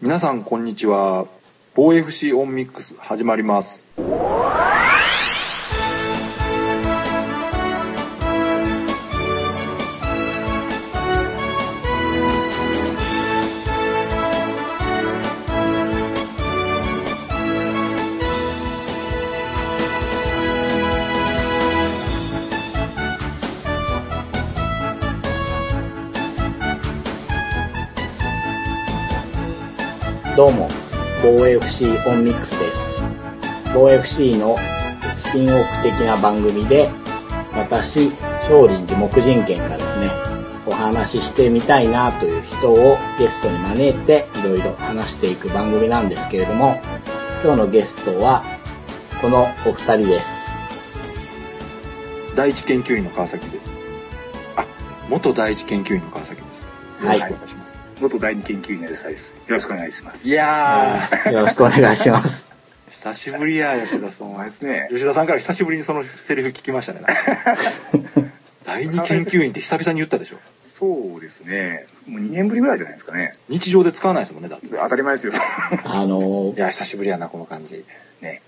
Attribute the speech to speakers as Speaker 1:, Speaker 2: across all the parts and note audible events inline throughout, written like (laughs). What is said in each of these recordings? Speaker 1: 皆さんこんにちは OFC オンミックス始まります
Speaker 2: どうも、防 FC オンミックスです。防 FC のスピンオフ的な番組で、私、少林寺木人犬がですね、お話ししてみたいなという人をゲストに招いて、いろいろ話していく番組なんですけれども、今日のゲストは、このお二人です。
Speaker 1: 第一研究員の川崎ですあ元第一研究員の川崎ですよろ
Speaker 2: はい
Speaker 1: しくお願いします、
Speaker 3: 元第二研究員の吉田です。よろしくお願いします。
Speaker 1: い、やー
Speaker 2: よろしくお願いします。
Speaker 1: 久しぶりや吉田さん
Speaker 3: お前ですね。
Speaker 1: 吉田さんから久しぶりにそのセリフ聞きま (laughs) したねなんか第二研究員って久々に言ったでしょ
Speaker 3: そうですね。もう2年ぶりぐらいじゃないですかね。
Speaker 1: 日常で使わないですもんねだってい
Speaker 3: 当たり
Speaker 1: (laughs)
Speaker 3: 前ですよ。
Speaker 2: あのー、
Speaker 1: や久しぶりやなこの感じ
Speaker 3: ね。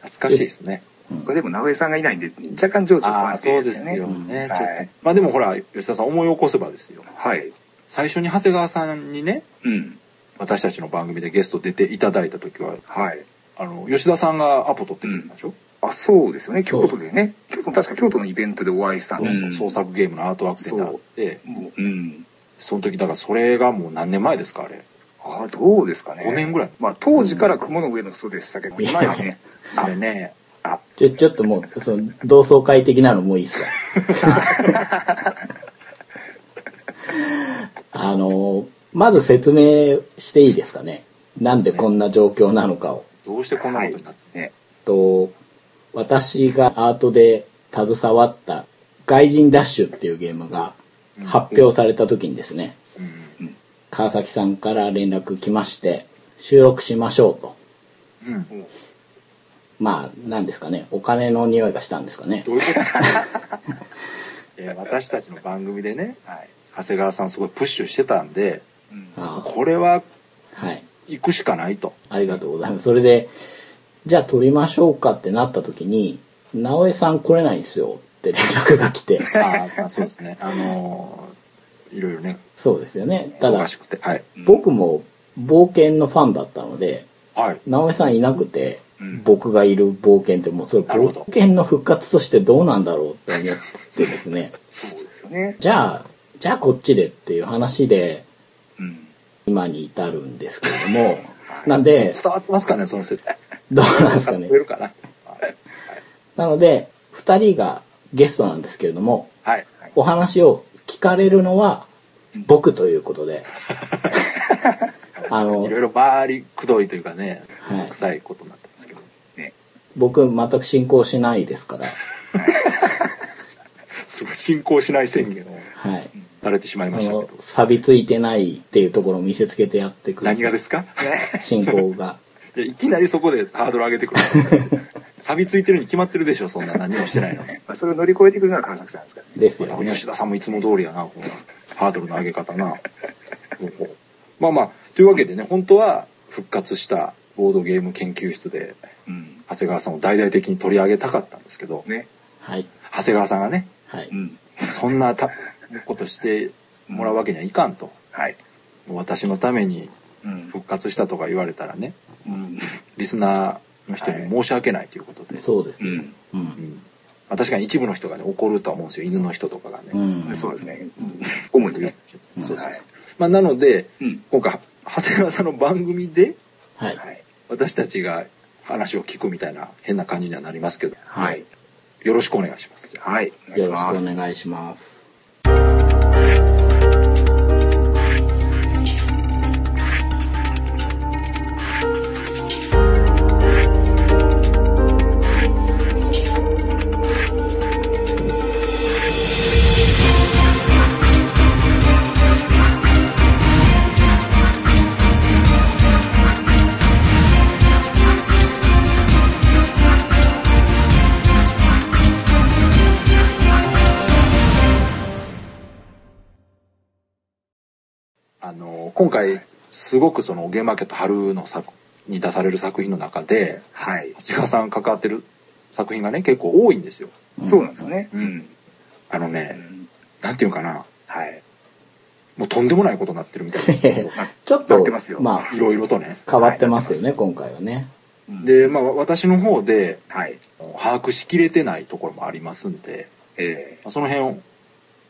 Speaker 1: 懐かしいですね
Speaker 3: これでも名古屋さんがいないんで、若干情緒不
Speaker 1: ああーそ
Speaker 3: 安定
Speaker 1: う
Speaker 3: で
Speaker 1: ですす
Speaker 3: よね。
Speaker 1: よね、
Speaker 3: うんは
Speaker 1: ちょっ
Speaker 3: い
Speaker 1: とまあでもほら吉田さん思い起こせばですよ
Speaker 3: はい。
Speaker 1: 最初に長谷川さんにね
Speaker 3: うん。
Speaker 1: 私たちの番組でゲスト出ていただいた時は
Speaker 3: はい。
Speaker 1: あの吉田さんがアポ取ってくれたでしょ、
Speaker 3: あ、そうですよね。
Speaker 2: そう
Speaker 3: 京都でね。京都の、確か京都のイベントでお会いしたんですよ。
Speaker 1: 創作ゲームのアートワークセンターって
Speaker 3: もううん。
Speaker 1: その時だからそれがもう何年前ですかあれ
Speaker 3: ああ、どうですかね。
Speaker 1: 5年ぐらい
Speaker 3: まあ、当時から雲の上の人でしたけど、今はね。
Speaker 1: それねあ
Speaker 2: ちょ、ちょっともう、その、同窓会的なのもういいっすか (laughs) あの、まず説明していいですかね。なんでこんな状況なのかを。
Speaker 1: どうしてこんなことになって、
Speaker 3: ね。
Speaker 2: と、私がアートで携わった外人ダッシュっていうゲームが発表された時にですね、川崎さんから連絡来まして、収録しましょうと。
Speaker 1: うん、うん、
Speaker 3: もう
Speaker 2: まあ、なんですかね。お金の匂いがしたんですかね
Speaker 1: ど。ういうこと (laughs) えー私たちの番組でね
Speaker 3: はい。
Speaker 1: 長谷川さんすごいプッシュしてたんで
Speaker 3: うん
Speaker 2: あ
Speaker 1: これは
Speaker 2: あはい。
Speaker 1: 行くしかない
Speaker 3: (laughs)
Speaker 1: と、
Speaker 2: ありがとうございます。それで、じゃあ撮りましょうかってなった時に、直江さん来れないんですよって連絡が来て
Speaker 1: (laughs) ああそうですねあのーいろいろね
Speaker 2: そうですよね。た
Speaker 1: 忙
Speaker 2: だ
Speaker 1: し、くてはい
Speaker 2: 僕も冒険のファンだったので、
Speaker 1: はい
Speaker 2: 直江さんいなくて、
Speaker 3: うん
Speaker 2: 僕がいる冒険ってもうそれ
Speaker 1: なるほど
Speaker 2: 冒険の復活としてどうなんだろうって思ってですね、 (laughs)
Speaker 3: そうですよね。
Speaker 2: じゃあ、じゃあこっちでっていう話で
Speaker 3: うん。
Speaker 2: 今に至るんですけれ
Speaker 1: (laughs)
Speaker 2: ども、なんで、
Speaker 1: 伝わってますかねその
Speaker 3: (laughs)
Speaker 1: 説
Speaker 2: どうなんですか
Speaker 1: 伝わ
Speaker 2: ね
Speaker 1: って。るかなはい
Speaker 2: なので、二人がゲストなんですけれども、
Speaker 1: はい
Speaker 2: お話を聞かれるのは僕ということ
Speaker 3: (laughs)
Speaker 2: で。あの、
Speaker 1: いろいろ回りくどいというかね
Speaker 2: はい
Speaker 1: 臭いことになってますけど
Speaker 3: ね。
Speaker 2: 僕全く進行しないですから、
Speaker 1: すごい進行しない宣言を
Speaker 2: はい。
Speaker 1: されてしまい
Speaker 2: あ
Speaker 1: ましたけ
Speaker 2: の
Speaker 1: ど、
Speaker 2: 錆びついてないっていうところを見せつけてやってください。
Speaker 1: 何がですか
Speaker 3: ね。
Speaker 2: 進行が。
Speaker 1: いやいきなりそこでハードル上げて
Speaker 2: (laughs)
Speaker 1: くる錆びついてるに決まってるでしょそんな何もして
Speaker 2: (laughs)
Speaker 1: ないのに
Speaker 3: まあ、それを乗り越えてくるのは川崎さんですからね。
Speaker 2: ですよ
Speaker 1: また
Speaker 2: ね。
Speaker 1: 吉田さんもいつも通りやなこのハードルの上げ方
Speaker 2: (laughs)
Speaker 1: なほうほうまあまあというわけでね本当は復活したボードゲーム研究室で
Speaker 3: うん。
Speaker 1: 長谷川さんを大々的に取り上げたかったんですけど
Speaker 3: ね。
Speaker 2: はい。
Speaker 1: 長谷川さんがね
Speaker 2: はい。
Speaker 3: ん。
Speaker 1: そんなたことしてもらうわけにはいかんと
Speaker 3: はい。
Speaker 1: もう私のために
Speaker 3: うん
Speaker 1: 復活したとか言われたらね
Speaker 3: うん。
Speaker 1: リスナーの人に申し訳ないということで、
Speaker 2: そうです
Speaker 3: う
Speaker 2: よ。
Speaker 3: ん。
Speaker 2: う。
Speaker 1: うんんまあ、確かに一部の人がね怒るとは思うんですよ犬の人とかがね、
Speaker 2: うん。
Speaker 3: そうですね。うん主にね。
Speaker 2: うん
Speaker 1: そうそう
Speaker 3: は
Speaker 1: そ、
Speaker 3: いう
Speaker 1: まあ、なので
Speaker 3: うん。
Speaker 1: 今回長谷川さんの番組で
Speaker 2: はい。
Speaker 3: はい。
Speaker 1: 私たちが話を聞くみたいな変な感じにはなりますけど
Speaker 2: はい。
Speaker 1: よろしくお願いします
Speaker 3: はい。お願いし
Speaker 2: よろ
Speaker 3: ま
Speaker 2: し
Speaker 3: す
Speaker 2: くお願いします。
Speaker 1: あの今回すごくそのおげまけと春の作に出される作品の中で
Speaker 3: はい。
Speaker 1: 長谷川さん関わってる作品がね結構多いんですよ
Speaker 3: そうなんですよ。ね。
Speaker 1: うんあの
Speaker 3: う
Speaker 1: ね
Speaker 3: ん
Speaker 1: なんていうかな
Speaker 3: はい。
Speaker 1: もうとんでもないことになってるみたいなんです
Speaker 2: (laughs)
Speaker 1: けど
Speaker 2: (laughs) ちょっ
Speaker 3: な
Speaker 2: と
Speaker 3: ってますよ、
Speaker 2: まあ、
Speaker 1: いろいろとね
Speaker 2: 変わってますよね、今回はね。
Speaker 3: うん、
Speaker 1: でまあ私の方で
Speaker 3: はい。
Speaker 1: 把握しきれてないところもありますんで
Speaker 3: え
Speaker 1: まあその辺を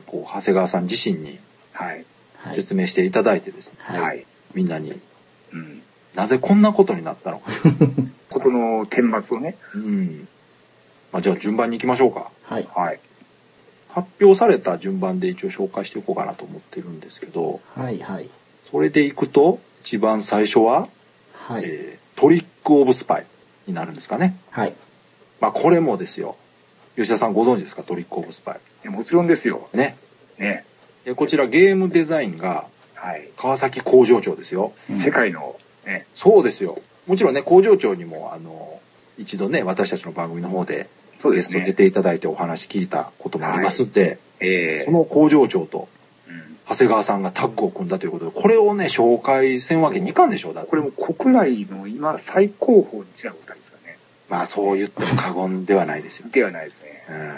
Speaker 1: こう長谷川さん自身に
Speaker 3: ー、はい。
Speaker 2: はい。
Speaker 1: 説明していただいてですね、
Speaker 2: はい
Speaker 3: はい。
Speaker 1: みんなに
Speaker 3: うん。
Speaker 1: なぜこんなことになったのか、
Speaker 3: ことの顛末をね。
Speaker 1: うんまあ、じゃあ順番に行きましょうか
Speaker 2: はい。
Speaker 3: はい。
Speaker 1: 発表された順番で一応紹介していこうかなと思ってるんですけど
Speaker 2: はい。はい。
Speaker 1: それでいくと一番最初は、
Speaker 2: はい。
Speaker 1: えートリック・オブ・スパイになるんですかね、
Speaker 2: はい。
Speaker 1: まあ、これもですよ吉田さんご存知ですかトリック・オブ・スパイ
Speaker 3: いやもちろんですよ。
Speaker 1: ね
Speaker 3: ね。
Speaker 1: でこちらゲームデザインが
Speaker 3: はい。
Speaker 1: 川崎工場長ですよ
Speaker 3: 世界の、ね。
Speaker 1: そうですよもちろんね工場長にもあの一度ね私たちの番組の方で
Speaker 3: そう
Speaker 1: ゲ
Speaker 3: で
Speaker 1: ス
Speaker 3: す
Speaker 1: ト出
Speaker 3: ね。
Speaker 1: ていただいてお話聞いたこともありますんで、
Speaker 3: え
Speaker 1: その工場長と
Speaker 3: ーうん
Speaker 1: 長谷川さんがタッグを組んだということでこれをね紹介せんわけにいかんでしょうだって
Speaker 3: これも国内の今最高峰に近いお二人ですかね。
Speaker 1: まあそう言っても過言ではないですよ、
Speaker 3: ではないですね。
Speaker 1: うん
Speaker 3: はい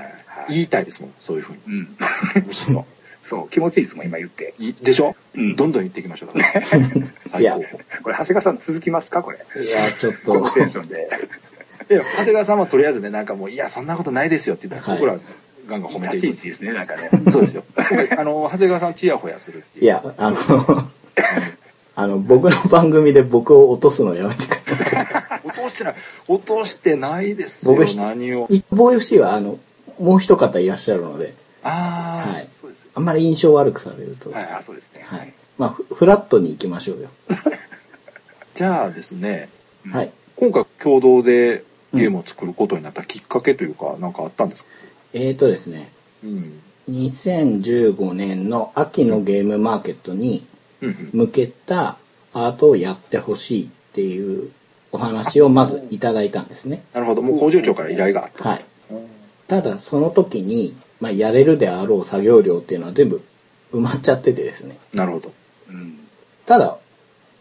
Speaker 1: 言いたいですもんそういうふうに
Speaker 3: うん。 (laughs)
Speaker 1: むしろ
Speaker 3: そう、気持ちいいですもん、今言って。
Speaker 1: いでしょ
Speaker 3: うん
Speaker 1: どんどん言っていきましょうだから
Speaker 3: (laughs)
Speaker 1: 最
Speaker 2: いや
Speaker 1: 高峰
Speaker 3: これ、長谷川さん続きますかこれ。
Speaker 2: いや、ちょっ
Speaker 3: ことの、テンションで。
Speaker 1: いや長谷川さんはとりあえずねなんかもういやそんなことないですよって言ったら
Speaker 2: はい
Speaker 1: 僕らガンガン褒めて
Speaker 3: 立
Speaker 1: い
Speaker 3: ち
Speaker 1: く
Speaker 3: 位置ですね、なんかね。
Speaker 1: そうですよ。あの、長谷川さん、チヤホヤするっていう。
Speaker 2: いや、あの、 (laughs) あの、僕の番組で僕を落とすのやめてくれ。
Speaker 1: 落としてない、落としてないですよ
Speaker 2: 僕、ひ
Speaker 1: 何を。
Speaker 2: 一方 FC は、あの、もう一方いらっしゃるので、
Speaker 1: ああ、
Speaker 2: はい
Speaker 3: そうですよ。
Speaker 2: あんまり印象悪くされると。
Speaker 1: はい
Speaker 3: あ、そうですね。
Speaker 2: はい。まあ、フフラットに行きましょうよ。
Speaker 1: じゃあですね、
Speaker 3: うん
Speaker 2: はい。。
Speaker 1: 今回共同でゲームを作ることになったきっかけというか、なんかあったんですか
Speaker 2: えーとですね、
Speaker 1: うん。
Speaker 2: 2015年の秋のゲームマーケットに
Speaker 1: うんうん。
Speaker 2: 向けたアートをやってほしいっていうお話をまずいただいたんですね。
Speaker 1: なるほど。もう工場長から依頼があった。
Speaker 2: はい。ただその時に、まあ、やれるであろう作業量っていうのは全部埋まっちゃっててですね
Speaker 1: なるほど。
Speaker 3: うん。
Speaker 2: ただ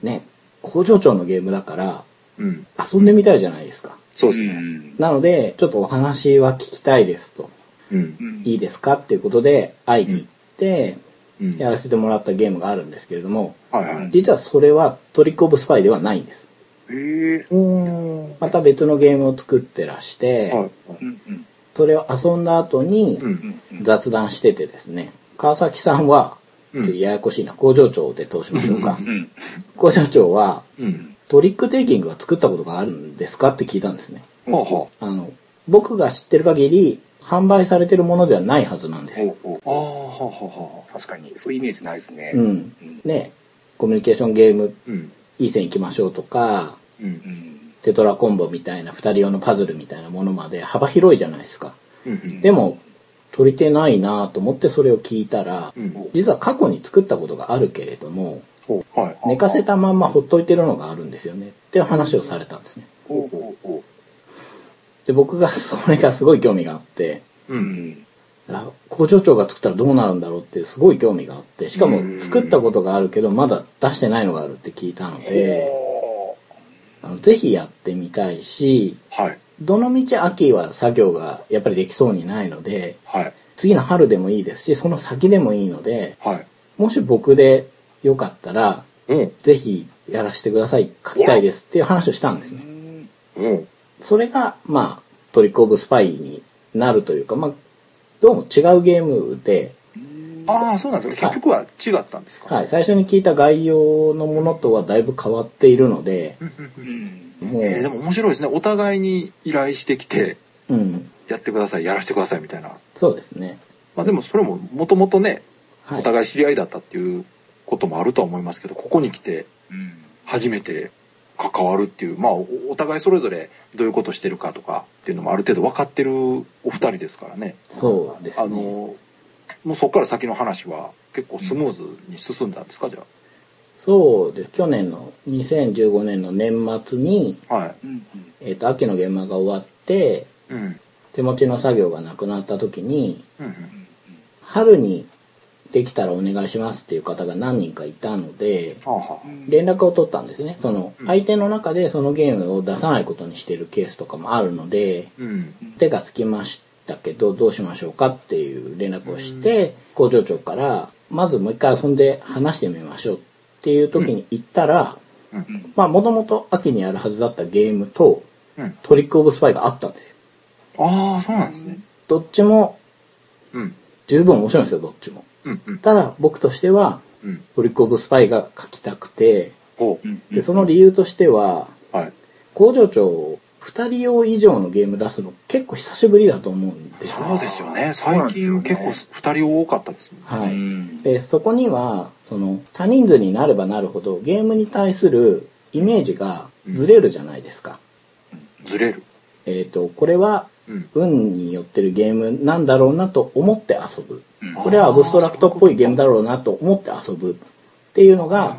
Speaker 2: ね工場長のゲームだから
Speaker 1: うん。
Speaker 2: 遊んでみたいじゃないですか
Speaker 1: そう
Speaker 3: う
Speaker 1: ですね。
Speaker 3: ん。
Speaker 2: なのでちょっとお話は聞きたいですと
Speaker 1: うん。
Speaker 3: うん
Speaker 2: いいですかっていうことで会いに行って
Speaker 1: うん。
Speaker 2: やらせてもらったゲームがあるんですけれども
Speaker 1: はいはい。
Speaker 2: 実はそれはトリック・オブ・スパイではないんです
Speaker 3: へえ。
Speaker 1: お
Speaker 2: また別のゲームを作ってらして、
Speaker 1: はい。
Speaker 3: うんうん
Speaker 2: それを遊んだ後に
Speaker 1: う。
Speaker 3: うんんうん。
Speaker 2: 雑談しててですね川崎さんはちょ
Speaker 1: う
Speaker 2: っと
Speaker 1: ん。
Speaker 2: ややこしいな工場長で通しましょうか
Speaker 3: うん。
Speaker 2: 工場長は
Speaker 1: うん。
Speaker 2: トリックテイキングは作ったことがあるんですかって聞いたんですね
Speaker 1: ほうほ
Speaker 2: あの僕が知ってる限り販売されてるものではないはずなんで
Speaker 3: ほ
Speaker 2: す
Speaker 3: うほう
Speaker 1: う。ああ、ほうほうほ
Speaker 3: 確かに、そういうイメージないですね。
Speaker 2: う。んねコミュニケーションゲーム
Speaker 1: う。うん。
Speaker 2: いい線行きましょうとか
Speaker 1: う。
Speaker 3: うんん。
Speaker 2: テトラコンボみたいな2人用のパズルみたいなものまで幅広いじゃないですか
Speaker 1: うん。
Speaker 2: でも取り手ないなと思ってそれを聞いたら
Speaker 1: うん。うん。
Speaker 2: 実は過去に作ったことがあるけれども
Speaker 1: ほう。はい。
Speaker 2: 寝かせたまんまほっといてるのがあるんですよねって話をされたんですね
Speaker 3: ほうほうほ
Speaker 2: で僕が (laughs) それがすごい興味があって
Speaker 1: う。
Speaker 3: う。うんん。
Speaker 2: あ工場長が作ったらどうなるんだろうってすごい興味があってしかも
Speaker 1: うん
Speaker 2: 作ったことがあるけどまだ出してないのがあるって聞いたので
Speaker 3: ほ
Speaker 2: あのぜひやってみたいし
Speaker 1: はい。
Speaker 2: どのみち秋は作業がやっぱりできそうにないので
Speaker 1: はい。
Speaker 2: 次の春でもいいですしその先でもいいので
Speaker 1: はい。
Speaker 2: もし僕でよかったら
Speaker 1: うん。
Speaker 2: ぜひやらせてください書きたいですっていう話をしたんです
Speaker 3: う
Speaker 2: ね
Speaker 3: ん。
Speaker 1: うん。
Speaker 2: それがまあトリック・オブ・スパイになるというかまあどうも違うゲームで、
Speaker 3: うん
Speaker 1: ああ、そうなんですか。結局は違ったんですか。
Speaker 2: はい、最初に聞いた概要のものとはだいぶ変わっているので
Speaker 1: うんう
Speaker 3: うん
Speaker 1: うん
Speaker 3: ん。
Speaker 2: もう、
Speaker 1: えー、でも面白いですね。お互いに依頼してきて、
Speaker 2: うん
Speaker 1: やってください、やらせてくださいみたいな。
Speaker 2: そうですね、
Speaker 1: まあでもそれももともとね、
Speaker 2: はい
Speaker 1: お、互い知り合いだったっていうこともあるとは思いますけど、ここに来て
Speaker 3: うん。
Speaker 1: 初めて関わるっていう、まあおお互いそれぞれどういうことしてるかとかっていうのもある程度分かってるお二人ですからね。
Speaker 2: そうです
Speaker 1: あ
Speaker 2: ね
Speaker 1: の、もうそこから先の話は結構スムーズに進んだんですか、じゃ
Speaker 2: そうです去年の2015年の年末に、
Speaker 1: あ。はい。
Speaker 3: うん。
Speaker 2: えっと秋の現場が終わって
Speaker 1: うん。
Speaker 2: 手持ちの作業がなくなった時に
Speaker 1: うんうん。
Speaker 3: うん。
Speaker 2: 春にできたらお願いしますっていう方が何人かいたので、
Speaker 1: あは
Speaker 2: 連絡を取ったんですね。その
Speaker 1: うん
Speaker 2: 相手の中でそのゲームを出さないことにしてるケースとかもあるので、
Speaker 1: うん
Speaker 2: 手が空きましたけどどうしましょうかっていう連絡をして、工場長からまずもう一回遊んで話してみましょうっていう時に行ったら、
Speaker 3: うん
Speaker 2: まあもともと秋にやるはずだったゲームと
Speaker 1: うん
Speaker 2: トリックオブスパイがあったんですよ。
Speaker 1: ああそうなんですね
Speaker 2: どっちも
Speaker 1: うん
Speaker 2: 十分面白いんですよ、どっちも。
Speaker 1: うんうん
Speaker 2: ただ僕としては
Speaker 1: うん
Speaker 2: トリックオブスパイが書きたくて、
Speaker 1: ほ
Speaker 3: うん
Speaker 2: で、その理由としては、
Speaker 1: うはい
Speaker 2: 工場長2人用以上のゲーム出すの結構久しぶりだと思うんです
Speaker 1: そう
Speaker 2: よ。
Speaker 1: ですよね
Speaker 3: そうな
Speaker 1: 最
Speaker 3: んですよ
Speaker 1: 近
Speaker 3: ね
Speaker 1: 結構二人多かったですもんね
Speaker 2: はい。
Speaker 3: うん
Speaker 2: でそこにはその多人数になればなるほどゲームに対するイメージがずれるじゃないですか、
Speaker 1: ずれる
Speaker 2: えっ、とこれは
Speaker 1: うん
Speaker 2: 運によってるゲームなんだろうなと思って遊ぶ
Speaker 3: うん
Speaker 2: これはアブストラクトっぽいゲームだろうなと思って遊ぶっていうのが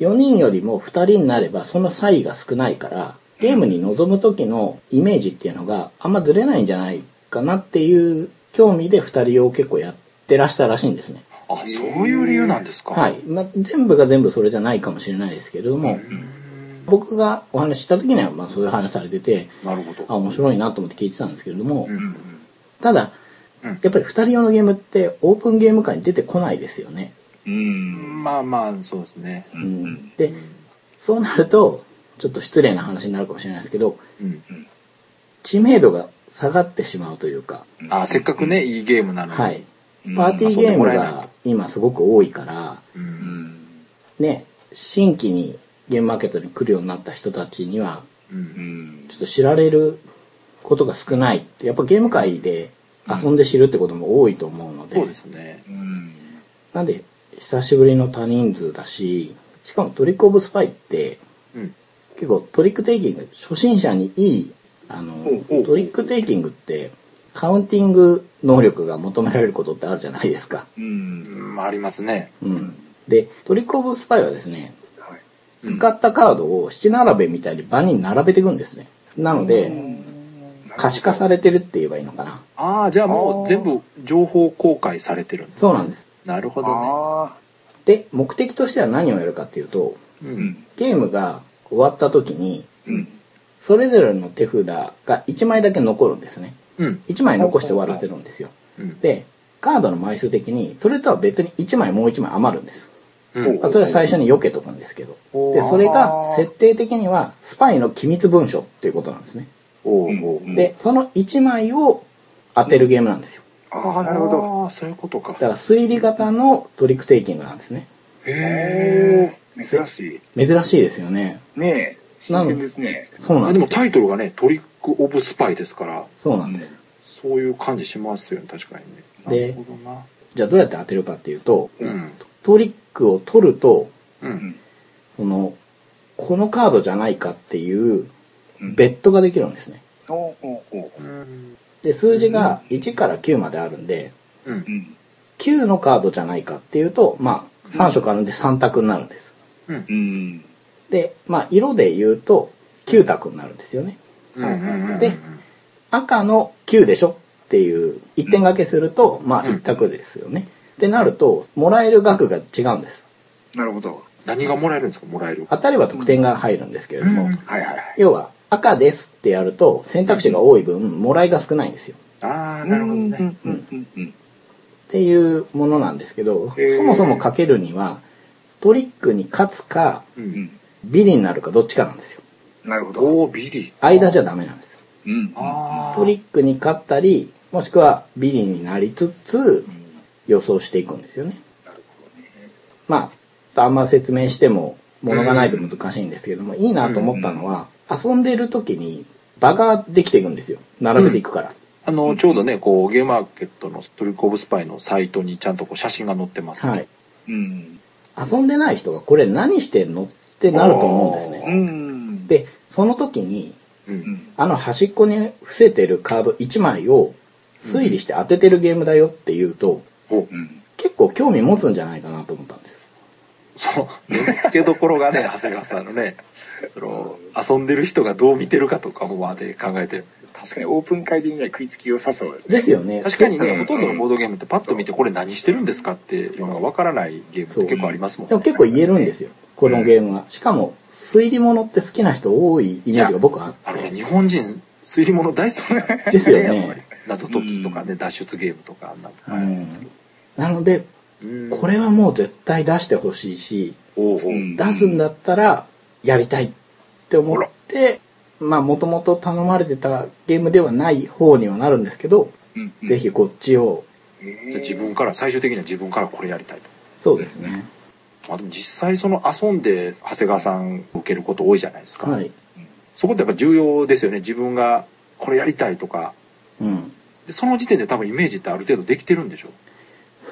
Speaker 2: 4人よりも2人になればその差異が少ないからゲームに臨む時のイメージっていうのがあんまずれないんじゃないかなっていう興味で2人を結構やってらしたらしいんですね
Speaker 1: あそういう理由なんですか
Speaker 2: はい、まあ、全部が全部それじゃないかもしれないですけれども、
Speaker 1: うん
Speaker 2: 僕がお話しした時にはまあそういう話されてて
Speaker 1: なるほど
Speaker 2: あ面白いなと思って聞いてたんですけれども、
Speaker 1: うんうん
Speaker 2: ただ
Speaker 1: うん
Speaker 2: やっぱり2人用のゲームってオープンゲーム界に出てこないですよね、
Speaker 3: うん
Speaker 1: まあまあそうですね
Speaker 2: う
Speaker 3: うんん
Speaker 2: でそうなるとちょっと失礼な話になるかもしれないですけど
Speaker 1: うん
Speaker 2: 知名度が下がってしまうというか、
Speaker 1: あせっかくねいいゲームなのに
Speaker 2: はい、
Speaker 3: うん
Speaker 2: パーティーゲ
Speaker 1: 遊ん
Speaker 2: ーム
Speaker 1: でもらえな
Speaker 2: が今すごく多いから
Speaker 1: う
Speaker 3: うんん
Speaker 2: ね新規にゲームマーケットに来るようになった人たちには
Speaker 1: う
Speaker 3: うんん
Speaker 2: ちょっと知られることが少ないってやっぱゲーム界で遊んで知るってことも多いと思うので,、
Speaker 1: そうですね
Speaker 3: うん
Speaker 2: なんで久しぶりの多人数だししかもトリック・オブ・スパイって
Speaker 1: うん
Speaker 2: 結構トリックテイキング初心者にいいあの
Speaker 3: おうおう
Speaker 2: トリックテイキングってカウンティング能力が求められることってあるじゃないですか。
Speaker 3: うん
Speaker 1: うんありますね
Speaker 2: うん、でトリック・オブ・スパイはですね
Speaker 3: はい
Speaker 1: うん
Speaker 2: 使ったカードを七並べみたいに場に並べていくんですね。なので、可視化されてるって言えばいいのかな。
Speaker 1: ああじゃあもう
Speaker 3: あー
Speaker 1: 全部情報公開されてるんです
Speaker 2: そうなんです。
Speaker 1: なるほど
Speaker 3: あ
Speaker 2: で、目的としては何をやるかっていうと、
Speaker 1: ねう
Speaker 3: ーうんん
Speaker 2: ゲームが終わった時に、
Speaker 3: うん
Speaker 2: それぞれの手札が1枚だけ残るんですね。
Speaker 1: うん
Speaker 2: 1枚残して終わらせるんですよ。
Speaker 1: うん
Speaker 2: で、カードの枚数的に、それとは別に1枚もう1枚余るんです。
Speaker 1: うん
Speaker 2: まあそれは最初に避けとくんですけど。
Speaker 1: お
Speaker 2: で、
Speaker 1: ー
Speaker 2: それが設定的には、スパイの機密文書っていうことなんですね。
Speaker 1: お
Speaker 3: うん
Speaker 1: ーおー
Speaker 3: うん
Speaker 2: で、その1枚を当てるゲームなんですよ。
Speaker 3: ああなるほど
Speaker 1: ああそういうことか
Speaker 2: だから推理型のトリックテイキングなんですね。
Speaker 1: へ
Speaker 3: 珍し
Speaker 2: 珍しいですよね。
Speaker 3: いねえ新鮮ですね
Speaker 2: そうな
Speaker 1: えで
Speaker 2: んで
Speaker 1: も
Speaker 2: す。
Speaker 1: タイトルがね「トリック・オブ・スパイ」ですから
Speaker 2: そうなんです。
Speaker 1: そういう感じしますよね確かにねな
Speaker 2: で
Speaker 1: るほどな
Speaker 2: じゃあどうやって当てるかっていうと、
Speaker 1: うん
Speaker 2: トリックを取ると、
Speaker 1: う
Speaker 3: うんん
Speaker 2: その、このカードじゃないかっていう
Speaker 3: うん
Speaker 2: ベッドができるんですね。
Speaker 3: おうおうおう
Speaker 1: うん
Speaker 2: で、数字が1から9まであるんで、
Speaker 1: うん
Speaker 3: うん
Speaker 2: 9のカードじゃないかっていうと、まあ、3色あるんで3択になるんです。
Speaker 1: うん
Speaker 3: うん
Speaker 2: で、まあ、色で言うと9択になるんですよね。
Speaker 1: うんうんうん
Speaker 2: で赤の9でしょっていう一点掛けすると、まあ
Speaker 1: うん
Speaker 2: 一択ですよね。ってなるともらえる額が違うんです。
Speaker 3: なるほど
Speaker 1: 何がもらえるんですかもらえる
Speaker 2: 当たれば得点が入るんですけれども、
Speaker 1: うん
Speaker 3: はいはいはい
Speaker 2: 要は赤ですってやると選択肢が多い分もらいが少ないんですよ。
Speaker 1: ああなるほどね
Speaker 3: うんうんうん
Speaker 2: っていうものなんですけど、
Speaker 3: へー
Speaker 2: そもそもかけるにはトリックに勝つか
Speaker 1: う
Speaker 3: うんうんん
Speaker 2: ビリになるかどっちかなんですよ。
Speaker 3: なるほど
Speaker 1: おおビリ
Speaker 2: 間じゃダメなんですよ。
Speaker 3: うん
Speaker 1: あー
Speaker 2: トリックに勝ったりもしくはビリになりつつ
Speaker 3: うん
Speaker 2: 予想していくんですよね。
Speaker 3: なるほどね
Speaker 2: まあ、あんま説明しても物がないと難しいんですけども、いいなと思ったのは、遊んでる時に場ができていくんですよ。並べていくから。
Speaker 1: あのちょうどねこうゲームマーケットのトリック・オブ・スパイのサイトにちゃんとこう写真が載ってます
Speaker 2: はい。
Speaker 3: うん
Speaker 2: 遊んでない人がこれ何してんのってなると思うんです
Speaker 3: う
Speaker 2: ね。
Speaker 3: ん
Speaker 2: で、その時に、
Speaker 1: う
Speaker 3: うんん
Speaker 2: あの端っこに伏せてるカード1枚を推理して当ててるゲームだよっていうと、
Speaker 1: お
Speaker 3: うん
Speaker 2: 結構興味持つんじゃないかなと思ったんです。
Speaker 1: そう付けどころがね長谷川さんのねその遊んでる人がどう見てるかとかもまで考えてるんですよ
Speaker 3: 確かにオープン会で見ない食いつき良さそうですね。
Speaker 2: ですよね。
Speaker 1: 確かに
Speaker 3: う
Speaker 1: ね、
Speaker 3: ん
Speaker 1: ほとんどのボードゲームってパッと見てこれ何してるんですかっていうのがわからないゲームって結構ありますもん
Speaker 2: で
Speaker 1: ね
Speaker 2: も。結構言えるんですよ。このゲームは。しかも、推理物って好きな人多いイメージが僕はあっ
Speaker 1: あのね、
Speaker 2: て。
Speaker 1: 日本人、推理物大好きなん
Speaker 2: (laughs)
Speaker 1: です
Speaker 2: ですよ
Speaker 1: やっぱり
Speaker 2: ね。
Speaker 1: 謎解きとかね、脱出ゲームとかあんな
Speaker 2: う
Speaker 1: のあるん
Speaker 2: ん
Speaker 1: ですけど。
Speaker 2: なので、
Speaker 1: うん
Speaker 2: これはもう絶対出してほしいし、
Speaker 1: おうおう
Speaker 3: うん
Speaker 2: 出すんだったらやりたいって思って、まあもともと頼まれてたゲームではない方にはなるんですけど、
Speaker 3: うんうん
Speaker 2: ぜひこっちを、
Speaker 1: じゃあ自分から、最終的には自分からこれやりたいと。
Speaker 2: そうですね。
Speaker 1: まあ、でも実際その遊んで長谷川さん受けること多いじゃないですか、
Speaker 2: はい。
Speaker 1: そこってやっぱ重要ですよね自分がこれやりたいとか
Speaker 2: うん。
Speaker 1: でその時点で多分イメージってある程度できてるんでしょ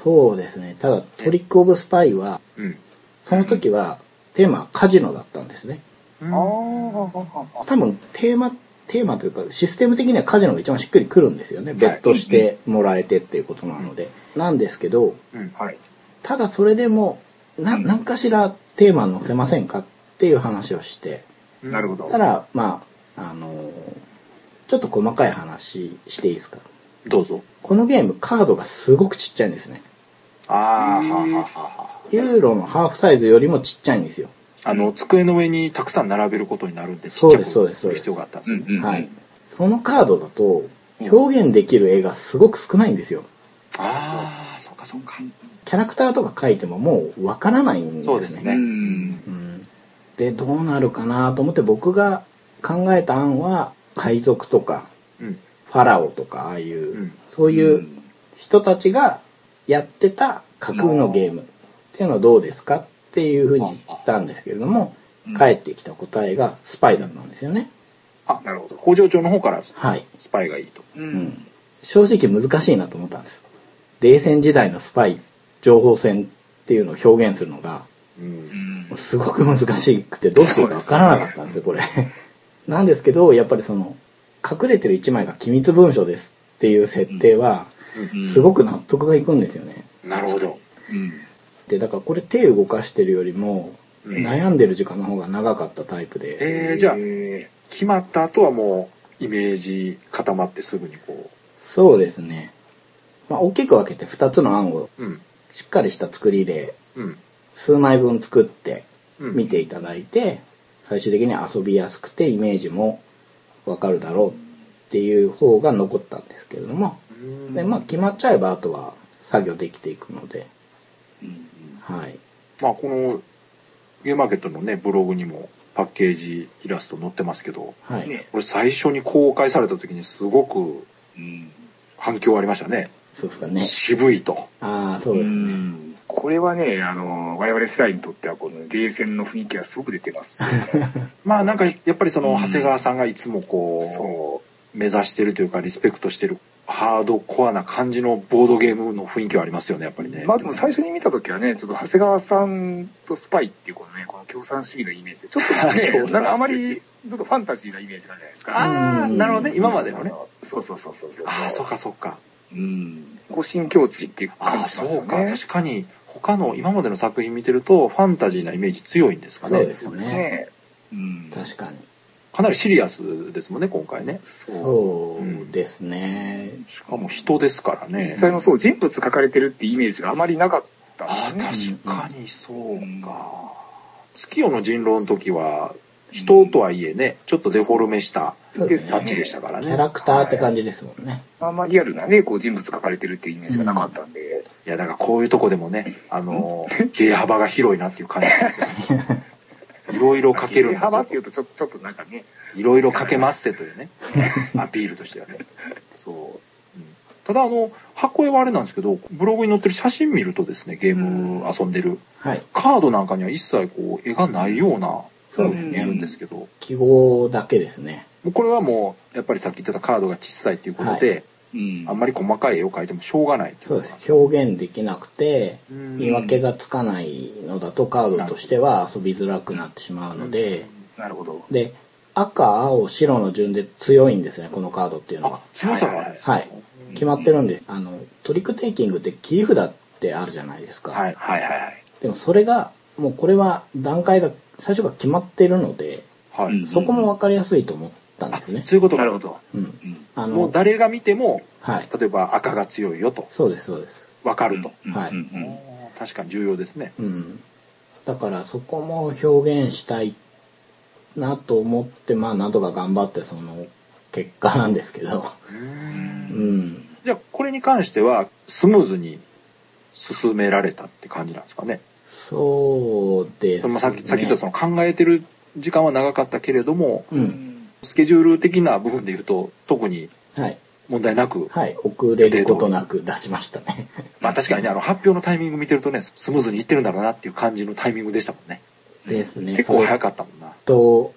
Speaker 2: そうですね。ただ、トリックオブスパイは、
Speaker 1: う、うん、
Speaker 2: その時はテーマはカジノだったんですね。
Speaker 3: ああ、
Speaker 2: 多分テーマテーマというかシステム的にはカジノが一番しっくりくるんですよねベッドしてもらえてっていうことなので、なんですけど
Speaker 1: うん
Speaker 3: はい。
Speaker 2: ただそれでもな
Speaker 3: うん
Speaker 2: 何かしらテーマ載せませんかっていう話をして
Speaker 1: うん
Speaker 3: なるほど
Speaker 2: たらまああのーちょっと細かい話していいですか
Speaker 1: どうぞ
Speaker 2: このゲームカードがすごくちっちゃいんですね
Speaker 1: ああ
Speaker 3: うん
Speaker 1: はあはあはあは
Speaker 2: ユーロのハーフサイズよりもちっちゃいんですよ
Speaker 1: ああの机の上にたくさん並べることになるんでちっちゃ
Speaker 2: そう
Speaker 1: く
Speaker 2: ですそうです
Speaker 1: する必要があったんですよね
Speaker 3: うん
Speaker 2: はい。そのカードだと表現できる絵がすごく少ないんですよ
Speaker 1: ああそうかそうか
Speaker 2: キャラクターとか書いてももうわからないんですね。
Speaker 1: そうですね
Speaker 3: うん。
Speaker 2: うんで、どうなるかなと思って僕が考えた案は、海賊とか、
Speaker 1: うん
Speaker 2: ファラオとか、ああいう、
Speaker 1: うん
Speaker 2: そういうん人たちがやってた架空のゲームっていうのはどうですかっていうふうに言ったんですけれども、
Speaker 3: うん
Speaker 2: 返ってきた答えがスパイだったんですよね。
Speaker 1: あ
Speaker 3: なるほど。
Speaker 1: 工場長の方から
Speaker 2: はい。
Speaker 1: スパイがいいと
Speaker 3: う
Speaker 2: う。ん正直難しいなと思ったんです。冷戦時代のスパイ、情報戦っていうのを表現するのが、
Speaker 1: う
Speaker 3: うんん
Speaker 2: すごく難しくてどうしていいかわからなかったんですよこれ (laughs) なんですけどやっぱりその隠れてる1枚が機密文書ですっていう設定は
Speaker 3: うん
Speaker 2: すごく納得がいくんですよね
Speaker 1: なるほど
Speaker 3: うん。
Speaker 2: でだからこれ手動かしてるよりも
Speaker 1: うん
Speaker 2: 悩んでる時間の方が長かったタイプで
Speaker 1: えー、じゃあ
Speaker 3: え
Speaker 1: 決まった後はもうイメージ固まってすぐにこ
Speaker 2: そうですねまあ大きく分けて2つの案を
Speaker 1: ううん
Speaker 2: しっかりした作りで
Speaker 1: うん
Speaker 2: 数枚分作って
Speaker 1: うん
Speaker 2: 見ていただいて最終的に遊びやすくてイメージもわかるだろうっていう方が残ったんですけれども
Speaker 1: うん
Speaker 2: でまあ決まっちゃえばあとは作業できていくので
Speaker 3: ー
Speaker 2: はい
Speaker 1: まあこのゲームマーケットのねブログにもパッケージイラスト載ってますけど
Speaker 2: はい、
Speaker 3: ね
Speaker 1: これ最初に公開された時にすごく
Speaker 3: うん。
Speaker 1: 反響ありましたね
Speaker 2: そうですかね
Speaker 1: 渋いと
Speaker 2: ああそうですね
Speaker 3: んこれはね、あの、我々世代にとっては、この冷戦の雰囲気がすごく出
Speaker 1: (laughs)
Speaker 3: てます。
Speaker 1: まあなんかやっぱりその
Speaker 3: うん
Speaker 1: 長谷川さんがいつもこう
Speaker 3: そ
Speaker 1: 目指してるというかリスペクトしてるハードコアな感じのボードゲームの雰囲気はありますよねやっぱりね
Speaker 3: う。まあでも最初に見た時はね、ちょっと長谷川さんとスパイっていうこのね、この共産主義のイメージで、ちょっと
Speaker 1: (laughs) 共産主
Speaker 3: ね、
Speaker 1: 義
Speaker 3: なんかあまり、ちょっとファンタジーなイメージがあるじゃないですか。
Speaker 1: ああ
Speaker 2: うん
Speaker 1: なるほどね今までのね。
Speaker 3: そうそうそうそうそう。
Speaker 1: ああそうかそうか
Speaker 3: うん。ご新境地っていう
Speaker 1: あ
Speaker 3: 感
Speaker 1: あ
Speaker 3: じしま
Speaker 1: そ
Speaker 3: す
Speaker 1: う
Speaker 3: よ
Speaker 1: か
Speaker 3: ね。
Speaker 1: 確かに他の今までの作品見てるとファンタジーなイメージ強いんですかね
Speaker 2: そうです
Speaker 3: そうですね。うん。
Speaker 2: 確かに
Speaker 1: かなりシリアスですもんね今回ね
Speaker 3: そう。
Speaker 2: そうですね
Speaker 1: しかも人ですからね
Speaker 3: 実際のそう、人物書かれてるってイメージがあまりなかった
Speaker 1: あ
Speaker 3: んですね。
Speaker 1: ー確かにそうか月夜の人狼の時は人とはいえねちょっとデフォルメした
Speaker 2: そうです
Speaker 1: タッチ
Speaker 2: ね
Speaker 1: でしたから
Speaker 2: キ
Speaker 1: ね
Speaker 2: ャラクターって感じですもんね
Speaker 3: あんまリアルなね、こう人物書かれてるっていうイメージがなかったんで。
Speaker 1: いやだからこういうとこでもねあのー芸幅が広いなっていう感じなんですよいろいろかけるんで
Speaker 3: 切れ
Speaker 1: す
Speaker 3: 幅っ
Speaker 1: よ
Speaker 3: ていうとちょ、ちょっとなんかね、
Speaker 1: いろいろかけますせというねアピールとしてはね
Speaker 3: そ
Speaker 1: ただあの箱絵はあれなんですけどブログに載ってる写真見るとですねゲーム遊んでる
Speaker 2: はい
Speaker 1: カードなんかには一切こう絵がないような
Speaker 2: そう
Speaker 1: 見
Speaker 2: です
Speaker 1: える
Speaker 2: ね
Speaker 1: んですけど、
Speaker 2: 記号だけですね
Speaker 1: もうこれはもうやっぱりさっき言ってたカードが小さいっていうことで、
Speaker 3: う。うん
Speaker 1: あんまり細かい絵を描いてもしょうがないってい
Speaker 2: そ
Speaker 1: こ
Speaker 2: うで
Speaker 1: となん
Speaker 2: す表現できなくて
Speaker 1: うん
Speaker 2: 見分けがつかないのだとカードとしては遊びづらくなってしまうので
Speaker 3: なるほど。
Speaker 2: で赤青白の順で強いんですねこのカードっていうの
Speaker 1: あ
Speaker 2: は
Speaker 1: 強さがあるんですか
Speaker 2: はい決まってるんですあのトリックテイキングって切り札ってあるじゃないですか、
Speaker 1: はい
Speaker 3: はいはいはい。
Speaker 2: でもそれがもうこれは段階が最初から決まってるので
Speaker 1: はい、
Speaker 3: うん
Speaker 2: そこも分かりやすいと思っったんですね。
Speaker 1: そういうこと
Speaker 3: な
Speaker 1: か
Speaker 3: るほど。
Speaker 2: うん。
Speaker 3: うん。
Speaker 1: も
Speaker 2: あ
Speaker 1: う
Speaker 2: の、
Speaker 1: 誰が見ても
Speaker 2: はい。
Speaker 1: 例えば赤が強いよと
Speaker 2: そうです、そうです。
Speaker 1: 分かると、
Speaker 3: うん
Speaker 2: はい
Speaker 3: うんうん
Speaker 1: 確かに重要ですね
Speaker 2: うん。だからそこも表現したいなと思って、まあ、なんとか頑張って、その、結果なんですけど。
Speaker 3: ん
Speaker 2: うん。
Speaker 1: じゃあこれに関してはスムーズに進められたって感じなんですかね
Speaker 2: そうです、ね。
Speaker 1: まあ、さっきさっき言ったその考えてる時間は長かったけれども
Speaker 2: う。
Speaker 3: うんん
Speaker 1: スケジュール的な部分で言うと特に
Speaker 2: はい。
Speaker 1: 問題なく、
Speaker 2: はい。遅れることなく出しましたね。
Speaker 1: まあ、確かにねあの発表のタイミング見てるとねスムーズにいってるんだろうなっていう感じのタイミングでしたもんね
Speaker 2: ですね。
Speaker 1: 結構早かったもんな
Speaker 2: と、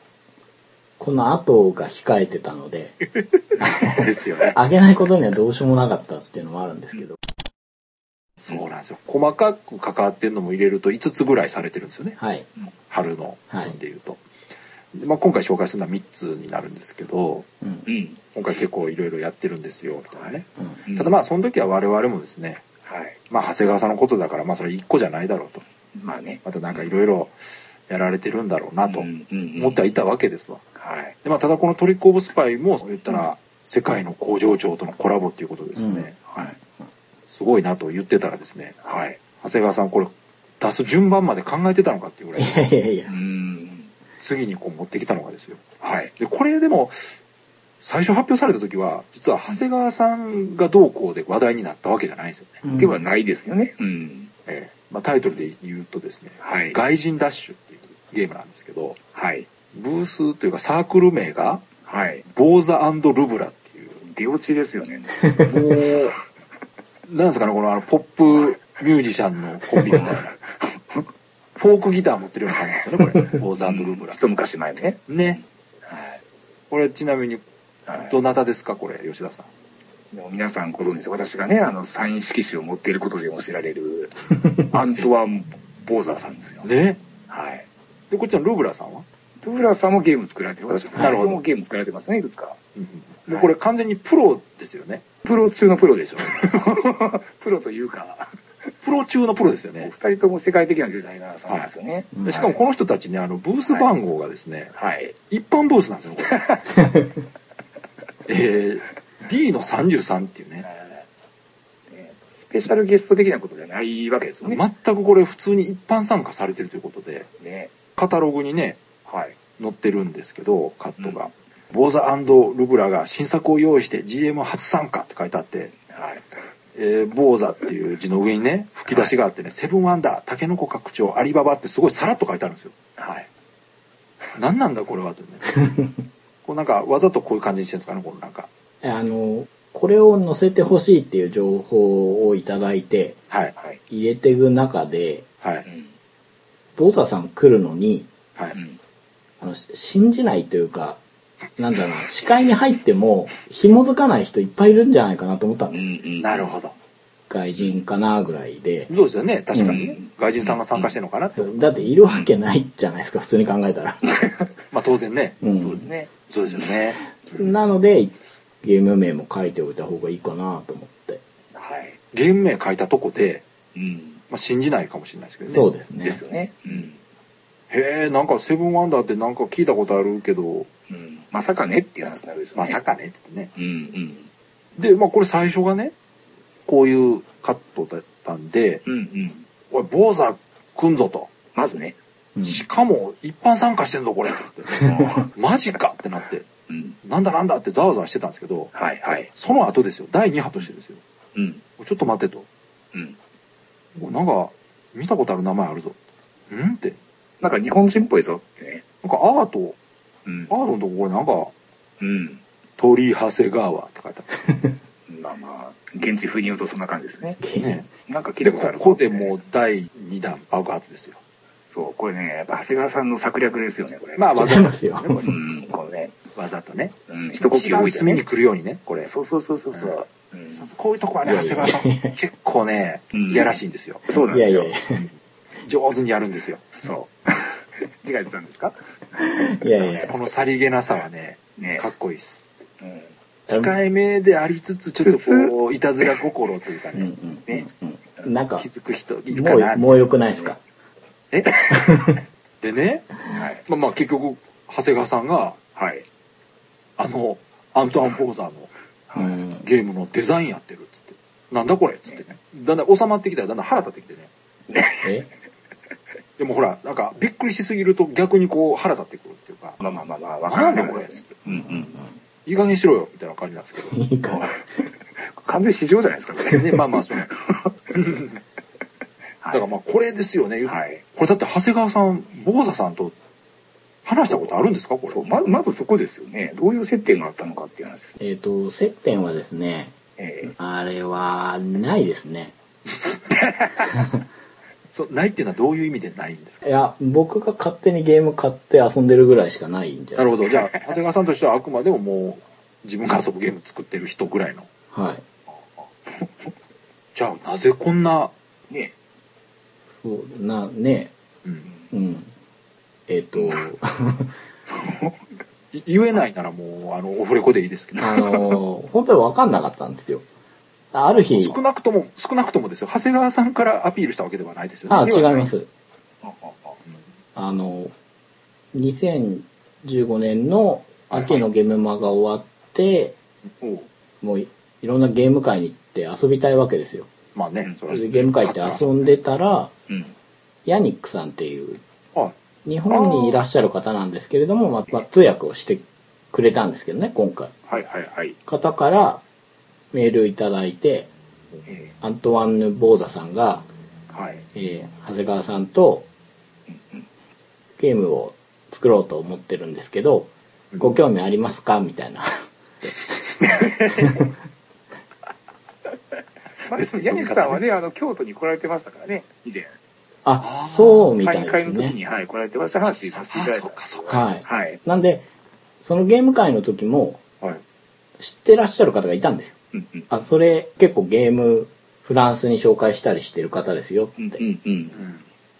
Speaker 2: この後が控えてたので、
Speaker 1: ですよね
Speaker 2: (laughs) あげないことにはどうしようもなかったっていうのもあるんですけど、
Speaker 1: そうなんですよ細かく関わってるのも入れると5つぐらいされてるんですよね
Speaker 2: はい。
Speaker 1: 春の
Speaker 2: はい
Speaker 1: 分で言うと、でまあ、今回紹介するのは3つになるんですけど
Speaker 2: うん。
Speaker 3: うん
Speaker 1: 今回結構いろいろやってるんですよみたいなね
Speaker 2: うん。
Speaker 3: うん
Speaker 1: ただまあその時は我々もですね
Speaker 3: はい。
Speaker 1: まあ長谷川さんのことだからまあそれ1個じゃないだろうと
Speaker 3: まあね。
Speaker 1: またなんかいろいろやられてるんだろうなと
Speaker 3: うんうんうん
Speaker 1: 思ってはいたわけですわ
Speaker 3: はい。
Speaker 1: で、まあ、ただこの「トリック・オブ・スパイ」も言ったら世界の工場長とのコラボっていうことですね、
Speaker 3: はい。
Speaker 1: すごいなと言ってたらですね
Speaker 3: はい。
Speaker 1: 長谷川さんこれ出す順番まで考えてたのかっていう
Speaker 3: (laughs)
Speaker 1: ぐらい
Speaker 2: いやいやいや
Speaker 3: う。ん。
Speaker 1: 次にこう持ってきたのがですよ
Speaker 3: はい。
Speaker 1: でこれでも最初発表された時は実は長谷川さんがどうこうで話題になったわけじゃないんですよね、
Speaker 2: うん
Speaker 3: ではないですよね。うん。
Speaker 1: ええまあ、タイトルで言うとですね
Speaker 3: はい。
Speaker 1: 外人ダッシュっていうゲームなんですけど
Speaker 3: はい。
Speaker 1: ブースというかサークル名が
Speaker 3: はい。
Speaker 1: ボーザルブラっていう
Speaker 3: 出落ちですよね。
Speaker 1: もう、なんですかね、このあの、ポップミュージシャンのコンビみたいな。フォークギター持ってるような感じですよね、これ。ボーザーとルブラ。
Speaker 3: 一昔前ね。
Speaker 1: ね。
Speaker 3: はい。
Speaker 1: これちなみに、
Speaker 3: はい
Speaker 1: どなたですか、これ、吉田さん。
Speaker 3: もう皆さんご存知です。私がね、あの、サイン色紙を持っていることでも知られる、アントワン・ボーザーさんですよ。
Speaker 1: ね。
Speaker 3: はい。
Speaker 1: で、こっちのルブラさんは、
Speaker 3: ドゥーラーさんもゲーム作られてる。私も
Speaker 1: なるほど
Speaker 3: もゲーム作られてますね、いくつか。
Speaker 1: もうこれ完全にプロですよね。
Speaker 3: プロ中のプロでしょ。プロというか、
Speaker 1: プロ中のプロですよ
Speaker 3: お
Speaker 1: ね。
Speaker 3: 二人とも世界的なデザイナーさんなんですよね。
Speaker 2: はい
Speaker 1: でしかもこの人たちね、あの、ブース番号がですね、
Speaker 3: はい。
Speaker 1: 一般ブースなんですよ、こ (laughs) れ。えー、D の33っていうね。
Speaker 3: えーねスペシャルゲスト的なことじゃないわけですよね。
Speaker 1: 全くこれ普通に一般参加されてるということで、
Speaker 3: ね
Speaker 1: カタログにね
Speaker 3: はい。
Speaker 1: 載ってるんですけどカットが、ボーザルブラが新作を用意して GM 初参加って書いてあって、
Speaker 3: はい。
Speaker 1: えー、ボーザっていう字の上にね吹き出しがあってね「セブンワンダータケノコ拡張アリババ」ってすごいさらっと書いてあるんですよ
Speaker 3: はい。
Speaker 1: 何なんだこれはってね (laughs) こうなんかわざとこういう感じにしてるんですかねこのなんか
Speaker 2: えあの、これを載せてほしいっていう情報をいただいて、
Speaker 1: はい
Speaker 3: はい。
Speaker 2: 入れていく中で、
Speaker 1: は
Speaker 3: う
Speaker 1: い
Speaker 3: ん。、
Speaker 2: ボータさん来るのに、
Speaker 1: はいう
Speaker 3: ん。
Speaker 2: あの、し信じないというか、なんだろうな、視界に入っても、紐づかない人いっぱいいるんじゃないかなと思ったん
Speaker 3: う
Speaker 2: です。
Speaker 3: ん。
Speaker 1: なるほど
Speaker 2: 外人かなぐらいで。
Speaker 1: そうですよね確かにね、
Speaker 3: うん
Speaker 1: 外人さんが参加してるのかなって、
Speaker 2: だっているわけないじゃないですか、普通に考えたら。
Speaker 1: まあ当然ね
Speaker 2: うん
Speaker 3: そうですね。
Speaker 1: そうですよね
Speaker 2: なので、ゲーム名も書いておいた方がいいかなと思って。
Speaker 3: はい。
Speaker 1: ゲーム名書いたとこで、
Speaker 3: うん。
Speaker 1: まあ、信じないかもしれないですけどね
Speaker 2: そうですね。
Speaker 3: ですよね。うん。
Speaker 1: へえなんか「セブンワンダー」ってなんか聞いたことあるけど
Speaker 3: うん。まさかねっていう話になるでしょうね。
Speaker 1: まさ。かねっつってね
Speaker 3: うんうん。
Speaker 1: でまあこれ最初がねこういうカットだったんで
Speaker 3: うんうん。
Speaker 1: 「おい坊主来んぞ」と
Speaker 3: まずね。
Speaker 2: う
Speaker 1: 「
Speaker 2: ん
Speaker 1: しかも一般参加してんぞこ
Speaker 2: (laughs)
Speaker 1: れ」って「マジか!」ってなって
Speaker 3: うん。
Speaker 1: 「なんだなんだ」ってざわざわしてたんですけど
Speaker 3: はいはい。
Speaker 1: その後ですよ第2波としてですよ
Speaker 3: うん。
Speaker 1: 「ちょっと待て」と
Speaker 3: うん。
Speaker 1: 「おいなんか見たことある名前あるぞ」んって
Speaker 3: なんか日本人っぽいぞってね。
Speaker 1: なんかアート
Speaker 3: うん
Speaker 1: アー。トのとここれなんか
Speaker 3: うん。
Speaker 1: 「鳥長谷川」って書いてあっ
Speaker 3: まあまあ、現地風に言うとそんな感じですね。
Speaker 1: たね
Speaker 3: なんか聞
Speaker 1: で
Speaker 3: い
Speaker 1: こ
Speaker 3: たことあるぞ
Speaker 1: こでもう第2弾爆発ですよ
Speaker 3: そう、これね、やっぱ長谷川さんの策略ですよね、こ (laughs) れ。
Speaker 1: まあわざ
Speaker 2: 違
Speaker 1: と
Speaker 2: いますよ。
Speaker 1: ねこ
Speaker 3: う
Speaker 1: れ
Speaker 3: ん、このね、
Speaker 1: わざとね
Speaker 3: うん、一呼
Speaker 1: 一
Speaker 3: 吸
Speaker 1: 番
Speaker 3: 置いて
Speaker 1: 隅に
Speaker 3: ね。
Speaker 1: 来るようにねこれ
Speaker 3: そうそうそうそうそう。うん
Speaker 1: そうそうこういうとこはね長谷川さん結構ね
Speaker 3: うん
Speaker 1: いやらしいんですよ
Speaker 3: そうなん
Speaker 2: い
Speaker 3: で
Speaker 2: や
Speaker 3: す
Speaker 2: い
Speaker 3: よ
Speaker 2: やい。や。
Speaker 1: 上手にやるんですよ
Speaker 3: そう。 (laughs) 次回さんですか
Speaker 2: いやいや。
Speaker 1: このさりげなさはね
Speaker 3: ね
Speaker 1: かっこいいっす
Speaker 3: うん
Speaker 1: 控えめでありつつちょっとこういたずら心というか
Speaker 2: うんう
Speaker 1: ね
Speaker 2: ん
Speaker 3: ね
Speaker 2: うん。なんか
Speaker 1: 気、づく人いる
Speaker 2: も
Speaker 1: かな
Speaker 2: う、もう良くないですか。
Speaker 1: え (laughs) でね
Speaker 3: はい。
Speaker 1: まあまあ結局長谷川さんが
Speaker 3: はい。
Speaker 1: あの、アントワン・ボーザーの
Speaker 2: うん。
Speaker 1: ゲームのデザインやってるっつって。なんだこれっつってね。だんだん収まってきたらだんだん腹立ってきてね。
Speaker 2: え
Speaker 1: でもほら、なんかびっくりしすぎると逆にこう腹立ってくるっていうか、
Speaker 3: まあまあまあまあ、わからんね
Speaker 1: なんだ
Speaker 3: これ
Speaker 1: こ。
Speaker 3: うんうん。
Speaker 1: いい加減にしろよみたいな感じなんですけど。
Speaker 2: いいから。
Speaker 3: 完全市場じゃないですか、これ。
Speaker 1: ね、まあまあそう。だ
Speaker 3: はい
Speaker 1: からまあこれですよね。
Speaker 3: はい。
Speaker 1: これだって長谷川さん、坊佐さんと話したことあるんですかこれ。
Speaker 3: そう、ままずそこですよね。どういう接点があったのかっていう話ですね。
Speaker 2: えっ、と、接点はですね、
Speaker 3: え
Speaker 2: あれは、ないですね。
Speaker 1: そうないっていうのはどういう意味でないんですか
Speaker 2: いや、僕が勝手にゲーム買って遊んでるぐらいしかないんじゃ
Speaker 1: な
Speaker 2: ない
Speaker 1: る
Speaker 2: で
Speaker 1: ほど。じゃあ、長谷川さんとしてはあくまでももう自分が遊ぶゲーム作ってる人ぐらいの。
Speaker 2: すか。はい。
Speaker 1: じゃあ、なぜこんな、
Speaker 3: えね
Speaker 2: そう、な、ね、
Speaker 1: うん、
Speaker 2: うん。え
Speaker 1: (laughs)
Speaker 2: っ、と、
Speaker 1: い言えないならもう、あの、オフレコでいいですけど。
Speaker 2: あのー (laughs) 本当は分かんなかったんですよ。ある日、
Speaker 1: 少なくとも、少なくともですよ。長谷川さんからアピールしたわけではないですよね。
Speaker 2: あ、
Speaker 1: で
Speaker 2: 違い
Speaker 1: は
Speaker 2: ます。
Speaker 3: あああ
Speaker 2: あの、2015年の秋のゲームマが終わって、
Speaker 3: おう
Speaker 2: もういいろんなゲーム会に行って遊びたいわけですよ。
Speaker 1: まあね、それは
Speaker 2: でゲーム会行って遊んでたら、
Speaker 3: うん。
Speaker 2: ヤニックさんっていう、
Speaker 1: はい
Speaker 2: 日本にいらっしゃる方なんですけれども、まあまあ、通訳をしてくれたんですけどね、今回。
Speaker 3: はいはいはい。
Speaker 2: 方からメールいただいて、
Speaker 3: え
Speaker 2: アントワンヌ・ボーダさんが、
Speaker 3: えはい。
Speaker 2: えー長谷川さんとゲームを作ろうと思ってるんですけど、ご興味ありますかみた
Speaker 1: (laughs)
Speaker 2: いな。
Speaker 3: まあ、ですね、ヤニクさんはね、あの、京都に来られてましたからね、以前。
Speaker 2: あ
Speaker 1: あ、ー
Speaker 2: そうみたい
Speaker 3: 再
Speaker 2: で
Speaker 3: 会
Speaker 2: す
Speaker 3: の時
Speaker 2: ね。
Speaker 3: に、はい、来られてました話させていただいたんですけど
Speaker 1: あそっ
Speaker 2: はい。
Speaker 3: はい。
Speaker 2: なんで、そのゲーム会の時も
Speaker 1: はい。
Speaker 2: 知ってらっしゃる方がいたんですよ。
Speaker 3: うんうん。
Speaker 2: あ、それ結構ゲームフランスに紹介したりしてる方ですよ
Speaker 3: うん
Speaker 2: って。
Speaker 3: うんうん
Speaker 1: う。ん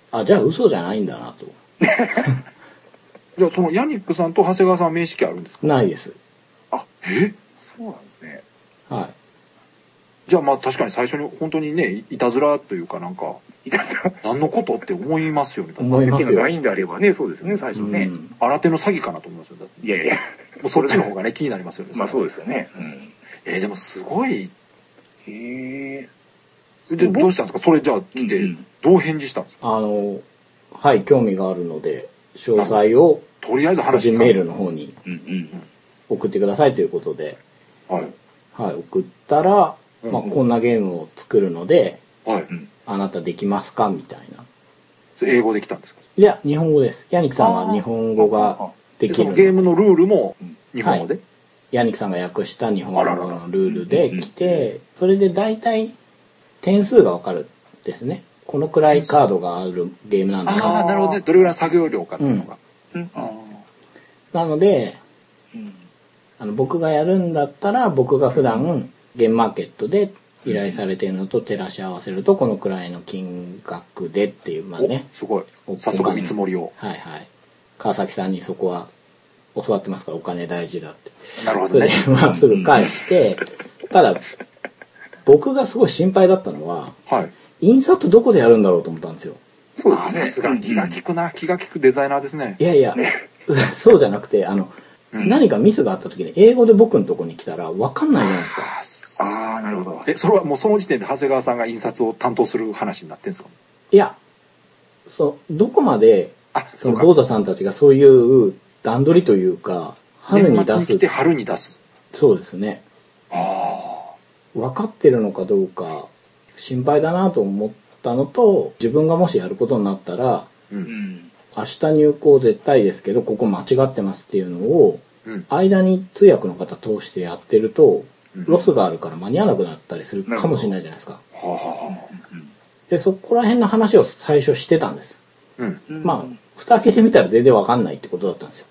Speaker 2: あ、じゃあ嘘じゃないんだなと。
Speaker 1: じゃあ、そのヤニックさんと長谷川さんは面識あるんですか
Speaker 2: ないです。
Speaker 3: そうなんですね。
Speaker 2: は
Speaker 1: じゃあ、まあ確かに最初に本当にね、いいたずらというかなんか、
Speaker 3: いたさん、
Speaker 1: 何のことって思いますよね。
Speaker 2: い。思い
Speaker 3: 接
Speaker 2: ます
Speaker 3: 点が
Speaker 2: よ
Speaker 3: な。いんであればね、そうですよね、最初ね
Speaker 2: う。ん
Speaker 1: 新手の詐欺かなと思いますよ。だって
Speaker 3: いやいや、
Speaker 1: もうそっちの方がね、気になりますよね。
Speaker 3: まあそうですよね。うん。
Speaker 1: えーでもすごい。
Speaker 3: へえ。
Speaker 1: で、どうしたんですかそれじゃあ来
Speaker 3: うんう
Speaker 1: て
Speaker 3: ん、
Speaker 1: どう返事したんですか
Speaker 2: あの、はい、興味があるので、詳細を
Speaker 1: とりあえず
Speaker 2: 個
Speaker 1: 話
Speaker 2: 人
Speaker 1: 聞
Speaker 2: メー
Speaker 1: か
Speaker 2: ルの方に
Speaker 3: うんうん。
Speaker 2: 送ってくださいということで、
Speaker 1: はい。
Speaker 2: はい、送ったら、
Speaker 1: うん
Speaker 2: まあ、こんなゲームを作るので、
Speaker 1: はい。
Speaker 2: あなたできますかみたいな。
Speaker 1: それ英語できたんですか
Speaker 2: いや、日本語です。ヤニクさん
Speaker 1: あー
Speaker 2: は日本語ができ
Speaker 1: そ
Speaker 2: る
Speaker 1: の
Speaker 2: の
Speaker 1: ゲー
Speaker 2: で。
Speaker 1: ムのルールも日本語で、
Speaker 2: ヤニクさんが訳した日本語
Speaker 1: あららら
Speaker 2: のルールで来て、それで大体点数がわかるんですね。このくらいカードがあるゲームなんだ
Speaker 1: あ
Speaker 2: な。
Speaker 1: あなるほどねどれぐらいの作業量かっていうのが、
Speaker 3: うん
Speaker 1: あ
Speaker 2: なので、
Speaker 3: うん。
Speaker 2: あの僕がやるんだったら僕が普段ゲームマーケットで依頼されてるのと照らし合わせるとこのくらいの金額でっていうまあ
Speaker 1: ー
Speaker 2: ね
Speaker 1: おすごい
Speaker 2: お
Speaker 1: 早速見積もりを、
Speaker 2: はいはい川崎さんにそこは教わってますからお金大事だって
Speaker 1: なるほ
Speaker 2: そ
Speaker 1: ど
Speaker 2: れ
Speaker 1: ね
Speaker 2: でまあすぐ返してただ僕がすごい心配だったのは
Speaker 1: はい
Speaker 2: 印刷どこでやるんだろうと思ったんですよ
Speaker 3: そう
Speaker 1: あ
Speaker 3: で
Speaker 1: ー
Speaker 3: すね。
Speaker 1: さすが気が利くな、気が利くデザイナーですね
Speaker 2: いやいや (laughs) そうじゃなくてあの、
Speaker 1: うん
Speaker 2: 何かミスがあった時に英語で僕のとこに来たら分かんないじゃないですか
Speaker 1: あーす
Speaker 3: ああ、なるほど。
Speaker 1: えそれはもうその時点で長谷川さんが印刷を担当する話になってるんですか
Speaker 2: いや、そう、どこまで、
Speaker 1: あ
Speaker 2: そ
Speaker 1: そう
Speaker 2: の、
Speaker 1: か
Speaker 2: ボーザさんたちがそういう段取りというか、春に
Speaker 1: 年末
Speaker 2: 出
Speaker 1: に来て
Speaker 2: す。
Speaker 1: 春に出す
Speaker 2: そうですね。
Speaker 1: あ
Speaker 2: 分かってるのかどうか、心配だなと思ったのと、自分がもしやることになったら、
Speaker 1: あう
Speaker 3: うんん。
Speaker 2: 明日入稿絶対ですけど、ここ間違ってますっていうのを、
Speaker 1: うん
Speaker 2: 間に通訳の方通してやってると、
Speaker 1: うん
Speaker 2: ロスがあるから間に合わなくなったりするかもしれないじゃないですか。
Speaker 1: はあは
Speaker 2: で、そこら辺の話を最初してたんです。
Speaker 1: あうん
Speaker 3: うん
Speaker 2: まあ、蓋開けてみたら全然わかんないってことだったんですよ。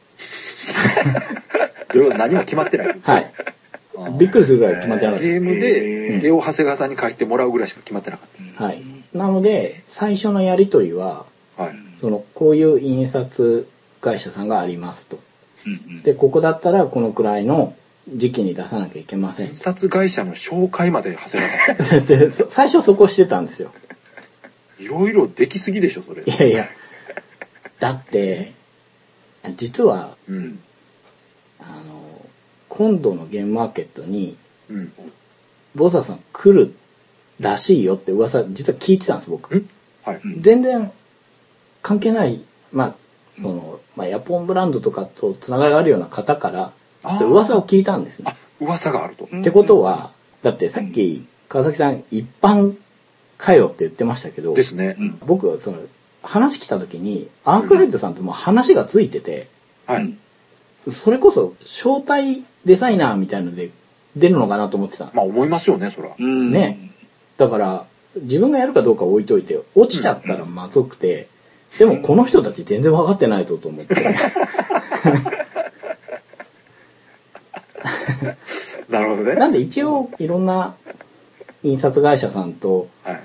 Speaker 1: それは何も決まってない
Speaker 2: はい。
Speaker 1: あー
Speaker 2: びっくりするぐらい決まってなかったで
Speaker 1: ゲーム
Speaker 3: へ
Speaker 1: で
Speaker 3: ー
Speaker 1: 絵を長谷川さんに描いてもらうぐらいしか決まってなかっ
Speaker 2: す。はい。なので、最初のやりとりは、
Speaker 1: たはい
Speaker 2: その、こういう印刷会社さんがありますと。
Speaker 3: うんうん
Speaker 2: で、ここだったらこのくらいの時期に出さなきゃいけません (laughs)
Speaker 1: 印。刷会社の紹介まで長谷川さん
Speaker 2: でそ最初そこしてたんですよ。
Speaker 1: いろいろできすぎでしょそれ
Speaker 2: いやいや。だって、実は、
Speaker 1: うん
Speaker 2: あの、今度のゲームマーケットに
Speaker 1: うん。
Speaker 2: ボザさん来るらしいよって噂実は聞いてたんです僕
Speaker 1: んはい。
Speaker 2: 全然関係ないまあその、まあ、ヤポンブランドとかとつながりがあるような方からちょっと噂を聞いたんですね
Speaker 1: あ、噂があると。
Speaker 2: ってことはだってさっき川崎さん一般かよって言ってましたけど
Speaker 1: ですね
Speaker 3: う。ん
Speaker 2: 僕はその話来た時にアンクライトさんともう話がついてて、
Speaker 1: は
Speaker 3: う
Speaker 1: い
Speaker 3: ん。
Speaker 2: それこそ招待デザイナーみたいので出るのかなと思ってたんです
Speaker 1: まあ思いますよね、そら。
Speaker 3: うん
Speaker 2: ねだから自分がやるかどうかは置いといて落ちちゃったらまずくて、でもこの人たち全然分かってないぞと思って
Speaker 1: なるほどね。
Speaker 2: なんで一応いろんな印刷会社さんと
Speaker 1: はい。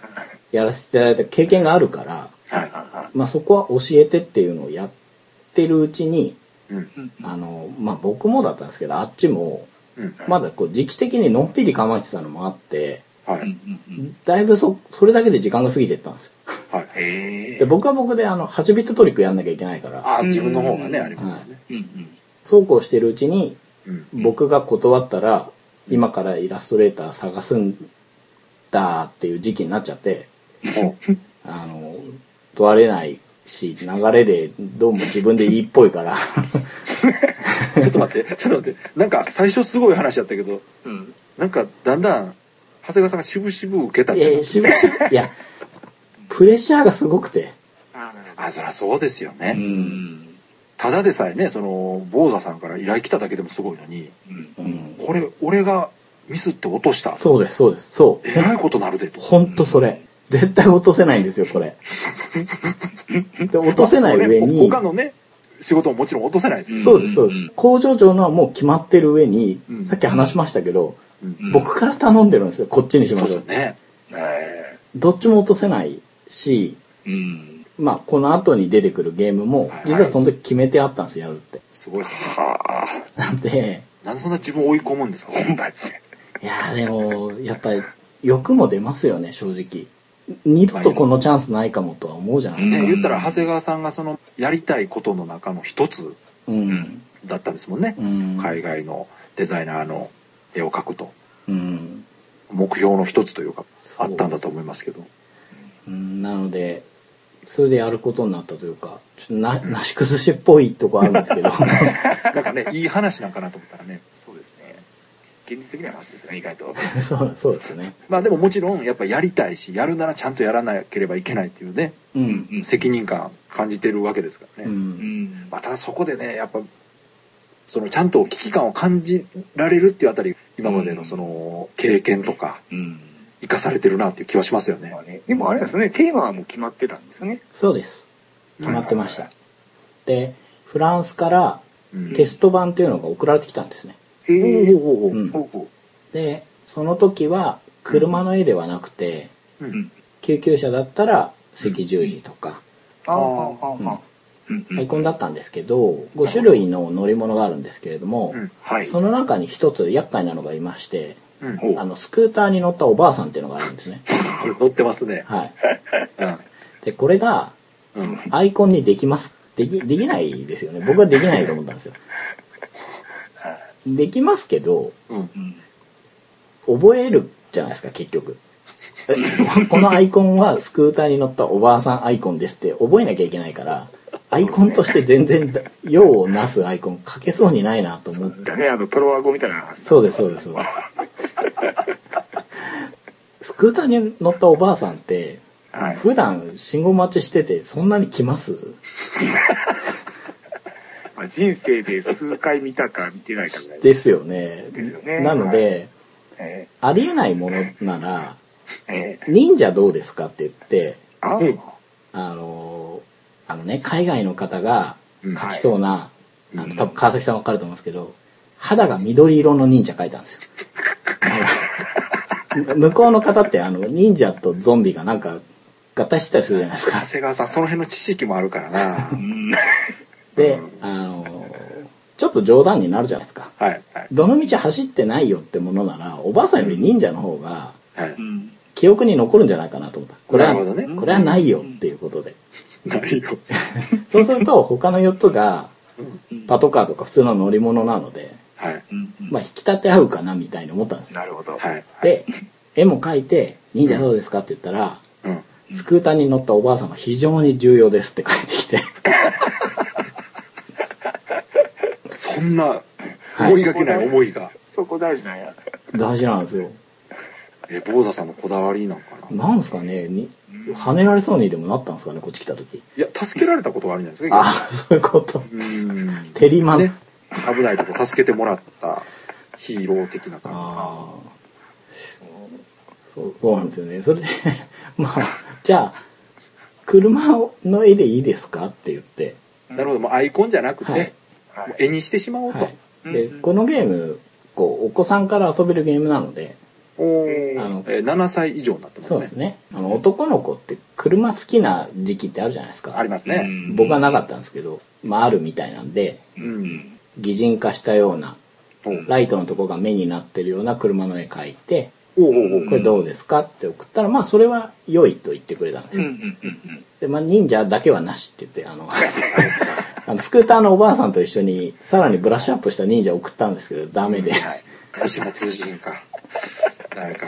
Speaker 2: やらせていただいた経験があるから、
Speaker 3: はいは
Speaker 2: まあ、そこは教えてっていうのをやってるうちに
Speaker 1: うん。
Speaker 3: いはい。
Speaker 2: あの、まあ、僕もだったんですけどあっちも
Speaker 1: うん。
Speaker 2: まだこう時期的にのんびり構えてたのもあって
Speaker 1: は
Speaker 3: う
Speaker 1: い。
Speaker 3: んうんうん
Speaker 2: だいぶそそれだけで時間が過ぎてったんですよ
Speaker 1: はい。
Speaker 3: へえ
Speaker 2: で。僕は僕であの8ビットトリックやんなきゃいけないから
Speaker 1: ああ、自分の方がね、
Speaker 3: うん
Speaker 1: ありますよね。
Speaker 3: うんうん
Speaker 2: そうこうしてるうちに
Speaker 1: うん。
Speaker 2: 僕が断ったら今からイラストレーター探すんだっていう時期になっちゃって
Speaker 1: もう
Speaker 2: あの問われないし流れでどうも自分でいいっぽい (laughs) から
Speaker 1: ちょっと待って、ちょっと待って。なんか最初すごい話だったけど、
Speaker 3: うん
Speaker 1: なんかだんだん、長谷川さんが渋々受けた
Speaker 2: い
Speaker 1: みたい
Speaker 2: や
Speaker 1: な。
Speaker 2: しばしいやプレッシャーがすごくて
Speaker 3: あなるほ
Speaker 1: あ、そりゃそうですよね。
Speaker 3: どうん
Speaker 1: ただでさえね、その、坊座さんから依頼来ただけでもすごいのに、
Speaker 3: うん
Speaker 2: うん
Speaker 1: これ、俺がミスって落とした。
Speaker 2: そうですそうですそう
Speaker 1: えらいことなるでと。
Speaker 2: ほんとそれ。絶対落とせないんですよ、これ。で落とせない上
Speaker 1: ね
Speaker 2: に
Speaker 1: 他、のね、仕事ももちろん落とせないですよ。
Speaker 2: そうです、そうで
Speaker 3: うん
Speaker 2: す。工場長のはもう決まってる上に
Speaker 1: う、ん
Speaker 2: さっき話しましたけど、
Speaker 1: うん
Speaker 2: 僕から頼んでるんですよ、こっちにしま
Speaker 1: そう
Speaker 2: し
Speaker 1: で
Speaker 2: ょ
Speaker 1: す
Speaker 2: う。
Speaker 1: ね。
Speaker 3: え
Speaker 2: どっちも落とせないし、
Speaker 3: えうん
Speaker 2: まあ、この後に出てくるゲームも
Speaker 1: はい、
Speaker 2: 実はその時決めてあったんですよ、やるって。
Speaker 1: すごいですね。
Speaker 3: はあ
Speaker 2: なんで、
Speaker 1: なんでそんな自分を追い込むんですか
Speaker 3: 本発で
Speaker 2: いやーでも、やっぱり、欲も出ますよね、正直。二度とこのチャンスないかもとは思うじゃないです
Speaker 1: ね、
Speaker 2: か。
Speaker 1: 言ったら長谷川さんがそのやりたいことの中の一つ
Speaker 2: うん。
Speaker 1: だったんですもんね、
Speaker 2: うん。
Speaker 1: 海外のデザイナーの絵を描くと
Speaker 2: うん。
Speaker 1: 目標の一つというか
Speaker 2: そう
Speaker 1: あったんだと思いますけど
Speaker 2: うんなのでそれでやることになったというかちょっとななし崩しっぽいとこあるんです
Speaker 1: (laughs)
Speaker 2: けど
Speaker 1: なんかねいい話なんかなと思ったらね
Speaker 3: そうですね現実的な話ですよね意外と
Speaker 2: (laughs) そうそうですね
Speaker 1: まあでももちろんやっぱやりたいしやるならちゃんとやらなければいけないっていうね
Speaker 2: うん
Speaker 3: うん
Speaker 1: 責任感感じてるわけですから
Speaker 2: う
Speaker 1: ね、
Speaker 2: ん
Speaker 3: ん
Speaker 1: またそこでねやっぱそのちゃんと危機感を感じられるっていうあたり今までのその経験とか
Speaker 3: うん
Speaker 1: 生かされてるなっていう気はしますよね
Speaker 3: まあねでもあれなんですよねテーマはもう決まってたんですよね
Speaker 2: そうです決まってました、でフランスから
Speaker 1: うん
Speaker 2: テスト版っていうのが送られてきたんですね
Speaker 3: へえ
Speaker 1: ほうほうほう
Speaker 2: うん
Speaker 3: ほうほ
Speaker 2: でその時は車の絵ではなくて
Speaker 1: う
Speaker 3: うんうん
Speaker 2: 救急車だったら赤十字とか、
Speaker 3: あああああうん
Speaker 2: アイコンだったんですけど5種類の乗り物があるんですけれども、
Speaker 1: うん
Speaker 3: はい
Speaker 2: その中に一つ厄介なのがいまして
Speaker 1: うん
Speaker 3: ほう
Speaker 2: あのスクーターに乗ったおばあさんっていうのがあるんですね。
Speaker 1: これ乗ってますね
Speaker 2: はい、
Speaker 1: うん
Speaker 2: でこれが
Speaker 1: うん
Speaker 2: アイコンにできますできできないですよね僕はできないと思ったんです
Speaker 3: (laughs)
Speaker 2: よ。できますけど
Speaker 1: うん
Speaker 3: うん
Speaker 2: 覚えるじゃないですか結局。えこのアイコンはスクーターに乗ったおばあさんアイコンですって覚えなきゃいけないからアイコンとして全然用をなすアイコン書けそうにないなと
Speaker 3: そ
Speaker 2: 思って
Speaker 3: うだねあのトロワゴみたいな話
Speaker 2: そうですそうですそうですスクーターに乗ったおばあさんって
Speaker 3: はい
Speaker 2: 普段信号待ちしててそんなに来ます
Speaker 3: まあ人生で数回見たか見てないかぐらい
Speaker 2: ですよね
Speaker 3: ですよね
Speaker 2: なので、
Speaker 3: え
Speaker 2: ありえないものなら
Speaker 3: えええ
Speaker 2: 「忍者どうですか?」って言って
Speaker 3: ああ
Speaker 1: うん
Speaker 2: あのーあのね海外の方が
Speaker 1: うん
Speaker 2: 描きそうな、
Speaker 1: はい
Speaker 2: あ
Speaker 1: う
Speaker 2: の
Speaker 1: ん
Speaker 2: 多分川崎さんわかると思うんですけど肌が緑色の忍者描いたんです
Speaker 3: (laughs)
Speaker 2: よあの向こうの方ってあの忍者とゾンビがなんか合体してたりするじゃないですか
Speaker 1: 長谷川さんその辺の知識もある
Speaker 2: (laughs)
Speaker 1: からな
Speaker 3: うん
Speaker 2: であのーちょっと冗談になるじゃないですか
Speaker 1: はいはい
Speaker 2: どの道走ってないよってものならおばあさんより忍者の方が
Speaker 1: は
Speaker 3: う
Speaker 1: い
Speaker 3: ん
Speaker 2: 記憶に残るんじゃないかなと思ったこれは
Speaker 1: なるほどね
Speaker 2: これはないよっていうことで
Speaker 1: ないよ
Speaker 2: そうすると他の4つが
Speaker 1: うん
Speaker 2: パトカーとか普通の乗り物なので
Speaker 1: はい。
Speaker 3: うんうん
Speaker 2: まあ、引き立て合うかなみたいに思ったんですよ。
Speaker 3: なるほど。
Speaker 1: はい。
Speaker 2: で、絵も描いて、忍者どうですかって言ったら、
Speaker 1: うん。
Speaker 2: スクーターに乗ったおばあさんが非常に重要ですって帰ってきて、 (laughs)
Speaker 1: そんな、思いがけない思いが。
Speaker 3: そこ大事なんや。
Speaker 2: 大事なんですよ。
Speaker 1: え、坊座さんのこだわりなんかな。
Speaker 2: なんですかね、に、跳ねられそうにでもなったんですかね、こっち来た時。
Speaker 1: いや、助けられたことはあるんじゃないですか。
Speaker 2: ああ、そういうこと。
Speaker 1: うーん。
Speaker 2: テリマン。
Speaker 1: ね。危ないとこ助けてもらったヒーロー的な感
Speaker 2: ああ。そう、そうなんですよね。それで、 (laughs) まあ、じゃあ、車の絵でいいですかって言って、
Speaker 1: じ。なるほど。もうアイコンじゃなくて、
Speaker 2: はい
Speaker 3: はい
Speaker 1: もう絵にしてしまおうと。
Speaker 2: はい。で
Speaker 3: うんう、ん
Speaker 2: このゲーム、こう、お子さんから遊べるゲームなので、
Speaker 1: おー
Speaker 2: あの
Speaker 1: えー7歳以上になってますね。
Speaker 2: そうですね。あの、男の子って車好きな時期ってあるじゃないですか。
Speaker 1: ありますね。
Speaker 3: うん
Speaker 2: 僕はなかったんですけど、まあ、あるみたいなんで、
Speaker 3: う
Speaker 1: うん
Speaker 3: ん。
Speaker 2: 擬人化したような、
Speaker 1: おう
Speaker 2: ライトのとこが目になってるような車の絵描いて、
Speaker 1: おうおうおう
Speaker 2: これどうですかって送ったら、まあ、それは良いと言ってくれたんです
Speaker 3: うんう
Speaker 2: よ。
Speaker 3: んうん
Speaker 2: で、まあ、忍者だけはなしって言って、あの、 (laughs)
Speaker 1: あれですか。
Speaker 2: あのスクーターのおばあさんと一緒に、さらにブラッシュアップした忍者を送ったんですけど、ダメで。
Speaker 1: 足も通じひんか。誰か。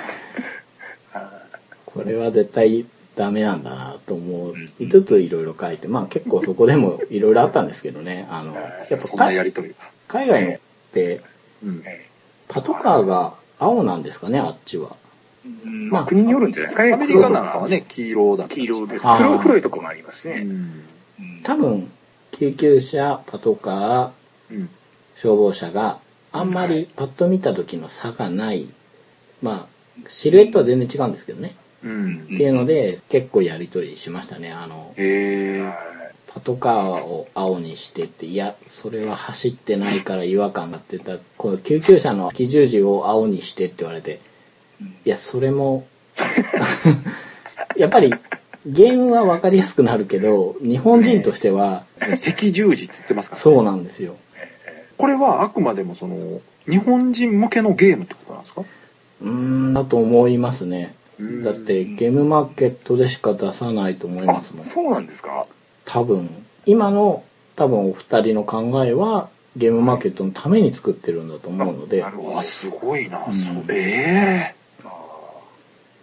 Speaker 2: これは絶対ダメなんだなと思いつついろいろ書いて、まあ結構そこでもいろいろあったんですけどね。あの、やっ
Speaker 1: そんな
Speaker 2: ぱ海
Speaker 1: やりとりが。
Speaker 2: 海外のって、
Speaker 1: うん。
Speaker 2: パトカーが青なんですかね、あっちは。
Speaker 3: うん。
Speaker 2: まあ
Speaker 3: まあ、国によるんじゃないですかね。
Speaker 1: アメリカなんかはね、黄色だった
Speaker 3: 黄色です。
Speaker 2: あー
Speaker 3: 黒黒いとこもありますし
Speaker 1: う
Speaker 3: ね。
Speaker 1: ん。
Speaker 3: うん
Speaker 2: 多分、救急車、パトカ
Speaker 1: う
Speaker 2: ー、
Speaker 1: ん。
Speaker 2: 消防車があんまりパッと見た時の差がない。まあ、シルエットは全然違うんですけどね。
Speaker 1: う
Speaker 2: っ
Speaker 1: ん。
Speaker 2: ていうので、結構やりとりしましたね。あの、
Speaker 1: へえ。
Speaker 3: は
Speaker 2: パトカーを青にしてっていやそれは走ってないから違和感がって言ったらこの救急車の基準時を青にしてって言われていやそれも (laughs) やっぱりゲームは分かりやすくなるけど日本人としては
Speaker 1: 赤十字って言ってますからね。
Speaker 2: そうなんですよ
Speaker 1: これはあくまでもその、日本人向けのゲームってことなんですか
Speaker 2: うーんだと思いますね
Speaker 1: うん
Speaker 2: だってゲームマーケットでしか出さないと思いま
Speaker 3: あ
Speaker 2: すもん
Speaker 3: そうなんですか
Speaker 2: 多分今の多分お二人の考えはゲームマーケットのために作ってるんだと思うので
Speaker 3: あなるほど
Speaker 1: あ、すごいな。
Speaker 2: うん
Speaker 1: そうええ。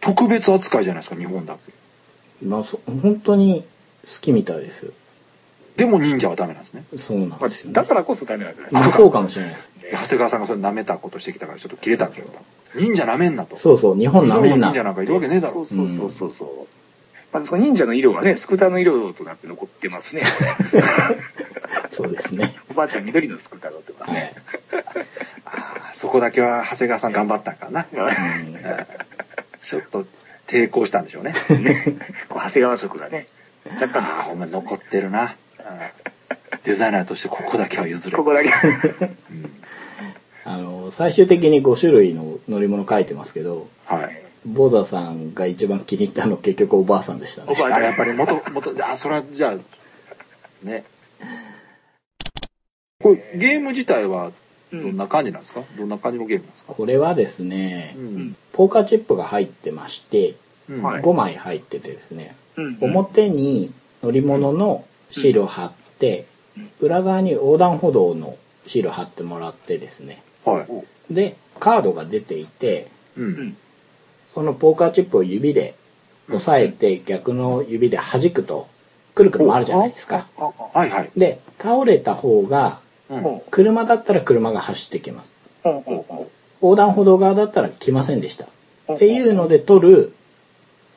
Speaker 1: 特別扱いじゃないですか、日本だけ。
Speaker 2: まあ、そ本当に好きみたいです
Speaker 1: でも忍者はダメなんですね。
Speaker 2: そうなん
Speaker 3: ま
Speaker 2: ですよ、
Speaker 3: あ
Speaker 2: ね、
Speaker 3: だからこそダメなんじゃないで
Speaker 2: まあ
Speaker 3: すか。
Speaker 2: そうかもしれないです
Speaker 1: 長谷川さんがそれ舐めたことしてきたからちょっと切れたんですけど。忍者舐めんなと。
Speaker 2: そうそう日本
Speaker 1: 日
Speaker 2: な
Speaker 1: 本
Speaker 2: め
Speaker 1: の
Speaker 2: んな
Speaker 1: 忍者なんかいるわけねえだ
Speaker 3: そ
Speaker 1: ろ
Speaker 3: う。そうそうそうそう。まあ、その忍者の色はね、スクーターの色となって残ってますね。
Speaker 2: そうですね
Speaker 3: おばあちゃん緑のスクーター乗ってます
Speaker 2: はい
Speaker 3: ね。、
Speaker 1: あーそこだけは長谷川さん頑張ったんかな。
Speaker 2: うん
Speaker 1: ちょっと抵抗したんでしょうね。
Speaker 3: (laughs) こう長谷川色がね、若干
Speaker 1: ああ、お前残ってるな。デザイナーとしてここだけは譲れ。
Speaker 3: ここだけ。
Speaker 2: あの最終的に5種類の乗り物書いてますけど
Speaker 1: はい。
Speaker 2: ボーダーさんが一番気に入ったの結局おばあさんでした
Speaker 3: お
Speaker 2: ね
Speaker 3: ばあ
Speaker 1: あ、
Speaker 3: ちゃ
Speaker 1: や
Speaker 3: ん
Speaker 1: っ。ぱり元、元、あ、それはじゃあ、ね。これ、ゲーム自体はどんな感じなんですか、どんな感じのゲームなんですか
Speaker 2: これはですね、
Speaker 1: ん。
Speaker 2: ポーカーチップが入ってまして
Speaker 1: うん
Speaker 3: はい
Speaker 2: 5枚入っててですね
Speaker 3: うん
Speaker 2: 表に乗り物のシールを貼って裏側に横断歩道のシールを貼ってもらってですね
Speaker 1: はい。
Speaker 2: でカードが出ていて
Speaker 1: う。
Speaker 3: うんん
Speaker 2: そのポーカーチップを指で押さえて逆の指で弾くとくるくる回るじゃないですか。
Speaker 3: ああ
Speaker 1: はいはい。
Speaker 2: で倒れた方が
Speaker 1: うん
Speaker 3: ほう
Speaker 2: 車だったら車が走ってきます
Speaker 3: ほうほうほ
Speaker 2: 横断歩道側だったら来ませんでした
Speaker 3: う
Speaker 2: っていうので取る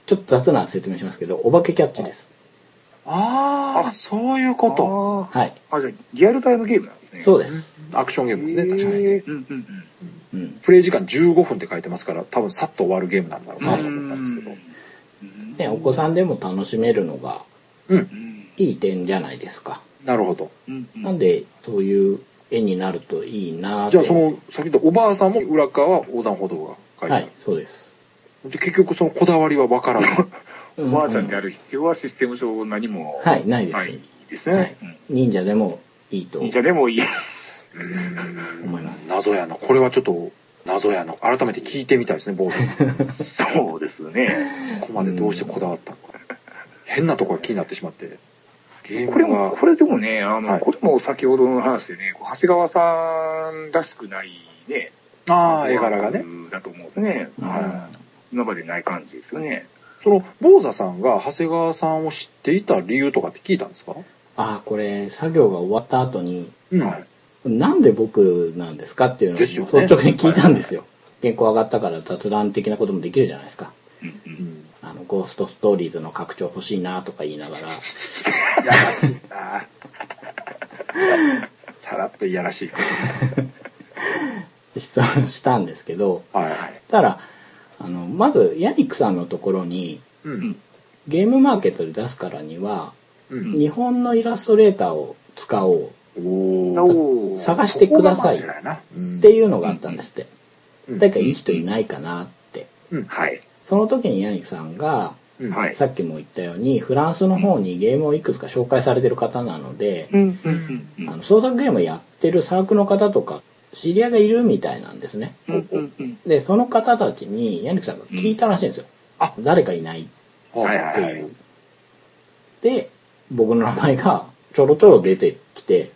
Speaker 2: ちょっと雑な説明しますけどお化けキャッチです
Speaker 1: ああ、
Speaker 3: あ
Speaker 1: そういうこと。
Speaker 2: はい
Speaker 3: あーあじゃあリアルタイムゲームなんですね
Speaker 2: そう
Speaker 3: う
Speaker 2: です、
Speaker 1: アクションゲームですね、確かにね。
Speaker 3: うんうんうん
Speaker 2: うん、
Speaker 1: プレイ時間15分って書いてますから、多分さっと終わるゲームなんだろう
Speaker 2: は
Speaker 1: ないと思ったんですけど。
Speaker 2: ねお子さんでも楽しめるのが
Speaker 1: うん。
Speaker 2: いい点じゃないですか
Speaker 1: なるほど。
Speaker 2: なんでそういう絵になるといいなって
Speaker 1: じゃあ、その、先ほどおばあさんも裏側は横断歩道が書いてあ
Speaker 2: は
Speaker 1: る
Speaker 2: い。そうです
Speaker 1: で結局そのこだわりは分からない。
Speaker 3: おばあちゃんである必要はシステム上何も
Speaker 2: はいないです
Speaker 3: ないです
Speaker 2: は
Speaker 3: ね
Speaker 2: い忍者でもいいと
Speaker 3: うんじゃあでも (laughs) いい
Speaker 2: 思います
Speaker 1: 謎やな。これはちょっと謎やな。改めて聞いてみたいですね、坊主さん。
Speaker 3: そうですね
Speaker 1: ここまでどうしてこだわったのか。変なとこが気になってしまって、ゲー
Speaker 3: これ
Speaker 1: ム
Speaker 3: も、
Speaker 1: は、
Speaker 3: これでもね、あの、
Speaker 1: はい
Speaker 3: これも先ほどの話でね、こう長谷川さんらしくないね、
Speaker 1: ああ、絵柄がね。。
Speaker 3: だと思うんですね。
Speaker 2: うん
Speaker 3: はい今までない感じですよね。
Speaker 1: その、坊座さんが長谷川さんを知っていた理由とかって聞いたんですか
Speaker 2: ああこれ作業が終わった後に
Speaker 1: うん。
Speaker 3: はい
Speaker 2: なんで僕なんですかっていうのを
Speaker 1: です
Speaker 2: 率
Speaker 1: よね
Speaker 2: 直に聞いたんですよ原稿上がったから雑談的なこともできるじゃないですか
Speaker 3: うんうん
Speaker 1: うん
Speaker 2: あのゴーストストーリーズの拡張欲しいなとか言いながら
Speaker 1: いやらし (laughs) いなさらっといやらしいこ
Speaker 2: 質問したんですけど
Speaker 1: と。はい。
Speaker 3: はい。
Speaker 2: たらあのまずヤニックさんのところに
Speaker 1: うん。
Speaker 2: ゲームマーケットで出すからには
Speaker 1: うん。
Speaker 2: 日本のイラストレーターを使おう
Speaker 1: おー
Speaker 3: おー
Speaker 2: 探してください
Speaker 1: ここがまずなうん
Speaker 2: っていうのがあったんですって
Speaker 1: うん
Speaker 2: 誰かいい人いないかなって
Speaker 3: はい。
Speaker 2: その時にヤニックさんが
Speaker 1: うん
Speaker 3: はい。
Speaker 2: さっきも言ったようにフランスの方にゲームをいくつか紹介されてる方なので
Speaker 3: うんうんう
Speaker 2: あ
Speaker 3: んうん
Speaker 2: の創作ゲームやってるサークルの方とか知り合いがいるみたいなんですね
Speaker 3: うんうんうん
Speaker 2: でその方たちにヤニックさんが聞いたらしいんですよ、
Speaker 1: うんあ
Speaker 2: 誰かいない
Speaker 3: はい
Speaker 1: は。
Speaker 3: は
Speaker 2: って
Speaker 3: いい
Speaker 2: いう、で僕の名前がちょろちょろ出てきて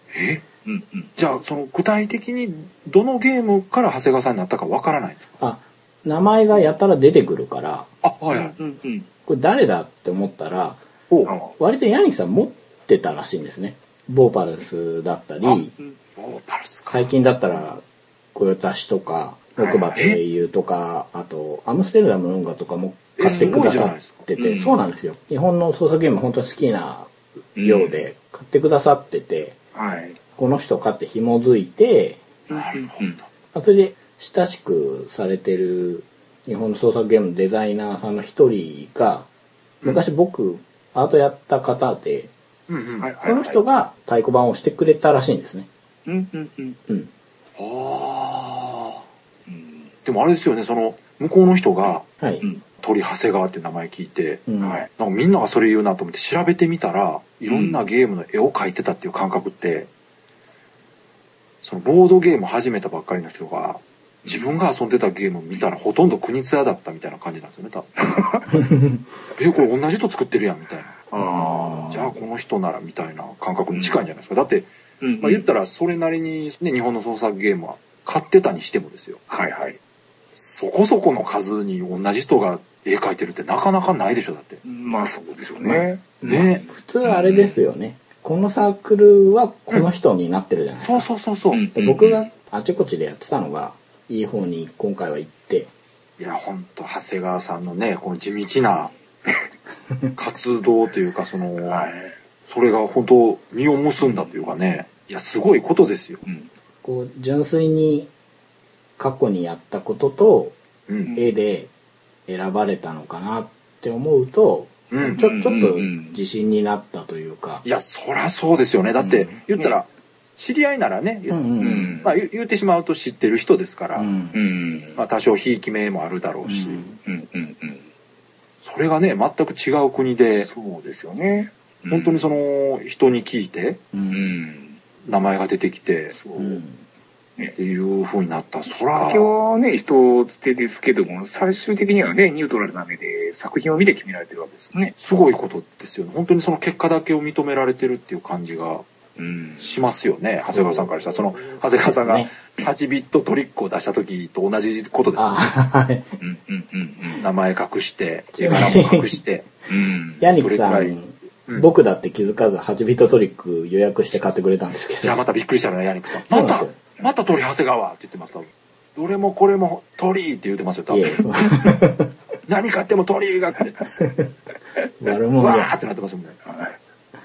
Speaker 3: うんうん
Speaker 1: じゃあ、その具体的にどのゲームから長谷川さんになったかわからないんですか
Speaker 2: あ名前がやたら出てくるから
Speaker 1: あ、はいはい。
Speaker 3: うんうん
Speaker 2: これ誰だって思ったら
Speaker 1: お
Speaker 3: あ
Speaker 1: ー
Speaker 2: 割とヤニックさん持ってたらしいんですねボーパルスだったり
Speaker 3: うん
Speaker 1: おーパルスか。
Speaker 2: 最近だったら「御用達」とか「木馬と英雄」とかあと「アムステルダムの運河」とかも買ってくださってて
Speaker 3: えすごいじゃないですか
Speaker 2: そうなんですよ日本の創作ゲーム本当に好きなようで買ってくださってて
Speaker 3: はい。
Speaker 2: この人かって紐づいて
Speaker 1: なるほど。
Speaker 2: あそれで親しくされてる日本の創作ゲームのデザイナーさんの一人が昔僕アートやった方で
Speaker 1: うんうん。
Speaker 3: は
Speaker 1: はいい。
Speaker 2: その人が太鼓判をしてくれたらしいんですね。
Speaker 3: うんうんうん
Speaker 2: うん、
Speaker 1: あ
Speaker 3: うん
Speaker 1: ーでもあれですよね、その、向こうの人が、
Speaker 2: はい、
Speaker 3: うん
Speaker 1: 鳥長谷川って名前聞いて、
Speaker 2: うん
Speaker 1: はい、なんかみんながそれ言うなと思って調べてみたらいろんなゲームの絵を描いてたっていう感覚って、そのボードゲーム始めたばっかりの人が自分が遊んでたゲーム見たらほとんど国津屋だったみたいな感じなんですよね多分
Speaker 3: (laughs)
Speaker 1: えこれ同じと作ってるやんみたいな
Speaker 3: あ
Speaker 1: じゃあこの人ならみたいな感覚に近いんじゃないですかだって、
Speaker 3: ーうん
Speaker 1: まあ、言ったらそれなりに、ね、日本の創作ゲームは買ってたにしてもですよ
Speaker 3: はいはい。
Speaker 1: そこそこの数に同じ人が絵描いてるってなかなかないでしょだって
Speaker 3: まあそうでしょうね。
Speaker 1: ね
Speaker 2: 普通あれですよね、このサークルはこの人になってるじゃないですか、
Speaker 1: そうそうそうそう。
Speaker 3: うん
Speaker 1: い
Speaker 2: で僕があちこちでやってたのがいい方に今回は行って
Speaker 1: や、ほんと、長谷川さんのね、この地道
Speaker 2: (laughs)
Speaker 1: な活動というか、その、
Speaker 3: はい。
Speaker 1: それが本当、実を結んだというかね、いや、すごいことですよ。
Speaker 3: うん
Speaker 2: こう純粋に過去にやったことと
Speaker 1: うん。
Speaker 2: 絵で選ばれたのかなって思うと
Speaker 1: う
Speaker 2: ちょ
Speaker 1: ん。
Speaker 2: ちょっと
Speaker 3: うんうんうん
Speaker 2: 自信になったというか
Speaker 1: いや、そらそうですよね。だっ
Speaker 2: う
Speaker 1: て
Speaker 2: ん、
Speaker 1: 言ったら、知り合いならね、
Speaker 2: うんうん
Speaker 3: うん
Speaker 1: まあ、言言ってしまうと知ってる人ですから、
Speaker 2: うん
Speaker 3: うん
Speaker 1: まあ、多少ひいき目もあるだろうし、
Speaker 2: うん
Speaker 3: うんうんうん。
Speaker 1: それがね、全く違う国で、
Speaker 3: そうですよね。
Speaker 1: 本当にそ
Speaker 3: そ
Speaker 1: の、人に聞いて、
Speaker 2: う
Speaker 3: うんん。
Speaker 1: 名前が出てきて、
Speaker 3: そう
Speaker 2: う。ん
Speaker 1: っていう風になった。そら、
Speaker 3: 先はね、人捨てですけども、最終的にはね、ニュートラルな目で作品を見て決められてるわけですよね。
Speaker 1: すごいことですよね。本当にその結果だけを認められてるっていう感じが
Speaker 3: うん
Speaker 1: しますよね。長谷川さんからしたら。その、長谷川さんが
Speaker 2: ね
Speaker 1: 8ビットトリックを出した時と同じことですよね。
Speaker 2: あはい
Speaker 3: うんうんうん
Speaker 1: 名前隠して、絵柄も隠
Speaker 2: (laughs)
Speaker 1: して。
Speaker 3: うん。
Speaker 2: ヤニックさ
Speaker 1: どれ
Speaker 2: ん
Speaker 1: くらうん
Speaker 2: 僕だって気づかず8ビットトリック予約して買ってくれたんですけ
Speaker 1: じゃあ
Speaker 2: ど
Speaker 1: またびっくりしたのね、ヤニックさん。
Speaker 2: そう
Speaker 1: ま
Speaker 2: なん
Speaker 1: た
Speaker 2: ですよ、
Speaker 1: また鳥長谷川って言ってます、多分。どれもこれも鳥って言ってますよ、多
Speaker 2: いえ
Speaker 1: 分。
Speaker 2: そう
Speaker 1: 何買っても鳥が、
Speaker 2: 悪
Speaker 1: う
Speaker 2: 者
Speaker 1: わ
Speaker 2: じゃ
Speaker 1: ーってなってますもんね。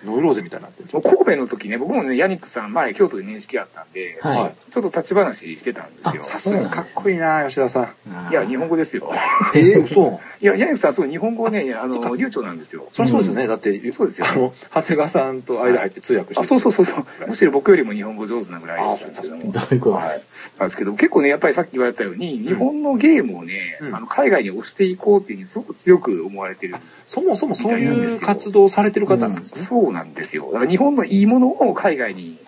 Speaker 1: ノイローゼみたいになってる。
Speaker 3: 神戸の時ね、僕もね、ヤニックさん前京都で認識あったんで、
Speaker 2: はい
Speaker 3: ちょっと立ち話してたんですよ
Speaker 2: あ。
Speaker 1: さ
Speaker 2: そ
Speaker 1: す
Speaker 2: うなん
Speaker 1: が
Speaker 2: です
Speaker 1: か
Speaker 2: ね
Speaker 1: っこいいな、吉田さん。
Speaker 2: あー
Speaker 3: いや、日本語ですよ。
Speaker 1: ええ、嘘。
Speaker 3: いや、ヤニックさん、そう、日本語ね、あ
Speaker 1: そっか
Speaker 3: の、流暢なんですよ。
Speaker 1: そりゃそうですよね。だって、
Speaker 3: そうですよ
Speaker 1: あの、長谷川さんと間入って通訳して
Speaker 3: あ、そうそうそうそう。むしろ僕よりも日本語上手なぐらい
Speaker 1: あ
Speaker 3: な
Speaker 1: ー
Speaker 3: んですけど
Speaker 2: (laughs)
Speaker 3: も。
Speaker 2: どういうことで
Speaker 3: はい
Speaker 2: す。
Speaker 3: なんですけど、結構ね、やっぱりさっき言われたように、日本のゲームをね、
Speaker 1: うん
Speaker 3: あの海外に押していこうっていうふうにすごく強く思われてる。
Speaker 1: そもそもそういう活動をされてる方なんですね。
Speaker 3: そうなんですよ。だから日本のいいものを海外に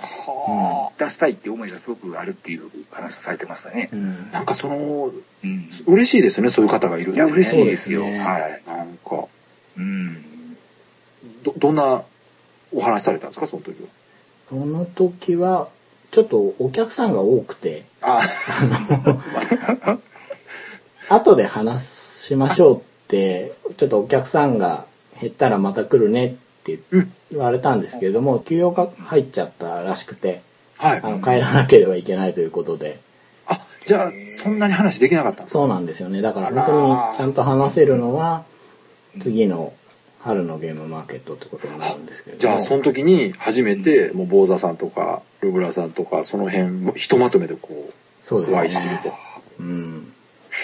Speaker 1: は
Speaker 3: 出したいって思いがすごくあるっていう話をされてましたね
Speaker 2: う。ん
Speaker 1: あ。なんかその、
Speaker 3: うん。
Speaker 1: 嬉しいですよね、そういう方がいる
Speaker 3: いや、嬉しい
Speaker 1: い。
Speaker 3: ですよ。
Speaker 2: そうですね
Speaker 3: はい。
Speaker 1: なんか、
Speaker 3: うん。
Speaker 1: ど、どんなお話しされたんですか、その時は。
Speaker 2: その時は、ちょっとお客さんが多くて、
Speaker 1: あ、
Speaker 2: 後で話しましょうって、ちょっとお客さんが減ったらまた来るねって
Speaker 1: うん。
Speaker 2: 言われたんですけれども、休養が入っちゃったらしくて、
Speaker 1: はい
Speaker 2: あ。の、帰らなければいけないということで、
Speaker 1: あ、じゃあ、そんなに話できなかったんですか
Speaker 2: そうなんですよね。だか
Speaker 1: あ
Speaker 2: ら
Speaker 1: らー
Speaker 2: 本当にちゃんと話せるのは、次の春のゲームマーケットってことになるんですけれど
Speaker 1: じゃ
Speaker 2: も。
Speaker 1: あ、その時に初めて、もう、坊座さんとか、ルブラさんとか、その辺、ひとまとめでこ、
Speaker 2: そうう
Speaker 1: お会
Speaker 2: で
Speaker 1: いす
Speaker 2: す
Speaker 1: る
Speaker 2: ね。
Speaker 1: と。
Speaker 2: うん。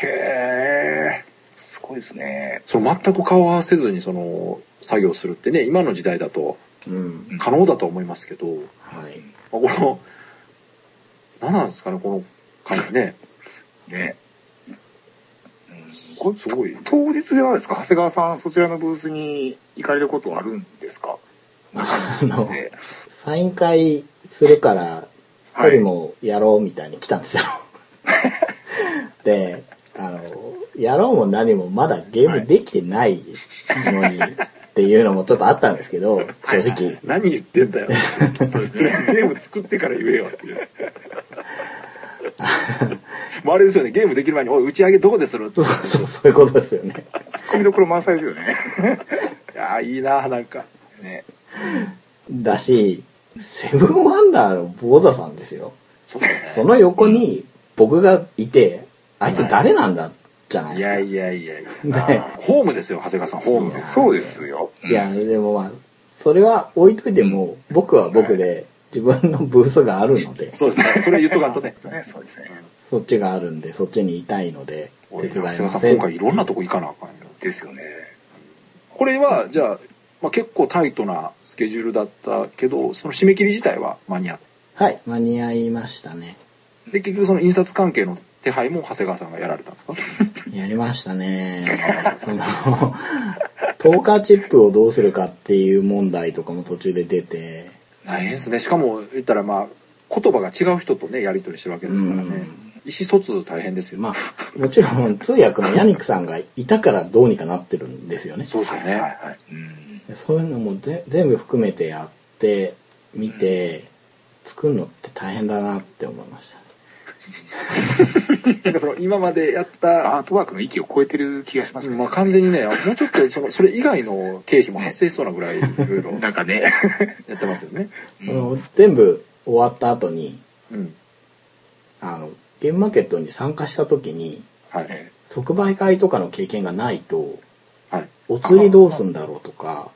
Speaker 1: へえ。
Speaker 3: すごいですね。
Speaker 1: その全く顔合わせずに、その、作業するってね、今の時代だと
Speaker 2: うん。
Speaker 1: 可能だとは思いますけど、ま
Speaker 2: はい。
Speaker 1: あこの、何なんですかね、この感じね。
Speaker 3: ね。
Speaker 1: すごい、すごい。
Speaker 3: 当日ではですか、長谷川さん、そちらのブースに行かれることはあるんですか
Speaker 2: あの、
Speaker 3: で
Speaker 2: サイン会するから、
Speaker 3: は
Speaker 2: ト
Speaker 3: い
Speaker 2: リもやろうみたいに来たん
Speaker 3: (laughs)
Speaker 2: ですよ。で、あの、やろうも何もまだゲームできてないのに、っていうのもちょっとあったんですけど、正直。
Speaker 1: 何言ってんだよ。とりあえずゲーム作ってから言えよっていう。もうあれですよね、ゲームできる前に、おい、打ち上げどこでするって
Speaker 2: そう。そう、そういうことですよね。
Speaker 3: ツッコミどころ満載ですよね。
Speaker 1: いやー、いいなー、なんか。
Speaker 3: ね。
Speaker 2: だし、セブンワンダーの坊座さんですよ。
Speaker 1: そうだね
Speaker 2: その横に僕がいて、あいつ誰なんだじゃない
Speaker 1: い
Speaker 2: ですか。
Speaker 1: やいやいやいや。
Speaker 2: ね
Speaker 1: ホームですよ、長谷川さん、ホーム。
Speaker 3: そうですよ。
Speaker 2: いや、でもまあ、それは置いといても、僕は僕で、自分のブースがあるので、
Speaker 1: そうですね、それ言っとかんとね。
Speaker 3: ね、そうですね。
Speaker 2: そっちがあるんで、そっちにいたいので、
Speaker 1: お
Speaker 2: 手
Speaker 1: い長
Speaker 2: 伝い
Speaker 1: 谷
Speaker 2: ま
Speaker 1: 川さ
Speaker 2: せ
Speaker 1: ん、
Speaker 2: ん
Speaker 1: 今。回いろんなとこ行かなあかんよ。
Speaker 3: ですよね。
Speaker 1: これは、じゃあ、まあ、結構タイトなスケジュールだったけど、その締め切り自体は間に合っ
Speaker 2: はい、間に合いましたね。
Speaker 1: て。で、結局その印刷関係の手配も長谷川さんがやられたんですか
Speaker 2: やりまし
Speaker 1: (laughs)
Speaker 2: たね。その、トーカーチップをどうするかっていう問題とかも途中で出て、
Speaker 1: 大変ですね。しかも、言ったらまあ、言葉が違う人とね、やり取りしてるわけですから
Speaker 2: うん
Speaker 1: ね。意思疎通大変ですよ。
Speaker 2: まあ、もちろん通訳のヤニクさんがいたからどうにかなってるんですよね。
Speaker 1: そうですよ
Speaker 3: はい
Speaker 1: ね。
Speaker 3: はい。うん。
Speaker 2: そういうのもぜ全部含めてやってみて、作るのって大変だなって思いましたね。
Speaker 1: なんかその、今までやった
Speaker 3: アートワークの域を超えてる気がしますね。
Speaker 1: まあ完全にね、もうちょっとそのそれ以外の経費も発生しそうなぐらいいろいろ
Speaker 3: なんかね。
Speaker 1: やってますよね。
Speaker 2: その全部終わった後に、
Speaker 1: うん。
Speaker 2: あの、ゲームマーケットに参加した時に、
Speaker 1: はい。
Speaker 2: 即売会とかの経験がないと、
Speaker 1: はい。
Speaker 2: お釣りどうすんだろうとか、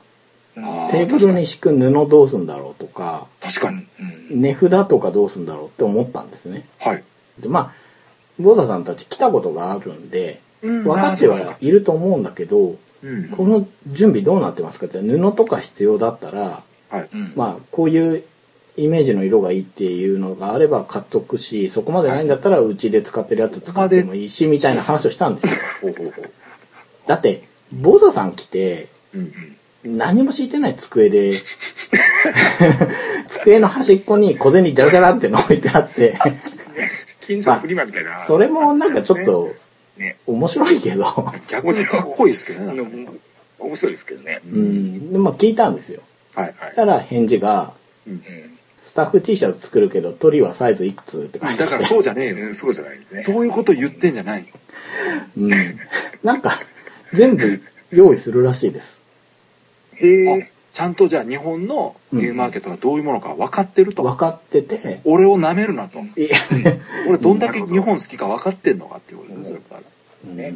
Speaker 1: あ
Speaker 2: テーブルに敷く布どうすんだろうとか、
Speaker 1: 確かに。
Speaker 3: うん。
Speaker 2: 値札とかどうすんだろうって思ったんですね。
Speaker 1: はい。
Speaker 2: で、まあ、ボーダさんたち来たことがあるんで、
Speaker 1: 分
Speaker 2: 分かってはいると思うんだけど、
Speaker 1: うん。
Speaker 2: この準備どうなってますかって布とか必要だったら、
Speaker 1: はい。
Speaker 3: うん
Speaker 2: まあ、こういうイメージの色がいいっていうのがあれば買っとくしそこまでないんだったらうちで使ってるやつ使ってもいいしみたいな話をしたんですよ
Speaker 1: ほうほうほう。
Speaker 2: だって坊主さん来て
Speaker 1: うん。
Speaker 2: 何も敷いてない机で (laughs) 机の端っこに小銭ジャラジャラっての置いてあって
Speaker 3: 近所のフリマみたいな。
Speaker 2: それもなんかちょっと
Speaker 3: ね。
Speaker 2: 面白いけど
Speaker 1: 逆にかっこいいですけどね。
Speaker 3: ね。面白いですけどね。
Speaker 2: う。んでまあ聞いたんですよ
Speaker 1: はい。
Speaker 2: そしたら返事が
Speaker 3: うん。
Speaker 2: 「スタッフ T シャツ作るけど鳥はサイズいくつ?」って書いて
Speaker 1: (laughs) だからそうじゃねえよ。
Speaker 3: うんそうじゃないですね。
Speaker 1: そういうこと言ってんじゃない
Speaker 2: うん。なんか、全部用意するらしいです。
Speaker 3: へ
Speaker 1: の。
Speaker 3: え
Speaker 1: あ。ちゃんとじゃあ日本のゲームマーケットがどういうものか分かってる
Speaker 2: 分
Speaker 1: と。
Speaker 2: かってて、
Speaker 1: 俺を舐めるなと。
Speaker 2: いや、
Speaker 1: 俺どんだけ日本好きか分かってんのかっていうことですよ。だから
Speaker 3: ね。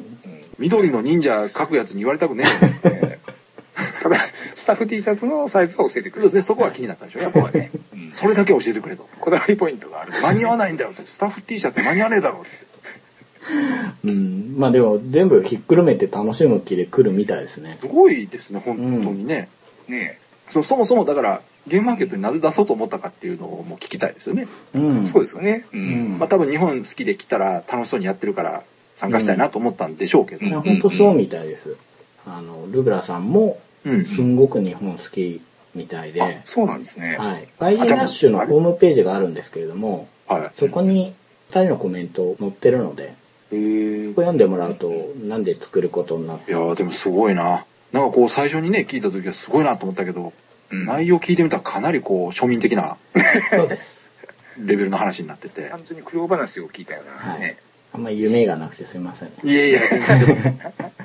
Speaker 1: 緑の忍者書くやつに言われたくねえよ。
Speaker 3: (laughs) ただ、スタッフ T シャツのサイズは教えて
Speaker 1: そう
Speaker 3: くれる。
Speaker 1: ですね、そこは気になったでしょ、やっ
Speaker 3: そこ
Speaker 1: ぱ
Speaker 3: はね。
Speaker 1: それだけは教えてくれと。
Speaker 3: こだわりポイントがある。
Speaker 1: 間に合わないんだよって、スタッフ T シャツ間に合わねえだろうって。
Speaker 2: うん。まあでも、全部ひっくるめて楽しむ気で来るみたいですね。
Speaker 1: すごいですね、本当にね。
Speaker 3: ね
Speaker 1: そそもそもだから、ゲームマーケットになぜ出そうと思ったかっていうのをもう聞きたいですよね。
Speaker 2: うん。
Speaker 3: そうですよね。う
Speaker 2: うん。
Speaker 1: まあ多分日本好きで来たら楽しそうにやってるから参加したいなと思ったんでしょうけど。
Speaker 3: う
Speaker 2: い (laughs) や、
Speaker 1: う
Speaker 2: 本当そうみたいです。あの、ルブラさんも、
Speaker 1: ん。
Speaker 2: すんごく日本好きみたいで、
Speaker 3: あ、そうなんですね。
Speaker 2: はい。バイエナッシュのホームページがあるんですけれども、
Speaker 1: はい。
Speaker 2: そこに2人のコメント載ってるので、
Speaker 1: へえ。い
Speaker 2: そこ読んでもらうと、なんで作ることになって
Speaker 1: やーでもすごいな。なんかこう最初にね、聞いた時はすごいなと思ったけど、
Speaker 3: うん
Speaker 1: 内容聞いてみたらかなりこう庶民的な
Speaker 2: そう (laughs) です。
Speaker 1: レベルの話になってて。
Speaker 3: 単純に苦労話を聞いたようなね。
Speaker 2: あんまり夢がなくてすいません。
Speaker 1: いやいや、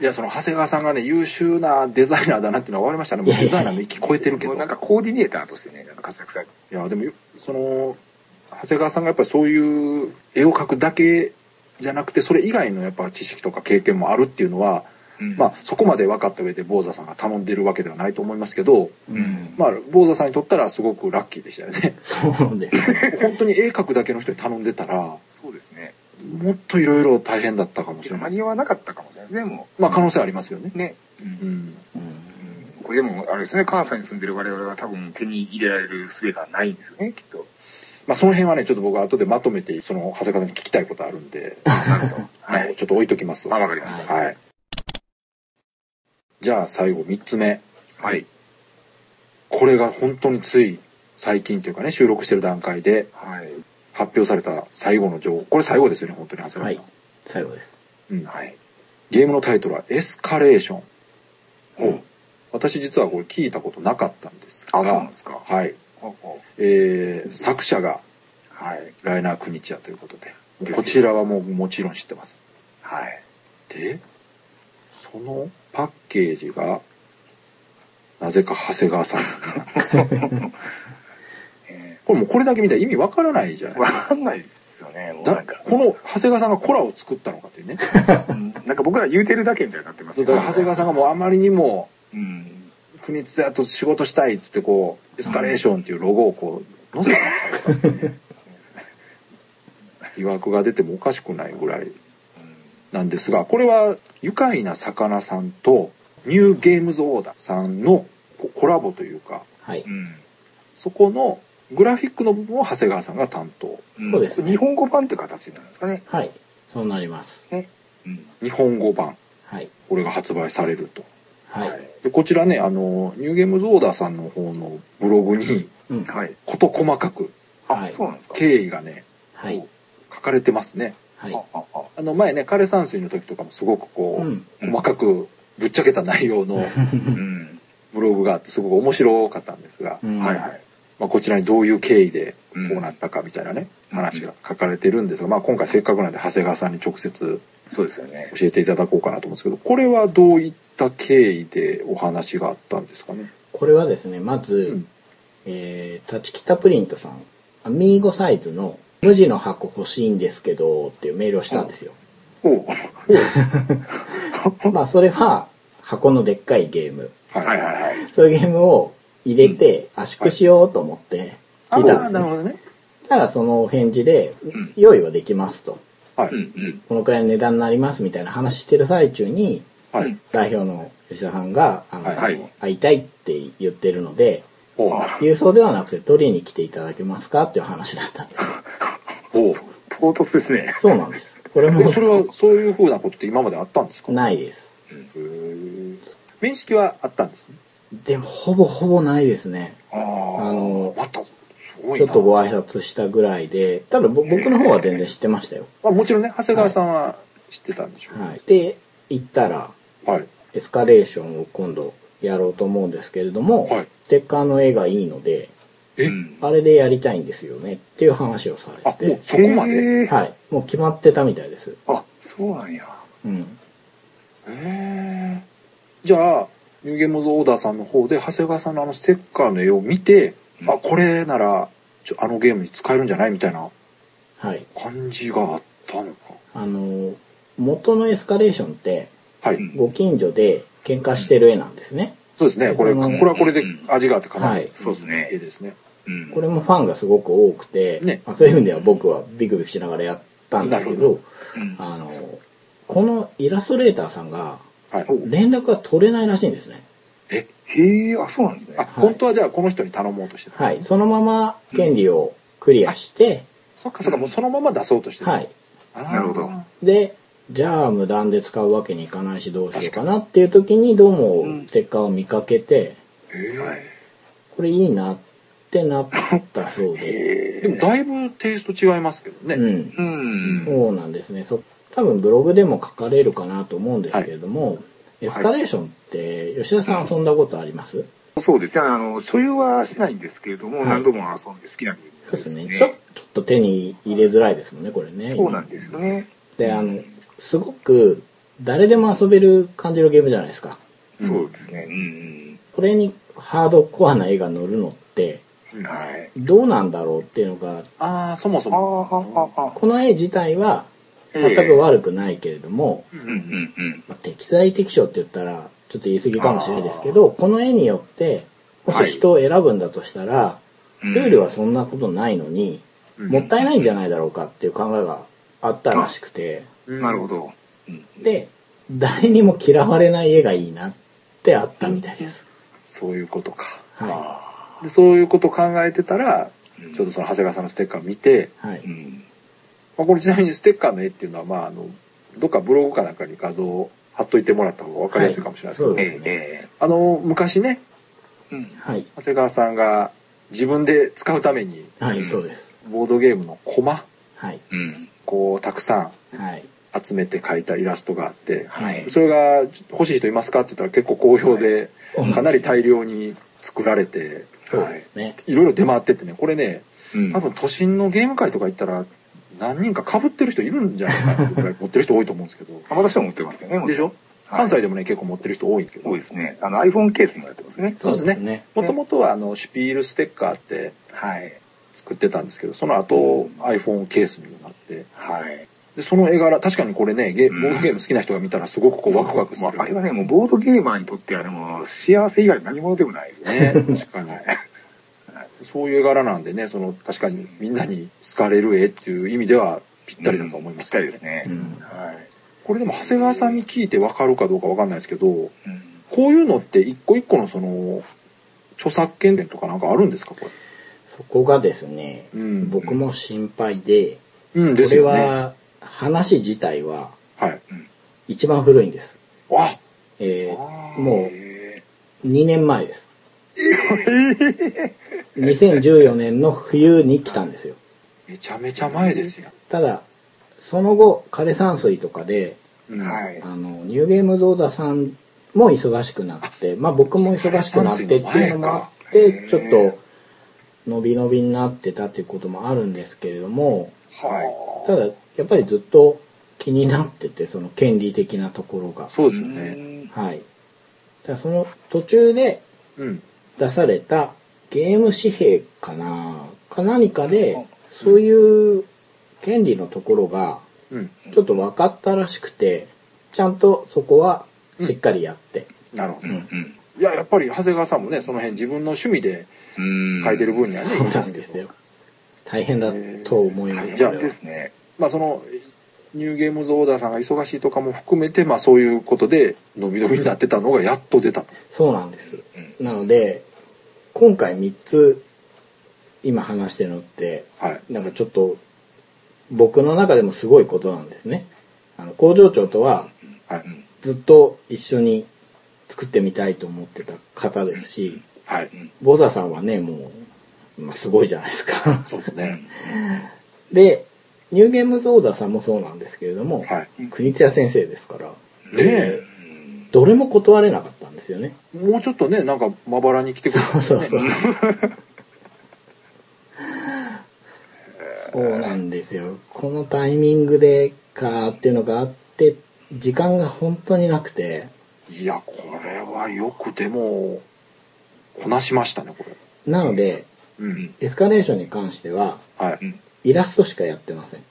Speaker 1: いや、その長谷川さんがね、優秀なデザイナーだなっていうのは分かりましたね。もうデザイナーの域超えてるけ
Speaker 3: も
Speaker 1: ど。
Speaker 3: うなん
Speaker 1: い
Speaker 3: かコーディネーターとしてね、なんか活躍されて
Speaker 1: や、でも、その、長谷川さんがやっぱりそういう絵を描くだけじゃなくて、それ以外のやっぱ知識とか経験もあるっていうのは、
Speaker 3: うん
Speaker 1: まあ、そこまで分かった上で坊座さんが頼んでるわけではないと思いますけど、
Speaker 2: うん。。
Speaker 1: まあ、坊座さんにとったらすごくラッキーでしたよね
Speaker 3: (laughs)
Speaker 2: そうです。
Speaker 1: 本当に絵描くだけの人に頼んでたら、
Speaker 3: そうですね。
Speaker 1: もっといろいろ大変だったかもしれな
Speaker 3: 間
Speaker 1: いです。
Speaker 3: に合わなかったかもしれないですね、も
Speaker 1: まあ、可能性ありますよね
Speaker 3: う。。ね。
Speaker 1: うん。
Speaker 2: うん。
Speaker 3: これでも、あれですね、関西に住んでる我々は多分手に入れられる術がないんですよね、きっと。
Speaker 1: まあ、その辺はね、ちょっと僕は後でまとめて、その、長谷川さんに聞きたいことあるんで、
Speaker 3: なるほど。
Speaker 1: ま
Speaker 3: は
Speaker 1: あ
Speaker 3: い。
Speaker 1: ちょっと置いときます
Speaker 3: あ、
Speaker 1: わ。
Speaker 3: わかりました。
Speaker 1: はい。じゃあ、最後、三つ目。
Speaker 3: はい。
Speaker 1: これが本当につい、最近というかね、収録してる段階で
Speaker 3: はい。
Speaker 1: 発表された最後の情報。これ最後ですよね、本当に、長谷川さん。
Speaker 2: はい最後です。
Speaker 1: うん。
Speaker 3: はい。
Speaker 1: ゲームのタイトルは、エスカレーション。
Speaker 3: おう
Speaker 1: 私、実はこれ聞いたことなかったんです
Speaker 3: あ、そうなん
Speaker 1: が
Speaker 3: で、すか。
Speaker 1: はい。
Speaker 3: ほうほ
Speaker 1: えー、作者が、
Speaker 3: うはい。
Speaker 1: ライナー・クニチアということで
Speaker 3: ですよ
Speaker 1: こちらはもうもちろん知ってます
Speaker 3: はい。
Speaker 1: でそのパッケージがなぜか長谷川さん
Speaker 3: (laughs) え
Speaker 1: これもうこれだけ見たら意味わからないじゃ
Speaker 3: ー、
Speaker 1: ない
Speaker 3: わかんないですよね、もう
Speaker 1: だ
Speaker 3: なんか。
Speaker 1: この長谷川さんがコラを作ったのかっていうね
Speaker 3: うんなんか僕ら言うてるだけみたいになってます
Speaker 1: そう
Speaker 3: け
Speaker 1: だ
Speaker 3: ど。
Speaker 1: から長谷川さんがもうあまりにも
Speaker 3: うん。
Speaker 1: 国津屋と仕事したいっつってこうエスカレーションっていうロゴをこう載せたのかっていうね疑惑が出てもおかしくないぐらいなんですが、これは愉快な魚さんとニューゲームズオーダーさんのこコラボというか、
Speaker 2: はい。
Speaker 3: うん。
Speaker 1: そこのグラフィックの部分を長谷川さんが担当。
Speaker 3: うん
Speaker 2: そうですね
Speaker 3: 日本語版って形になるんですかね。
Speaker 2: はい。そうなります。
Speaker 3: うん。
Speaker 1: 日本語版、
Speaker 2: はい。
Speaker 1: これが発売されると。
Speaker 2: はい。
Speaker 1: で、こちらね、あの、ニューゲームズオーダーさんの方のブログに、
Speaker 2: うん。は
Speaker 3: はい。
Speaker 1: 事細かく
Speaker 3: あ、
Speaker 2: はい
Speaker 3: そうなんですか。
Speaker 1: 経緯がね、
Speaker 2: い。
Speaker 1: 書かれてますね。
Speaker 2: はい。
Speaker 3: あああ
Speaker 1: あの、前ね、枯山水の時とかもすごく
Speaker 2: う
Speaker 1: こ
Speaker 2: ん。
Speaker 1: う、細かくぶっちゃけた内容の
Speaker 3: うん。
Speaker 1: ブログがあって、すごく面白かったんですが、
Speaker 2: うん
Speaker 3: はいはい。
Speaker 1: まあ、こちらにどういう経緯で
Speaker 3: うん
Speaker 1: こうなったかみたいなね、
Speaker 3: うん
Speaker 1: 話が書かれてるんですが、まあ、今回せっかくなんで長谷川さんに直接
Speaker 3: そうですよね。
Speaker 1: 教えていただこうかなと思うんですけどこれはどういった経緯でお話があったんですかね、
Speaker 2: これはですね、まず、
Speaker 1: うん
Speaker 2: えー、立ちきたプリントさん、アミーゴサイズの無地の箱欲しいんですけど、っていうメールをしたんですよ。
Speaker 3: おう
Speaker 2: まあ、それは、箱のでっかいゲーム。
Speaker 1: はい
Speaker 3: はいはいはい。
Speaker 2: そういうゲームを入れて圧縮しようと思って、
Speaker 1: あ
Speaker 2: 見たんで
Speaker 1: あ
Speaker 2: す
Speaker 1: なる
Speaker 2: ね。
Speaker 1: ほどね
Speaker 2: たらそのお返事で
Speaker 3: ん、
Speaker 2: 用意はできますと。
Speaker 1: はい、
Speaker 3: うん
Speaker 2: このくらいの値段になりますみたいな話してる最中に、
Speaker 1: は
Speaker 3: うん
Speaker 1: い
Speaker 2: 代表の吉田さんが、あの、
Speaker 3: はい
Speaker 2: 会いたいって言ってるので、
Speaker 1: おう
Speaker 2: 郵送ではなくて取りに来ていただけますかっていう話だったんです。
Speaker 1: おう
Speaker 3: 唐突ですね。
Speaker 2: そうなんです。これ
Speaker 1: で
Speaker 2: も
Speaker 1: それはそういうふうなことって今まであったんですか
Speaker 2: ないです。
Speaker 1: 面識はあったんですね
Speaker 2: でも、ほぼほぼないですね。
Speaker 3: あ
Speaker 2: あ
Speaker 3: あ。
Speaker 2: の、
Speaker 1: またすごい
Speaker 2: ちょ
Speaker 1: な
Speaker 2: っとご挨拶したぐらいで、ただぼ僕の方は全然知ってましたよ。
Speaker 1: まあ、もちろんね長谷川さんは知ってたんでしょう
Speaker 2: はい。で、行ったら、
Speaker 1: はい
Speaker 2: エスカレーションを今度やろうと思うんですけれども、
Speaker 1: はい
Speaker 2: ステッカーの絵がいいので、
Speaker 1: え
Speaker 3: うん
Speaker 2: あれでやりたいんですよねっていう話をされ
Speaker 1: あもう
Speaker 2: て、
Speaker 1: そこまで
Speaker 3: へー
Speaker 2: はい。もう決まってたみたいです。
Speaker 3: あ、そうなんや。
Speaker 2: うん。
Speaker 1: へえじゃあニューゲームズオーダーさんの方で長谷川さんのあのステッカーの絵を見て、
Speaker 3: うん
Speaker 1: あこれならちょあのゲームに使えるんじゃないみたいな
Speaker 2: はい。
Speaker 1: 感じがあったのか
Speaker 2: あの、元のエスカレーションって、
Speaker 1: はい、
Speaker 3: うん
Speaker 2: ご近所で喧嘩してる絵なんですね。
Speaker 1: そうですねこれ
Speaker 2: そ
Speaker 1: こ
Speaker 2: の
Speaker 1: れはこれで味があってかなり、
Speaker 2: はい
Speaker 3: そうですね
Speaker 1: 絵ですね
Speaker 3: うん
Speaker 2: これもファンがすごく多くて、
Speaker 1: ね
Speaker 2: まあ、そういう意味では僕はビクビクしながらやったんですけど
Speaker 1: なるほ
Speaker 3: うん
Speaker 2: あのこのイラストレーターさんが
Speaker 1: はい
Speaker 3: お
Speaker 2: 連絡が取れないらしいんですね
Speaker 1: え
Speaker 3: へえ、あ、そうなんですね
Speaker 1: あ、。本当はじゃあこの人に頼もうとしてた、
Speaker 2: はいそのまま権利をクリアして、
Speaker 1: そっかそっかもうそのまま出そうとして
Speaker 2: はい
Speaker 1: あー
Speaker 3: なるほど
Speaker 2: でじゃあ無断で使うわけにいかないしどうしようかなっていう時にどうもステッカーを見かけて、
Speaker 1: へえ
Speaker 3: はい
Speaker 2: これいいなってなったそ
Speaker 1: (laughs)
Speaker 2: うで、
Speaker 1: でもだいぶテイスト違いますけどね、
Speaker 2: うん
Speaker 3: う、ん。
Speaker 2: そうなんですね。そ多分ブログでも書かれるかなと思うんですけれども、エスカレーションって吉田さん遊んだことあります、
Speaker 3: そうですね。あの、所有はしてないんですけれども、
Speaker 2: はい
Speaker 3: 何度も遊んで好きなゲーム
Speaker 2: そうですね。ちょちょっと手に入れづらいですもんね、これね。
Speaker 3: そうなんですよね。
Speaker 2: で、あの、すごく誰でも遊べる感じのゲームじゃないですか。
Speaker 1: うん
Speaker 3: そうですね。うん
Speaker 2: これにハードコアな絵が乗るのって、
Speaker 3: うん。はい。
Speaker 2: どうなんだろうっていうのが、
Speaker 1: ああ、そもそ
Speaker 3: あ
Speaker 1: も。
Speaker 3: あ、ああ、ああ。
Speaker 2: この絵自体は
Speaker 3: え
Speaker 2: 全
Speaker 3: え
Speaker 2: く悪くないけれども、
Speaker 1: う。
Speaker 3: うんうんん
Speaker 2: まあ適材適所って言ったら、ちょっと言い過ぎかもしれないですけど、この絵によって、もし人を選ぶんだとしたら、
Speaker 3: うん。
Speaker 2: ルールはそんなことないのに、
Speaker 1: うん
Speaker 2: もったいないんじゃないだろうかっていう考えがあったらしくて、
Speaker 3: なるほ。ど。
Speaker 2: で、誰にも嫌われない絵がいいなってあったみたいです。
Speaker 1: そういうことか。
Speaker 2: は
Speaker 1: でそういうことを考えてたら、
Speaker 3: うん
Speaker 1: ちょうどその長谷川さんのステッカーを見て、
Speaker 2: い。は
Speaker 3: う
Speaker 2: い。
Speaker 3: ん。
Speaker 1: まあ、これちなみにステッカーの絵っていうのは、まあ、あの、どっかブログかなんかに画像を貼っといてもらった方が分かりやすいかもしれないですけど、
Speaker 2: はい
Speaker 3: え
Speaker 2: そうで
Speaker 3: え
Speaker 2: すね
Speaker 3: え
Speaker 1: あの、昔ね、
Speaker 3: え。うん。
Speaker 2: はい。
Speaker 1: 長谷川さんが自分で使うために、
Speaker 2: は
Speaker 3: う
Speaker 2: い、
Speaker 3: ん
Speaker 2: そうです。
Speaker 1: ボードゲームのコマ、
Speaker 2: はい。
Speaker 3: うん。
Speaker 1: こう、たくさ
Speaker 2: は
Speaker 1: ん
Speaker 2: い。
Speaker 1: 集めて描いたイラストがあって、
Speaker 3: はい。
Speaker 1: それが欲しい人いますかって言ったら結構好評で、かなり大量に作られて、
Speaker 2: そうですね。
Speaker 1: いろいろ出回ってってね、これね、
Speaker 3: うん
Speaker 1: 多分都心のゲーム会とか行ったら、何人か被ってる人いるんじゃないかなってぐらい持ってる人多いと思うんですけど。
Speaker 3: あ私は持ってますけどね。もち
Speaker 1: で
Speaker 3: ろん
Speaker 1: しょ関西でもね、結構持ってる人多いんですけ
Speaker 3: 多い
Speaker 1: ど
Speaker 3: で。すね。あの iPhone ケースになってますね。
Speaker 1: そうですね
Speaker 2: ね。
Speaker 1: もともとはあの、シュピールステッカーって
Speaker 3: はい。
Speaker 1: 作ってたんですけど、その後、iPhone ケースにもなって。
Speaker 3: はい。
Speaker 1: で、その絵柄、確かにこれね、ゲ
Speaker 3: うん
Speaker 1: ボードゲーム好きな人が見たらすごくこうワクワクす
Speaker 3: まああれ
Speaker 1: る。
Speaker 3: はね、もうボードゲーマーにとってはね、もう幸せ以外何者でもないですよね。
Speaker 1: ね、確かに。そういう絵柄なんでね、その、確かにみんなに好かれる絵っていう意味ではぴったりだと思います
Speaker 3: ぴったりですね
Speaker 2: う。ん。
Speaker 3: はい。
Speaker 1: これでも長谷川さんに聞いてわかるかどうかわかんないですけど、
Speaker 3: うん
Speaker 1: こういうのって一個一個のその、著作権とかなんかあるんですかこ
Speaker 2: そこがですね、
Speaker 1: れ。うん。
Speaker 2: 僕も心配で、
Speaker 1: うん、
Speaker 2: こ
Speaker 1: です
Speaker 2: れ
Speaker 1: よね。
Speaker 2: は、話自体は
Speaker 1: はい。
Speaker 2: 一番古いんです。
Speaker 1: あ
Speaker 2: え
Speaker 1: あ
Speaker 2: ー、
Speaker 1: ー
Speaker 2: も
Speaker 3: え
Speaker 2: う2年前です。2014年の冬に来たんですよ。
Speaker 1: めちゃめちゃ前ですよ。
Speaker 2: ただ、その後、枯山水とかで、
Speaker 1: う
Speaker 3: ー
Speaker 1: ん
Speaker 3: はい。
Speaker 2: あの、ニューゲームゾーダさんも忙しくなって、まあ僕も忙しくなってっていうのもあっ
Speaker 3: 枯山水
Speaker 2: て、
Speaker 3: の前か
Speaker 2: ちょっと、伸び伸びになってたっていうこともあるんですけれども、
Speaker 1: は
Speaker 2: ただ、やっぱりずっと気になってて、その権利的なところが
Speaker 1: い。。そうですよね。
Speaker 2: はい。ただその途中で
Speaker 1: うん。
Speaker 2: 出されたゲーム紙幣かなか何か
Speaker 3: うん
Speaker 2: で、そういう権利のところが、
Speaker 1: うん。
Speaker 2: ちょっと分かったらしくて、ちゃんとそこはしっかりやって。
Speaker 1: なるほ
Speaker 3: う
Speaker 1: ど。
Speaker 3: んうん
Speaker 1: いや、やっぱり長谷川さんもね、その辺自分の趣味で
Speaker 3: うん
Speaker 1: 書いてる分にはね、いい
Speaker 2: そうなん
Speaker 1: け
Speaker 2: で
Speaker 1: ど
Speaker 2: すよ。。大変だと思いま
Speaker 3: 大
Speaker 2: す。
Speaker 1: じゃあ
Speaker 2: これ
Speaker 3: 変で
Speaker 2: は
Speaker 3: すね。
Speaker 1: まあその、ニューゲームズオーダーさんが忙しいとかも含めて、まあそういうことで、伸び伸びになってたのがやっと出たと。
Speaker 2: そうなんです。
Speaker 3: うん
Speaker 2: なので、今回3つ今話してるのって、
Speaker 1: はい。
Speaker 2: なんかちょっと僕の中でもすごいことなんですね。あの工場長とは
Speaker 1: はい。
Speaker 2: ずっと一緒に作ってみたいと思ってた方ですし、
Speaker 1: はい。
Speaker 2: ボザさんはね、もう、まあ、すごいじゃないですか。
Speaker 1: そうですね。
Speaker 2: で、ニューゲームズオーダーさんもそうなんですけれども、
Speaker 1: はい。
Speaker 2: 国津屋先生ですから、
Speaker 1: ねえ、
Speaker 3: うん
Speaker 2: どれも断れなかったんですよね。
Speaker 1: もうちょっとね、なんかまばらに来てくれ
Speaker 2: そ
Speaker 1: たらね
Speaker 2: うそうそう。 (laughs) そうなんですよ。このタイミングでかっていうのがあって、時間が本当になくて、
Speaker 1: いや、これはよくでも、こなしましたね、これ。
Speaker 2: なので、
Speaker 1: うん。
Speaker 2: エスカレーションに関しては、
Speaker 1: はい。
Speaker 3: うん
Speaker 2: イラストしかやってません。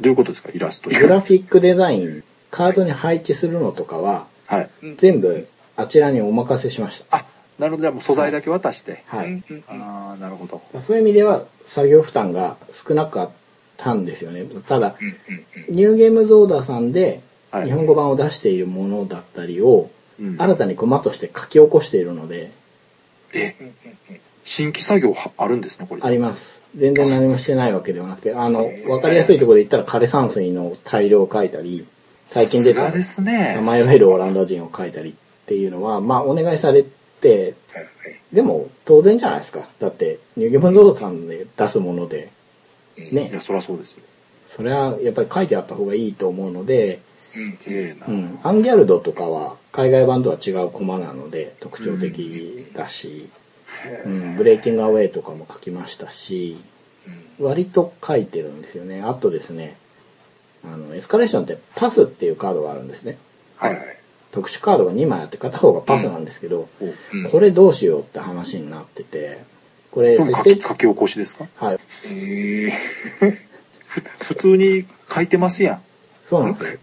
Speaker 1: どういうことですか、イラスト。
Speaker 2: グラフィックデザイン、カードに配置するのとかは、
Speaker 1: はい。
Speaker 2: 全部あちらにお任せしました。
Speaker 1: あ、なるほど。じゃあもう素材だけ渡して。
Speaker 2: は
Speaker 3: う
Speaker 2: い
Speaker 3: ん。うん
Speaker 1: ああ、なるほど。
Speaker 2: そういう意味では、作業負担が少なかったんですよね。ただ、
Speaker 3: うんうんうん
Speaker 2: ニューゲームズオーダーさんで、
Speaker 1: はい。
Speaker 2: 日本語版を出しているものだったりを、
Speaker 1: うん、
Speaker 2: 新たにコマとして書き起こしているので、
Speaker 1: え、
Speaker 3: うんうんうん
Speaker 1: 新規作業はあるんですね、これ。
Speaker 2: あります。全然何もしてないわけではなくて、あ
Speaker 3: そう
Speaker 2: の
Speaker 3: です、ね
Speaker 2: わかりやすいところで言ったら枯山水の大量を書いたり、最近出
Speaker 1: さ
Speaker 2: た
Speaker 1: すがですね。
Speaker 2: 名前を得るオランダ人を書いたりっていうのは、まあお願いされて、
Speaker 3: はいはい
Speaker 2: でも当然じゃないですか。だって、ニューゲームゾードさんで出すもので、
Speaker 3: うん
Speaker 1: い
Speaker 2: ね
Speaker 1: や、、そりゃそうですよ。
Speaker 2: それはやっぱり書いてあった方がいいと思うので、
Speaker 3: うん
Speaker 1: 綺麗な。
Speaker 2: うん、アンギャルドとかは海外バンドは違うコマなので特徴的だし、うん、ブレイキングアウェイとかも書きましたし割と書いてるんですよねあとですねあのエスカレーションってパスっていうカードがあるんですね
Speaker 1: はいはい。
Speaker 2: 特殊カードが2枚あって片方がパスなんですけど、
Speaker 1: お
Speaker 3: うん
Speaker 2: これどうしようって話になっててこれ
Speaker 1: それ
Speaker 2: 設
Speaker 1: 書
Speaker 2: 定
Speaker 1: き、書き起こしですか
Speaker 2: はい、
Speaker 3: ええ
Speaker 1: 普通に書いてますやん。
Speaker 2: そうなんですよ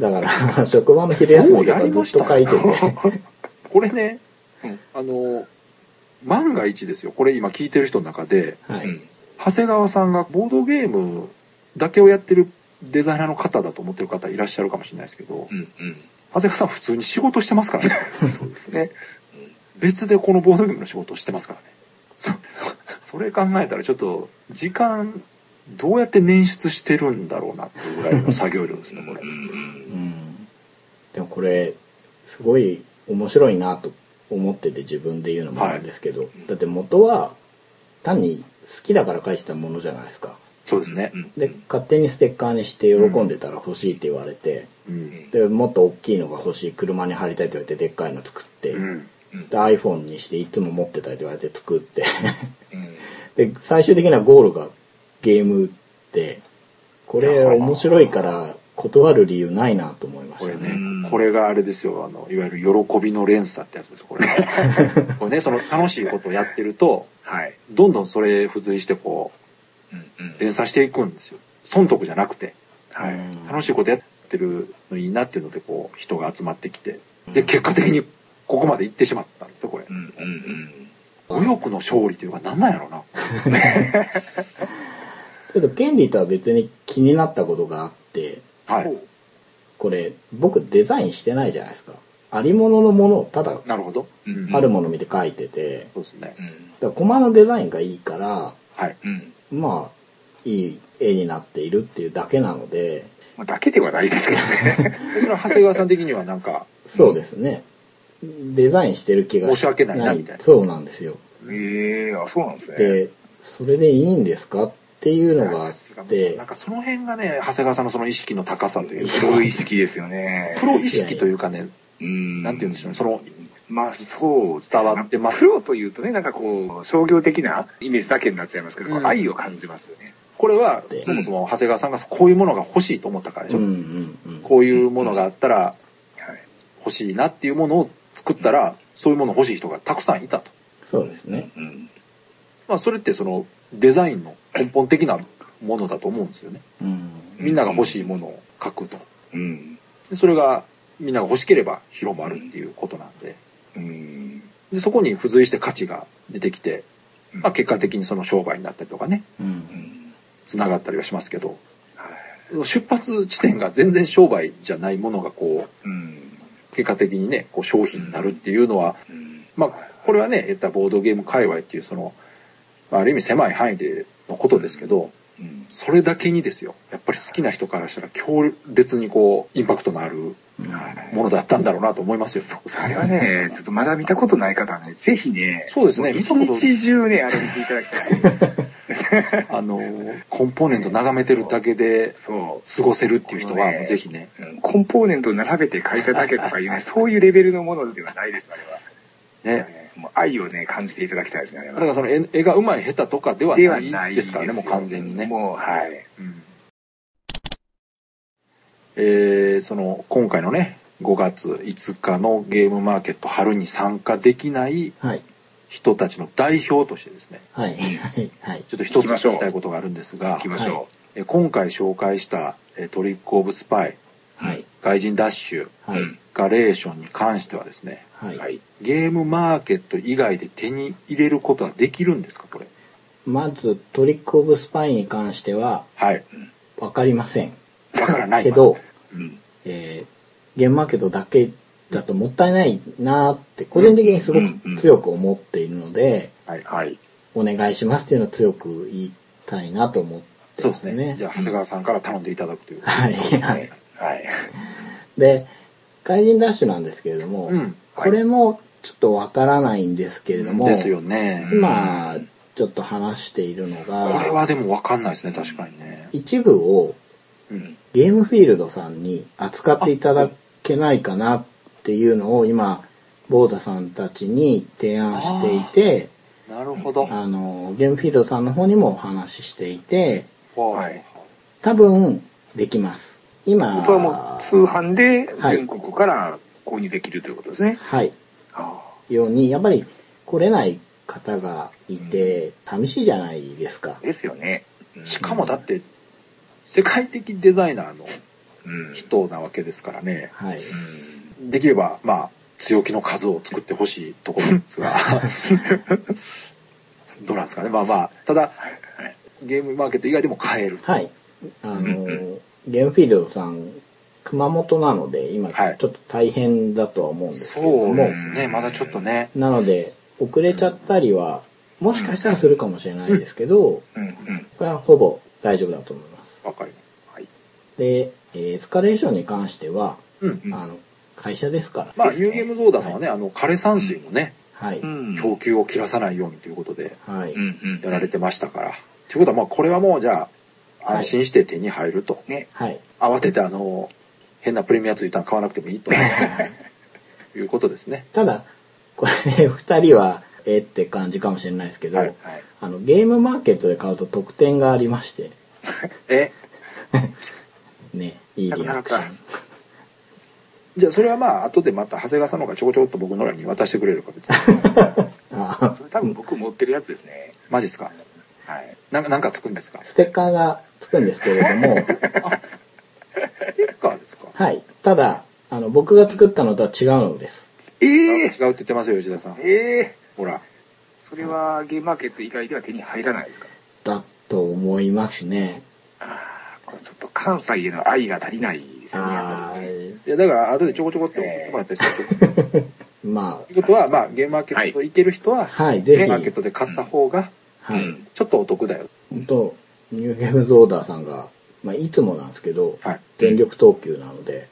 Speaker 2: だから職場の昼休みとかずっと書いてて、
Speaker 1: (laughs) これね、
Speaker 3: うん
Speaker 1: あの、万が一ですよ。これ今聞いてる人の中で、
Speaker 2: は
Speaker 3: う
Speaker 2: い、
Speaker 3: ん
Speaker 1: 長谷川さんがボードゲームだけをやってるデザイナーの方だと思ってる方いらっしゃるかもしれないですけど
Speaker 3: う、んう
Speaker 1: 長谷川さん普通に仕事してますからね。
Speaker 3: んそうですね
Speaker 1: 別でこのボードゲームの仕事をしてますからね。そそれ考えたらちょっと時間どうやって捻出してるんだろうなっていうぐらいの作業量ですね、これ。
Speaker 2: うんでもこれすごい面白いなと思ってて自分で言うのもなんですけど、だって元は単に好きだから書いてたものじゃないですか
Speaker 1: そうですね。
Speaker 2: で勝手にステッカーにして喜んでたら欲しいって言われて、
Speaker 1: うん。
Speaker 2: でもっと大きいのが欲しい車に貼りたいって言われてでっかいの作って、
Speaker 1: うん。
Speaker 2: で iPhone にしていつも持ってたいって言われて作って (laughs)
Speaker 3: う
Speaker 2: で
Speaker 3: ん
Speaker 2: 最終的なゴールがゲームってこ
Speaker 1: いや
Speaker 2: れ
Speaker 1: これ
Speaker 2: 面白いから断る理由ないなと思いま
Speaker 1: こ
Speaker 2: し
Speaker 1: れ
Speaker 2: た
Speaker 1: ね、
Speaker 2: ね。
Speaker 3: うん
Speaker 1: これがあれですよ、あの、いわゆる喜びの連鎖ってやつです、これ。これね、その楽しいことをやってると、
Speaker 3: はい
Speaker 1: どんどんそれ付随してこ
Speaker 3: うん
Speaker 1: う、連鎖していくんですよ。損得じゃなくて、
Speaker 3: は
Speaker 2: う
Speaker 3: い
Speaker 2: ん
Speaker 1: 楽しいことやってるのいいなっていうので、こう、人が集まってきて、で、結果的にここまで行ってしまったんですよ、これ
Speaker 3: う。んうん
Speaker 1: 右翼の勝利というか何なんやろな。
Speaker 2: けど権利とは別に気になったことがあって
Speaker 1: はい。
Speaker 2: これ僕デザインしてないじゃないですかありもののものをただ
Speaker 1: なるほど。
Speaker 3: うんうん
Speaker 2: あるもの見て書いてて
Speaker 1: そうですね。
Speaker 3: うん
Speaker 2: だからコマのデザインがいいから
Speaker 1: はい。
Speaker 3: うん
Speaker 2: まあいい絵になっているっていうだけなので
Speaker 3: まあだけではないですけどね
Speaker 1: でそれは長谷川さん的にはなんか、
Speaker 2: そうですねデザインしてる気が
Speaker 1: 申し訳ないなみたいな
Speaker 2: そうなんですよ
Speaker 3: ええあそうなんですね
Speaker 2: でそれでいいんですかっていうのがあ
Speaker 1: さすが
Speaker 2: っ
Speaker 1: も
Speaker 2: て
Speaker 1: うなんかその辺がね、長谷川さんのその意識の高さという
Speaker 3: プ
Speaker 1: か、
Speaker 3: ロ意識ですよね
Speaker 1: プロ意識というかね、
Speaker 3: うん
Speaker 1: なんて言うんでしょうね、その、
Speaker 3: まあそう
Speaker 1: 伝わってます
Speaker 3: プロというとねなんかこう商業的なイメージだけになっちゃいますけど、こう
Speaker 1: うん
Speaker 3: 愛を感じますよね
Speaker 1: これは
Speaker 2: で、
Speaker 1: そもそも長谷川さんがこういうものが欲しいと思ったからでし
Speaker 2: う
Speaker 1: ょ。
Speaker 2: んうんうん
Speaker 1: こういうものがあったら
Speaker 3: はい
Speaker 1: 欲しいなっていうものを作ったら、そういうもの欲しい人がたくさんいたと。
Speaker 2: そうですね
Speaker 3: うん
Speaker 1: まあそれってそのデザインの根本的なものだと思うんですよね。
Speaker 2: うん
Speaker 1: みんなが欲しいものを書くと。
Speaker 3: うん
Speaker 1: でそれがみんなが欲しければ広まるっていうことなんで
Speaker 3: うん
Speaker 1: でそこに付随して価値が出てきて、
Speaker 3: うん
Speaker 1: まあ、結果的にその商売になったりとかね
Speaker 2: う
Speaker 3: うんん
Speaker 1: つながったりはしますけど
Speaker 3: はい
Speaker 1: 出発地点が全然商売じゃないものがこ
Speaker 3: うん
Speaker 1: う結果的にねこう商品になるっていうのは、
Speaker 3: うん
Speaker 1: まあ、これはね言ったボードゲーム界隈っていうそのまあある意味狭い範囲でのことですけど
Speaker 3: うん
Speaker 1: それだけにですよやっぱり好きな人からしたら強烈にこうインパクトのあるものだったんだろうなと思いますよ。
Speaker 3: そうあれはね、ちょっとまだ見たことない方はね、ぜひね、
Speaker 1: そうですね見た
Speaker 3: 一
Speaker 1: こと
Speaker 3: 日中ね、あれ見ていただきた (laughs) い。
Speaker 1: あのコンポーネント眺めてるだけで
Speaker 3: そ
Speaker 1: 過ごせるっていう人は
Speaker 3: ね
Speaker 1: もうぜひね
Speaker 3: う。うんコンポーネントを並べて書いただけとかいうね、そういうレベルのものではないです、あれは。
Speaker 1: ね
Speaker 3: もう愛をね、感じていただきたいですね、あれ
Speaker 1: だか
Speaker 3: は。
Speaker 1: らその絵絵が上手い下手とかでは
Speaker 3: ではな
Speaker 1: ないい
Speaker 3: で
Speaker 1: ですす
Speaker 3: か
Speaker 1: からら
Speaker 3: ね、
Speaker 1: ねもう完全にね、
Speaker 3: もう、はい。
Speaker 1: うんえーその今回のね5月5日のゲームマーケット春に参加できない
Speaker 2: はい
Speaker 1: 人たちの代表としてですね
Speaker 2: はいはいはい
Speaker 1: ちょっと一
Speaker 3: 行
Speaker 1: つ
Speaker 3: きましょう
Speaker 1: 聞きたいことがあるんです
Speaker 3: 行
Speaker 1: が
Speaker 3: きましょ
Speaker 1: えー今回紹介したえートリック・オブ・スパイ
Speaker 2: はい
Speaker 1: 外人ダッシュ
Speaker 3: う。
Speaker 2: はい
Speaker 1: ガレーションに関してはですね
Speaker 2: はい、
Speaker 3: はい。
Speaker 1: ゲームマーケット以外で手に入れることはできるんですかこれ。
Speaker 2: まずトリック・オブ・スパイに関しては
Speaker 1: はい。
Speaker 2: 分かりません
Speaker 1: わからない。
Speaker 2: (laughs) けど、
Speaker 3: うん。
Speaker 2: えー、ゲームマーケットだけだともったいないなーって個人的にすごく強く思っているので、
Speaker 1: はい。
Speaker 3: はい。
Speaker 2: お願いしますっていうのを強く言いたいなと思って
Speaker 1: そう
Speaker 2: ま
Speaker 1: ですす
Speaker 2: ね。
Speaker 1: ね。じゃあ、長谷川さんから頼んでいただくという。
Speaker 2: はい
Speaker 3: そうです
Speaker 2: はい
Speaker 3: ね。はい。
Speaker 2: で怪人ダッシュなんですけれども、
Speaker 1: うん。
Speaker 2: これもちょっとわからないんですけれども、
Speaker 1: ですよね。
Speaker 2: 今ちょっと話しているのが
Speaker 1: これはでもわかんないですね、確かにね。
Speaker 2: 一部を
Speaker 3: うん。
Speaker 2: ゲームフィールドさんに扱っていただけないかなっていうのを今、ボーダさんたちに提案していて、
Speaker 1: なるほど。
Speaker 2: あの、ゲームフィールドさんの方にもお話ししていて、
Speaker 3: は
Speaker 1: はいい。
Speaker 2: 多分できます。今、
Speaker 3: 僕はもう通販で
Speaker 2: はい
Speaker 3: 全国から購入できるということですね。
Speaker 2: はい、
Speaker 3: あ
Speaker 2: ように、やっぱり来れない方がいて、寂しいじゃないですか
Speaker 3: あ。ですよね。うん
Speaker 1: しかもだって、世界的デザイナーの
Speaker 3: うん。
Speaker 1: 人なわけですからね。
Speaker 2: はい。
Speaker 1: できれば、まあ、強気の数を作ってほしいところです (laughs) が、どうなんですかね。まあまあ、ただ、ゲームマーケット以外でも買える。
Speaker 2: はい。あの
Speaker 3: うんう
Speaker 2: ー、ゲームフィールドさん、熊本なので、今、ちょ
Speaker 1: は
Speaker 2: っ
Speaker 1: い
Speaker 2: と大変だとは思うんですけれど
Speaker 1: そう
Speaker 2: も
Speaker 1: で、すね。まだちょっとね。
Speaker 2: なので、遅れちゃったりは、もしかしたらするかもしれないですけど、
Speaker 3: うん。うん。
Speaker 2: これはほぼ大丈夫だと思います。
Speaker 1: わかり
Speaker 3: はい。
Speaker 2: で、えーエスカレーションに関しては、
Speaker 1: うん
Speaker 2: あ。の、会社ですから。
Speaker 1: まあ、
Speaker 3: ですね
Speaker 1: ユーゲームゾーダさんはね、あの、枯山水のね、
Speaker 2: はい。
Speaker 3: ん
Speaker 1: 供給を切らさないようにということで、
Speaker 2: はい。
Speaker 3: うんうん。
Speaker 1: やられてましたから。ということは、まあ、これはもう、じゃあ、
Speaker 2: はい
Speaker 1: 安心して手に入ると。
Speaker 3: ね。
Speaker 2: はい。
Speaker 1: 慌てて、あの、変なプレミアついたの買わなくてもいいと (laughs) いうことですね。
Speaker 2: ただ、これ、 (laughs) 二人は、えーって感じかもしれないですけど、
Speaker 1: はい
Speaker 3: はい。
Speaker 2: あの、ゲームマーケットで買うと特典がありまして、
Speaker 1: え、
Speaker 2: ね、いいリアクション。
Speaker 1: じゃあ、それはまあ、後でまた、長谷川さんの方がちょこちょこっと僕のらに渡してくれるか、別に。
Speaker 2: あ
Speaker 3: それ多分僕持ってるやつですね。
Speaker 1: マジですか
Speaker 3: はい。
Speaker 1: なんか、なんかつくんですか
Speaker 2: ステッカーがつくんですけ
Speaker 1: (laughs)
Speaker 2: れども、
Speaker 1: ステッカーですか
Speaker 2: はい。ただ、あの、僕が作ったのとは違うのです。
Speaker 1: え違うって言ってますよ、吉田さん。
Speaker 3: ええ
Speaker 1: ほら。
Speaker 3: それはゲームマーケット以外では手に入らないですか
Speaker 2: だと思いますね。
Speaker 3: これちょっと関西への愛が足りないですよね。やっ
Speaker 2: あ
Speaker 3: ぱりね
Speaker 2: ー
Speaker 1: いや、だから、後でちょこちょこって送ってもらったりして。
Speaker 2: ま
Speaker 1: ということは、まあ、ゲームマーケット行ける人は、
Speaker 2: あ、はい、
Speaker 1: ゲ
Speaker 2: ぜ
Speaker 1: ーム
Speaker 2: ひ、
Speaker 1: マーケットで買った方が、
Speaker 2: は
Speaker 3: う
Speaker 2: い。
Speaker 3: ん
Speaker 1: ちょっとお得だよ。
Speaker 2: 本当ニューゲームズオーダーさんが、まあ、いつもなんですけど、
Speaker 1: はい。
Speaker 2: 全力投球なので、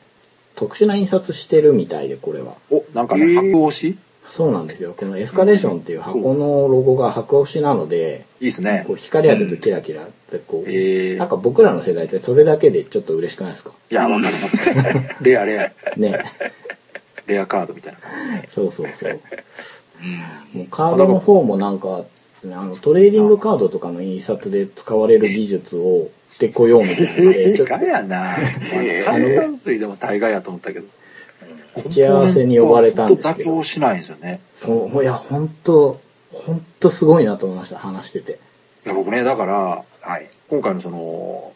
Speaker 2: 特殊な印刷してるみたいで、これは。
Speaker 1: お、なんか
Speaker 3: え
Speaker 1: ね、
Speaker 3: ー
Speaker 1: 白押しい
Speaker 2: そうなんですよ。このエスカレーションっていう箱のロゴが白押しなので、
Speaker 1: いですね
Speaker 2: こ。う光当てるとキラキラってこう、
Speaker 1: え
Speaker 2: なん
Speaker 1: ー、
Speaker 2: か僕らの世代ってそれだけでちょっと嬉しくないですか
Speaker 1: いや、わかります。
Speaker 2: (laughs)
Speaker 1: レアレア、
Speaker 2: ね。
Speaker 1: レアカードみたいな。
Speaker 2: そうそうそう。
Speaker 3: うん
Speaker 2: もうカードの方もなんか、あのトレーディングカードとかの印刷で使われる技術をしてこようみたいなので、ちょ
Speaker 1: 意
Speaker 2: っと
Speaker 1: 外やな。
Speaker 3: ー
Speaker 1: 炭酸水でも大概やと思ったけど。
Speaker 2: 打ち合わせに呼ばれたんです
Speaker 1: 本当
Speaker 2: け
Speaker 1: 妥協
Speaker 2: ど、
Speaker 1: しないんですよね。
Speaker 2: そう、いや、本当本当すごいなと思いました、話してて。
Speaker 1: いや、僕ね、だから、
Speaker 3: はい。
Speaker 1: 今回のその、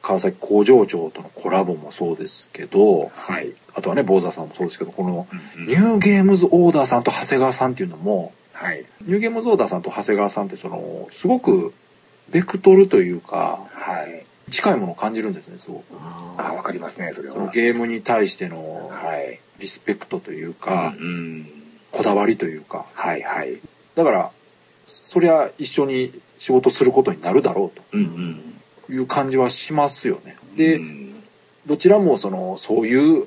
Speaker 1: 川崎工場長とのコラボもそうですけど、
Speaker 3: はい。
Speaker 1: あとはね、坊座さんもそうですけど、この、
Speaker 3: うんうん
Speaker 1: ニューゲームズオーダーさんと長谷川さんっていうのも、
Speaker 3: はい。
Speaker 1: ニューゲームズオーダーさんと長谷川さんってその、すごく、ベクトルというか、
Speaker 3: はい。
Speaker 1: 近いものを感じるんですね、すごく。
Speaker 3: あー、
Speaker 2: あ
Speaker 3: わかりますね、それは。
Speaker 1: そのゲームに対しての
Speaker 3: はい。
Speaker 1: リスペクトというか、
Speaker 3: うんうん。
Speaker 1: こだわりというか。
Speaker 3: はい、はい。
Speaker 1: だから、そりゃ一緒に仕事することになるだろう
Speaker 3: うんうん。
Speaker 1: という感じはしますよね。
Speaker 3: う
Speaker 1: で、
Speaker 3: ん
Speaker 1: どちらもその、そういう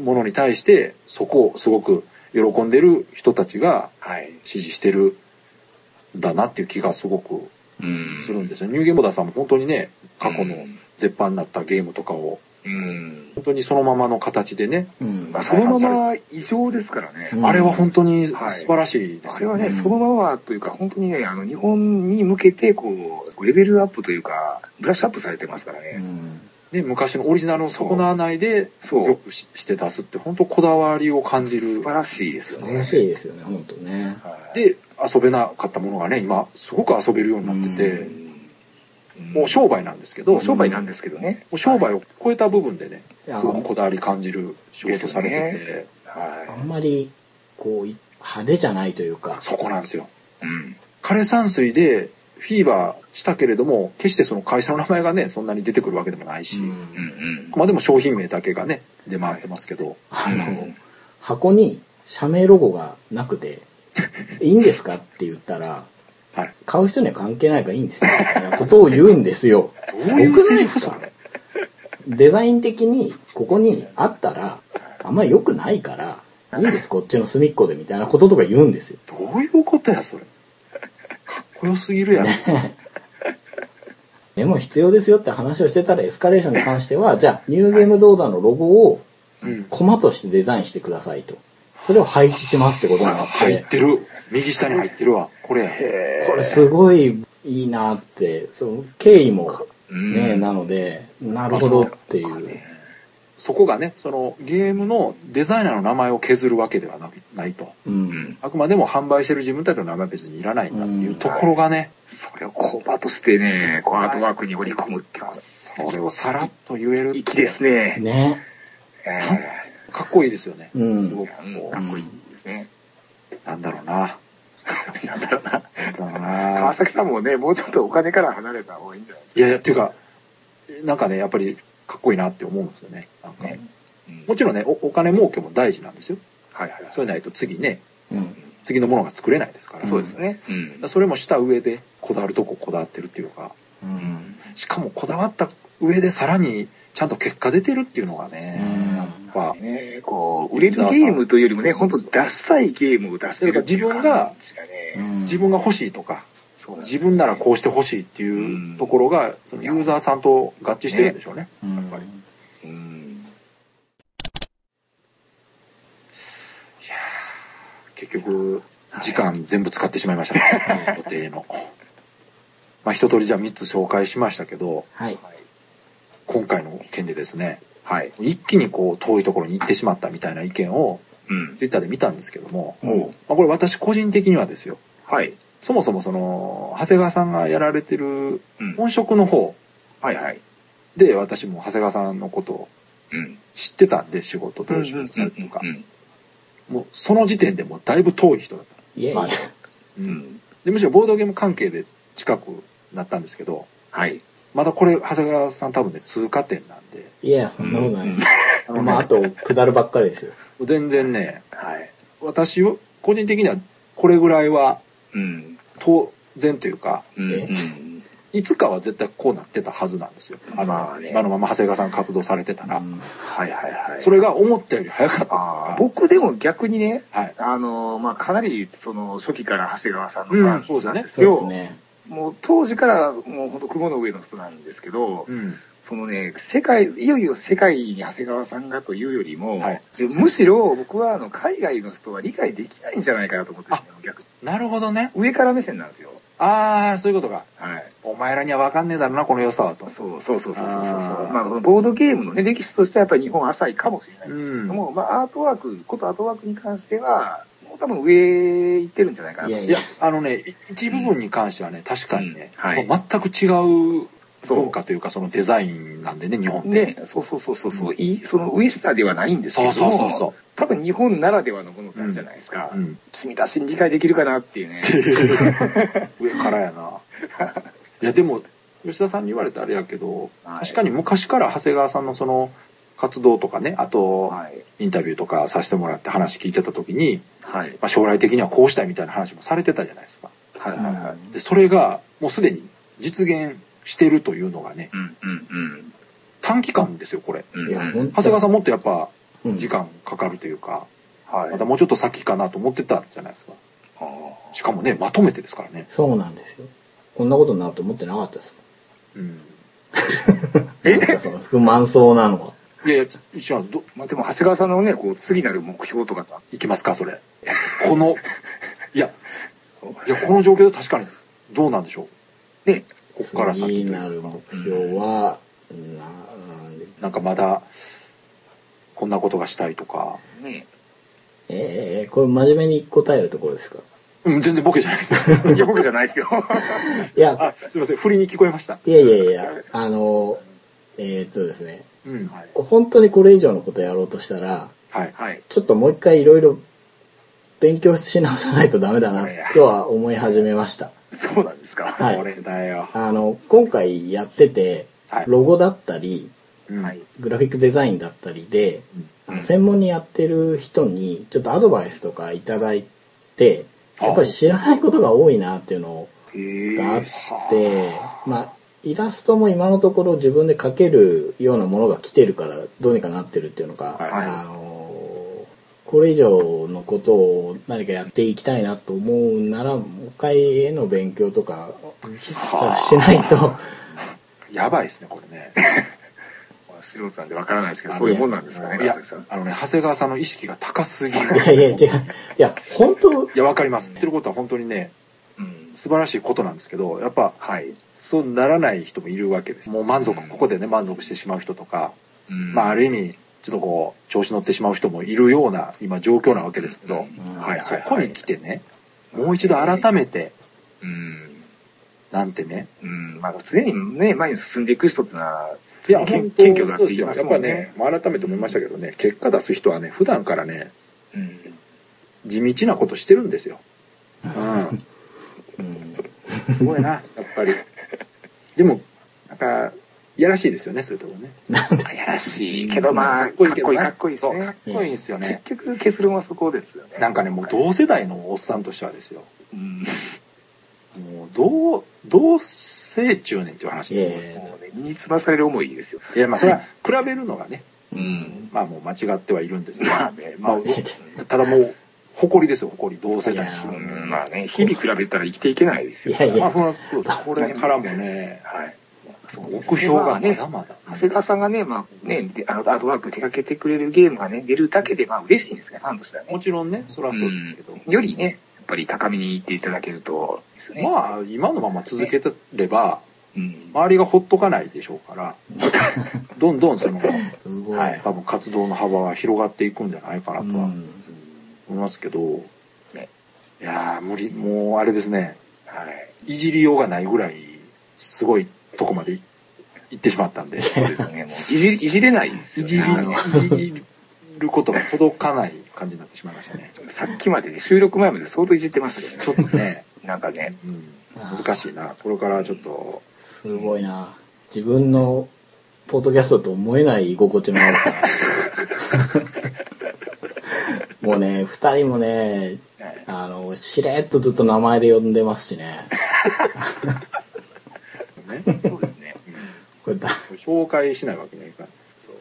Speaker 1: ものに対して、そこをすごく喜んでる人たちが
Speaker 3: はい。
Speaker 1: 支持してるんだなっていう気がすごく
Speaker 3: うん
Speaker 1: するんですよ。ニューゲームオーダーさんも本当にね、過去
Speaker 3: う
Speaker 1: の
Speaker 3: ん
Speaker 1: 絶版になったゲームとかを、
Speaker 3: うん。
Speaker 1: 本当にそのままの形でね、
Speaker 2: うん
Speaker 3: まあ、そのまま異常ですからね。
Speaker 2: うん
Speaker 1: あれは本当に素晴らしいですよ、
Speaker 3: あれは
Speaker 2: うん
Speaker 3: ね、そのままというか、本当にね、あの、日本に向けて、こう、レベルアップというか、ブラッシュアップされてますから
Speaker 2: う
Speaker 3: ね。
Speaker 2: ん
Speaker 1: ね、昔のオリジナルの損なわないで、
Speaker 3: そう
Speaker 1: よくしして出すって、本当こだわりを感じ
Speaker 3: 素
Speaker 1: る
Speaker 3: 晴。らしいです
Speaker 2: 素
Speaker 3: よ
Speaker 2: 晴
Speaker 3: ね。
Speaker 2: らしいですよね、本当ね。
Speaker 3: はい。
Speaker 1: で、遊べなかったものがね、今、すごく遊べるようになって
Speaker 2: う
Speaker 1: て、
Speaker 3: ん
Speaker 1: もう商売なんですけ
Speaker 3: も
Speaker 1: ど、
Speaker 3: う商売なんですけどね。
Speaker 1: もう商売を超えた部分でね、
Speaker 2: いや
Speaker 1: すごくこだわり感じる仕事されて
Speaker 3: で
Speaker 1: て、
Speaker 2: あ
Speaker 3: は
Speaker 2: んまり、こう、い派手じゃないというか、
Speaker 1: そこなんですよ。
Speaker 3: い。うん。
Speaker 1: 枯山水でフィーバーしたけれども、決してその会社の名前がね、そんなに出てくるわけでもないし、
Speaker 2: うん
Speaker 3: うんうん。
Speaker 1: まあでも商品名だけがね、出回ってますけど、
Speaker 2: あ
Speaker 3: う
Speaker 2: の
Speaker 3: ん、
Speaker 2: 箱に社名ロゴがなくて、いいんですかって言ったら、
Speaker 1: はい。
Speaker 2: 買う人には関係ないからいいんですよ。みたいなことを言うんですよ。
Speaker 1: どういう
Speaker 2: すごく
Speaker 1: セ
Speaker 2: な
Speaker 1: リ
Speaker 2: いで
Speaker 1: フ
Speaker 2: す
Speaker 1: そ
Speaker 2: か
Speaker 1: れ
Speaker 2: デザイン的に、ここにあったら、あんま良くないから、いいんです、こっちの隅っこで、みたいなこととか言うんですよ。
Speaker 1: どういうことや、それ。かっこよすぎるやろ。
Speaker 2: ねでも必要ですよって話をしてたらエスカレーションに関しては、じゃあニューゲーム動画のロゴを
Speaker 1: うん。
Speaker 2: コマとしてデザインしてくださいと。それを配置しますってことになっ、
Speaker 1: 入っててる。右下に入ってるわ。これや。
Speaker 3: へ
Speaker 2: これすごいいいなって、その経緯も
Speaker 3: うん
Speaker 2: ね、なので、なるほどっていう。
Speaker 1: そこがね、そのゲームのデザイナーの名前を削るわけではなないと。
Speaker 2: うん。
Speaker 1: あくまでも販売してる自分たちの名前は別にいらないんだっていうところがね、
Speaker 3: それをコバとしてね、こうアートワークに織り込むっていうのは、そ
Speaker 1: それ
Speaker 3: れ
Speaker 1: を
Speaker 3: を
Speaker 1: さらっと言える
Speaker 3: 粋ですね。
Speaker 2: ね。
Speaker 3: え
Speaker 1: かっこいいですよね。
Speaker 2: うん
Speaker 1: すごく
Speaker 3: ーうん
Speaker 1: こ
Speaker 3: かっこいいですね。
Speaker 1: う、なんだろうな。
Speaker 3: なんだろうな
Speaker 1: なんだろう
Speaker 3: 川
Speaker 1: な。
Speaker 3: 崎さんもね、もうちょっとお金から離れた方がいいんじゃないです
Speaker 1: い
Speaker 3: か。
Speaker 1: やいや、っていうか、なんかね、やっぱりかっこいいなって思うんですよね。なんか
Speaker 3: ねうん
Speaker 1: もちろんねお、お金儲けも大事なんですよ。
Speaker 3: はいはいはい
Speaker 1: そうでないと次ね、
Speaker 2: うん。
Speaker 1: 次のものが作れないですから。
Speaker 2: そう
Speaker 3: ですね。うん
Speaker 1: それもした上で、こだわるとここだわってるっていうか、
Speaker 2: うん。
Speaker 1: しかもこだわった上でさらにちゃんと結果出てるっていうのがね、
Speaker 2: うん
Speaker 1: やっぱ、
Speaker 3: ね、こう、売れるゲームというよりもね、
Speaker 1: そ
Speaker 3: 本
Speaker 1: うそう
Speaker 3: 当
Speaker 1: そう
Speaker 3: 出したいゲームを出してるっていう感じがね、
Speaker 1: 自分が欲しいとか、
Speaker 3: そうなんです
Speaker 1: 自
Speaker 3: よ
Speaker 1: 分ならこうしてほしいっていうところが、そのユーザーさんと合致してるんでしょうね。
Speaker 2: うん、
Speaker 1: ぱり
Speaker 3: うん。
Speaker 1: 結局、時間全部使ってしまいましたね。 (laughs) 予定の。まあ一通りじゃあ3つ紹介しましたけど、
Speaker 2: はい。
Speaker 1: 今回の件でですね、
Speaker 3: はい。
Speaker 1: 一気にこう遠いところに行ってしまったみたいな意見を
Speaker 3: うん。
Speaker 1: ツイッターで見たんですけども、
Speaker 2: うん
Speaker 1: まあ、これ私個人的にはですよ、
Speaker 3: はい。
Speaker 1: そもそもその、長谷川さんがやられてる
Speaker 3: うん。
Speaker 1: 本職の方
Speaker 3: はいはい。
Speaker 1: で私も長谷川さんのことを
Speaker 3: うん。
Speaker 1: 知ってたんで仕事どういう仕事されてるか
Speaker 3: う。ん。
Speaker 1: もうその時点でもうだいぶ遠い人だった。
Speaker 2: いえいえ。
Speaker 1: まあう
Speaker 3: うんん。
Speaker 1: でむしろボードゲーム関係で近くなったんですけど、
Speaker 3: はい。
Speaker 1: まだこれ、長谷川さん多分ね、通過点なんで、
Speaker 2: いや、そんなことないです。
Speaker 1: あのね
Speaker 2: まあ、あと、下るばっかりですよ。
Speaker 1: 全然ね、
Speaker 3: はい。
Speaker 1: 私を、個人的にはこれぐらいは
Speaker 3: うん。
Speaker 1: 当然というか、
Speaker 3: うん。うん。
Speaker 1: いつかは絶対こうなってたはずなんですよ。あの、
Speaker 3: まあね
Speaker 1: 今のまま長谷川さん活動されてたら。
Speaker 3: はいはいはい。
Speaker 1: それが思ったより早かったという
Speaker 3: あ
Speaker 1: か
Speaker 3: あ、僕でも逆にね、
Speaker 1: はい。
Speaker 3: あの、まあ、かなり、その、初期から長谷川さんの
Speaker 1: うん
Speaker 3: ファン
Speaker 1: そうですよね
Speaker 3: なんです
Speaker 2: そうで
Speaker 3: よ。
Speaker 2: すね。
Speaker 3: もう当時から、もう本当雲の上の人なんですけど、
Speaker 1: うん。
Speaker 3: そのね、世界、いよいよ世界に長谷川さんがというよりも、
Speaker 1: はい
Speaker 3: でむしろ僕はあの海外の人は理解できないんじゃないかなと思ってるんですよ、逆に。
Speaker 1: なるほどね。
Speaker 3: 上から目線なんですよ。
Speaker 1: ああ、そういうことか。
Speaker 3: はい。
Speaker 1: お前らには分かんねえだろうな、この良さはと。
Speaker 3: そうそうそうそうそうそう
Speaker 1: あー
Speaker 3: まあ、そのボードゲームのね、歴史としてはやっぱり日本浅いかもしれないんですけども、まあ、アートワーク、ことアートワークに関しては、もう多分上行ってるんじゃないかなと。
Speaker 2: いやい
Speaker 1: いや、あのね、い一部分に関してはね、確かにね、
Speaker 3: うんはい
Speaker 1: こう全く違う
Speaker 3: そう
Speaker 1: 文化というか、そのデザインなんでね、日本って。
Speaker 3: ね、そうそうそうそうそう、いいその上下ではないんですけ
Speaker 1: そ
Speaker 3: ど
Speaker 1: う
Speaker 3: も
Speaker 1: そうそうそ
Speaker 3: 多分日本ならではのものってあるじゃないですか、
Speaker 1: う。
Speaker 3: (laughs)
Speaker 1: うん。
Speaker 3: 君たちに理解できるかなっていうね
Speaker 1: (laughs) 上からやな。 (laughs) いや、でも、吉田さんに言われてあれやけど、
Speaker 3: はい
Speaker 1: 確かに昔から長谷川さんのその活動とかね、あと、
Speaker 3: はい
Speaker 1: インタビューとかさせてもらって話聞いてた時に、
Speaker 3: はい
Speaker 1: まあ、将来的にはこうしたいみたいな話もされてたじゃないですか。
Speaker 3: はいはいはい
Speaker 1: で、それがもうすでに実現してるというのがね、
Speaker 3: うんうんうん
Speaker 1: 短期間ですよ、これ。
Speaker 3: うん
Speaker 2: いや、
Speaker 3: うん
Speaker 2: 本
Speaker 1: 長谷川さんもっとやっぱ
Speaker 2: うん
Speaker 1: 時間かかるというか、
Speaker 3: はい
Speaker 1: またもうちょっと先かなと思ってたじゃないですか。
Speaker 3: あー
Speaker 1: しかもね、まとめてですからね。
Speaker 2: そうなんですよ。こんなことになると思ってなかったです
Speaker 1: うん。
Speaker 2: もん。なんかその不満そうなのは。
Speaker 1: いやいや、一緒なんですど
Speaker 3: (laughs) まあでも長谷川さんのねこう次なる目標とかと
Speaker 1: いきますか、それ。この、いや、いや、この状況で確かにどうなんでしょう。
Speaker 3: ね
Speaker 1: ここから先
Speaker 2: 次
Speaker 1: という
Speaker 2: なる目標は、なうん
Speaker 1: なんかまだ、こんなことがしたいとか。
Speaker 3: ね
Speaker 2: ええええこれ真面目に答えるところですか
Speaker 1: うん、全然ボケじゃないですよ。
Speaker 3: (laughs) いや僕じゃないですよ
Speaker 2: いや、
Speaker 1: あ、すいません、振りに聞こえました。
Speaker 2: いやいやいや、あの、えーっとですね、
Speaker 1: うん。
Speaker 3: はい
Speaker 2: 本当にこれ以上のことやろうとしたら、
Speaker 1: はい。
Speaker 3: はい
Speaker 2: ちょっともう一回いろいろ勉強し直さないとダメだな、今日は思い始めました。
Speaker 3: そうなんですかは
Speaker 2: はい
Speaker 1: これだよ。
Speaker 2: あの、今回やってて
Speaker 1: はい、
Speaker 2: ロゴだったり、
Speaker 1: うん
Speaker 3: い
Speaker 2: グラフィックデザインだったりで、あ
Speaker 3: う
Speaker 2: の
Speaker 3: ん
Speaker 2: 専門にやってる人にちょっとアドバイスとかいただいて、
Speaker 1: あ
Speaker 2: やっぱり知らないことが多いなっていうの
Speaker 3: へ
Speaker 2: があ
Speaker 3: ー
Speaker 2: って、まあ、イラストも今のところ自分で描けるようなものが来てるからどうにかなってるっていうのが、
Speaker 1: はい
Speaker 2: あのーこれ以上のことを何かやっていきたいなと
Speaker 1: (laughs)
Speaker 2: 思うならもう一回絵の勉強とかしないと
Speaker 1: やばいですね、これね。
Speaker 3: まあ素人なんでわからないですけど、そういうもんなんですかね、
Speaker 1: いや
Speaker 3: 夏井さん、。
Speaker 1: あのね、長谷川さんの意識が高すぎる。
Speaker 2: (laughs) いやいや、違う。いや、本当
Speaker 1: いや、わかります。言ってることは本当にね、
Speaker 3: うん。
Speaker 1: 素晴らしいことなんですけど、やっぱ、
Speaker 3: はい。
Speaker 1: そうならない人もいるわけです。もう満足、ここでね、満足してしまう人とか、
Speaker 3: うん
Speaker 1: まあ、ある意味、ちょっとこう、調子乗ってしまう人もいるような、今、状況なわけですけど、
Speaker 2: うん
Speaker 1: はいそ
Speaker 3: はい
Speaker 1: こに来てね、もう一度改めて、
Speaker 3: うん。
Speaker 1: なんてね、
Speaker 3: うん。まあ、常にね、前に進んでいく人ってのは、
Speaker 1: いや、
Speaker 3: 常
Speaker 1: 本
Speaker 3: に謙
Speaker 1: 当
Speaker 3: 謙虚だって
Speaker 1: そうです
Speaker 3: 言い
Speaker 1: よ。
Speaker 3: ま
Speaker 1: や
Speaker 3: す
Speaker 1: っ
Speaker 3: も
Speaker 1: ぱ
Speaker 3: んね
Speaker 1: ね。、まあ改めて思いましたけどね、結果出す人はね、普段からね、
Speaker 3: うん。
Speaker 1: 地道なことしてるんですよ。 (laughs) う
Speaker 2: うん
Speaker 1: ん。すごいな、やっぱり。でも、なんか、いやらしいですよね、そういうところね。
Speaker 3: いやらしいけど、まあ、かっ
Speaker 1: こ
Speaker 3: こ
Speaker 1: い
Speaker 3: い
Speaker 1: い
Speaker 3: い、
Speaker 1: け
Speaker 3: か
Speaker 1: どな
Speaker 3: っこいいです
Speaker 1: そうか
Speaker 3: ね
Speaker 1: っ。こいいんですよね
Speaker 3: 結。局、結論はそこですよね。
Speaker 1: なんかね、もう同世代のおっさんとしてはですよ。
Speaker 3: うん。
Speaker 1: もう、どう、どう成中年っていう話ですよ。
Speaker 2: え
Speaker 3: もうね、身につまされる思いですよ。
Speaker 1: いや、まあ、それは比べるのがね、
Speaker 3: うん。
Speaker 1: まあもう間違ってはいるんです
Speaker 3: ま
Speaker 1: が、
Speaker 3: あね、
Speaker 1: ま
Speaker 3: ま
Speaker 1: あ
Speaker 2: (laughs)
Speaker 3: あ、
Speaker 1: ただもう、誇りですよ、誇り、同世代。
Speaker 2: そうりゃ
Speaker 3: んまあね、日々比べたら生きていけないですよ。
Speaker 2: いやい
Speaker 1: ま
Speaker 2: や
Speaker 1: あ、そらそうですこれからもね、
Speaker 3: はい。そうですね
Speaker 1: 目標
Speaker 3: ま
Speaker 1: が
Speaker 3: あ
Speaker 1: ま
Speaker 3: ね
Speaker 1: だまだ。
Speaker 3: 長谷川さんがね、まあね、であの、アートワーク手掛けてくれるゲームがね、出るだけで、まあ嬉しいんですね、ファンとしては
Speaker 1: も
Speaker 3: ね。
Speaker 1: ちろんね、それはそうですけど。
Speaker 3: よりね、やっぱり高みに行っていただけると、ですね。
Speaker 1: まあ、今のまま続けてれば、
Speaker 3: うん。
Speaker 1: 周りがほっとかないでしょう (laughs) から、どんどんその、
Speaker 2: すごい。
Speaker 1: はい、多分活動の幅は広がっていくんじゃないかな
Speaker 2: う
Speaker 1: とは
Speaker 2: ん
Speaker 1: 思いますけど、
Speaker 3: ね
Speaker 1: いやー、無理、もうあれですね、 (laughs)
Speaker 3: はい。
Speaker 1: いじりようがないぐらい、すごいとこまでい行ってしま
Speaker 2: (laughs)
Speaker 1: ったんで、
Speaker 3: そうですね、もう、いじ、いじれないです
Speaker 1: い
Speaker 3: よ
Speaker 1: じり、
Speaker 3: ね。あの
Speaker 1: いじることが届かない感じになってしまいました
Speaker 2: (laughs)
Speaker 1: ね。
Speaker 3: さっきまでね、収録前まで相当いじってましたけど
Speaker 1: ちょ
Speaker 3: ね
Speaker 1: っ。とね、
Speaker 3: なんか
Speaker 1: (laughs)
Speaker 3: ね、
Speaker 1: うん、難しいな。これからちょっと、
Speaker 2: すごいな。自分のポッドキャストと思えない居心地の悪さ。もうね、二人もね、あの、しれっとずっと名前で呼んでますしね。
Speaker 1: ね、
Speaker 3: そうですね。
Speaker 2: これだ
Speaker 1: 紹介しないわけにはいかないですけど、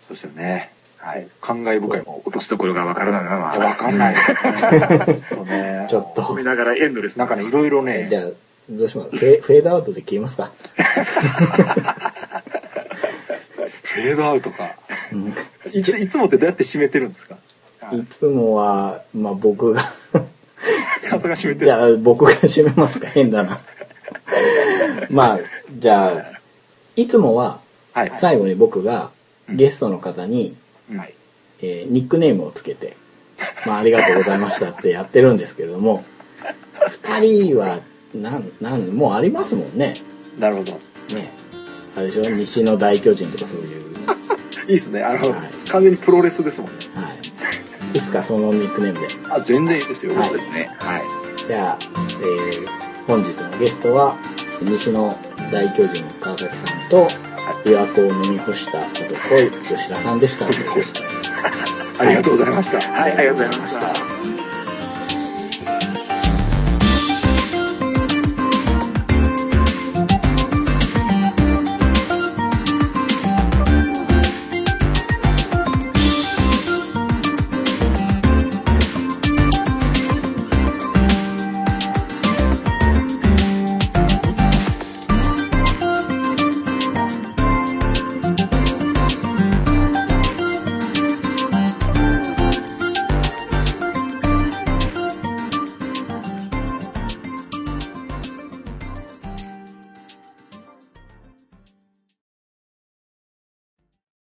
Speaker 1: そうですよね。
Speaker 3: はい。
Speaker 1: 感慨深い。い
Speaker 3: もう落としどころがわからないま
Speaker 1: や、わ
Speaker 3: ま、
Speaker 1: かん
Speaker 2: (laughs)
Speaker 1: ない。ちょっとね。
Speaker 2: ちょっ
Speaker 3: 褒
Speaker 2: と
Speaker 3: め。ながらエンドレス
Speaker 1: なんかね、いろいろね
Speaker 2: じ、ゃあ、どうしますフェフェードアウトで消えますか
Speaker 1: フェードアウトか。
Speaker 2: うん
Speaker 1: いつ、いつもってどうやって締めてるんですか
Speaker 2: いつもは、まあ僕が、
Speaker 1: 長谷が締めて
Speaker 2: じ
Speaker 1: るん
Speaker 2: ゃあ僕が締めますか変だな。まあ、じゃあ、いつもは
Speaker 1: はい
Speaker 2: 最後に僕が
Speaker 1: うん
Speaker 2: ゲストの方に、
Speaker 3: はい。
Speaker 2: えーニックネームをつけて、まあありがとうございましたってやってるんですけれども、二人は、なん、なん、もうありますもんね。
Speaker 1: なるほど。い
Speaker 2: ね。あれでしょ西の大巨人とかそういう。
Speaker 1: いですね。あの
Speaker 2: はい、
Speaker 1: 完全にプロレスですもんね。
Speaker 2: はい。いつかそのニックネームで。
Speaker 1: あ、全然いいですよ。
Speaker 2: はい
Speaker 3: そうですね。はい。
Speaker 2: じゃあ、えー本日のゲストは、西の大巨人川崎さんと、琵琶湖を飲み干したことと吉田さんでした。
Speaker 1: ありがとうございました。
Speaker 3: はい、ありがとうございました。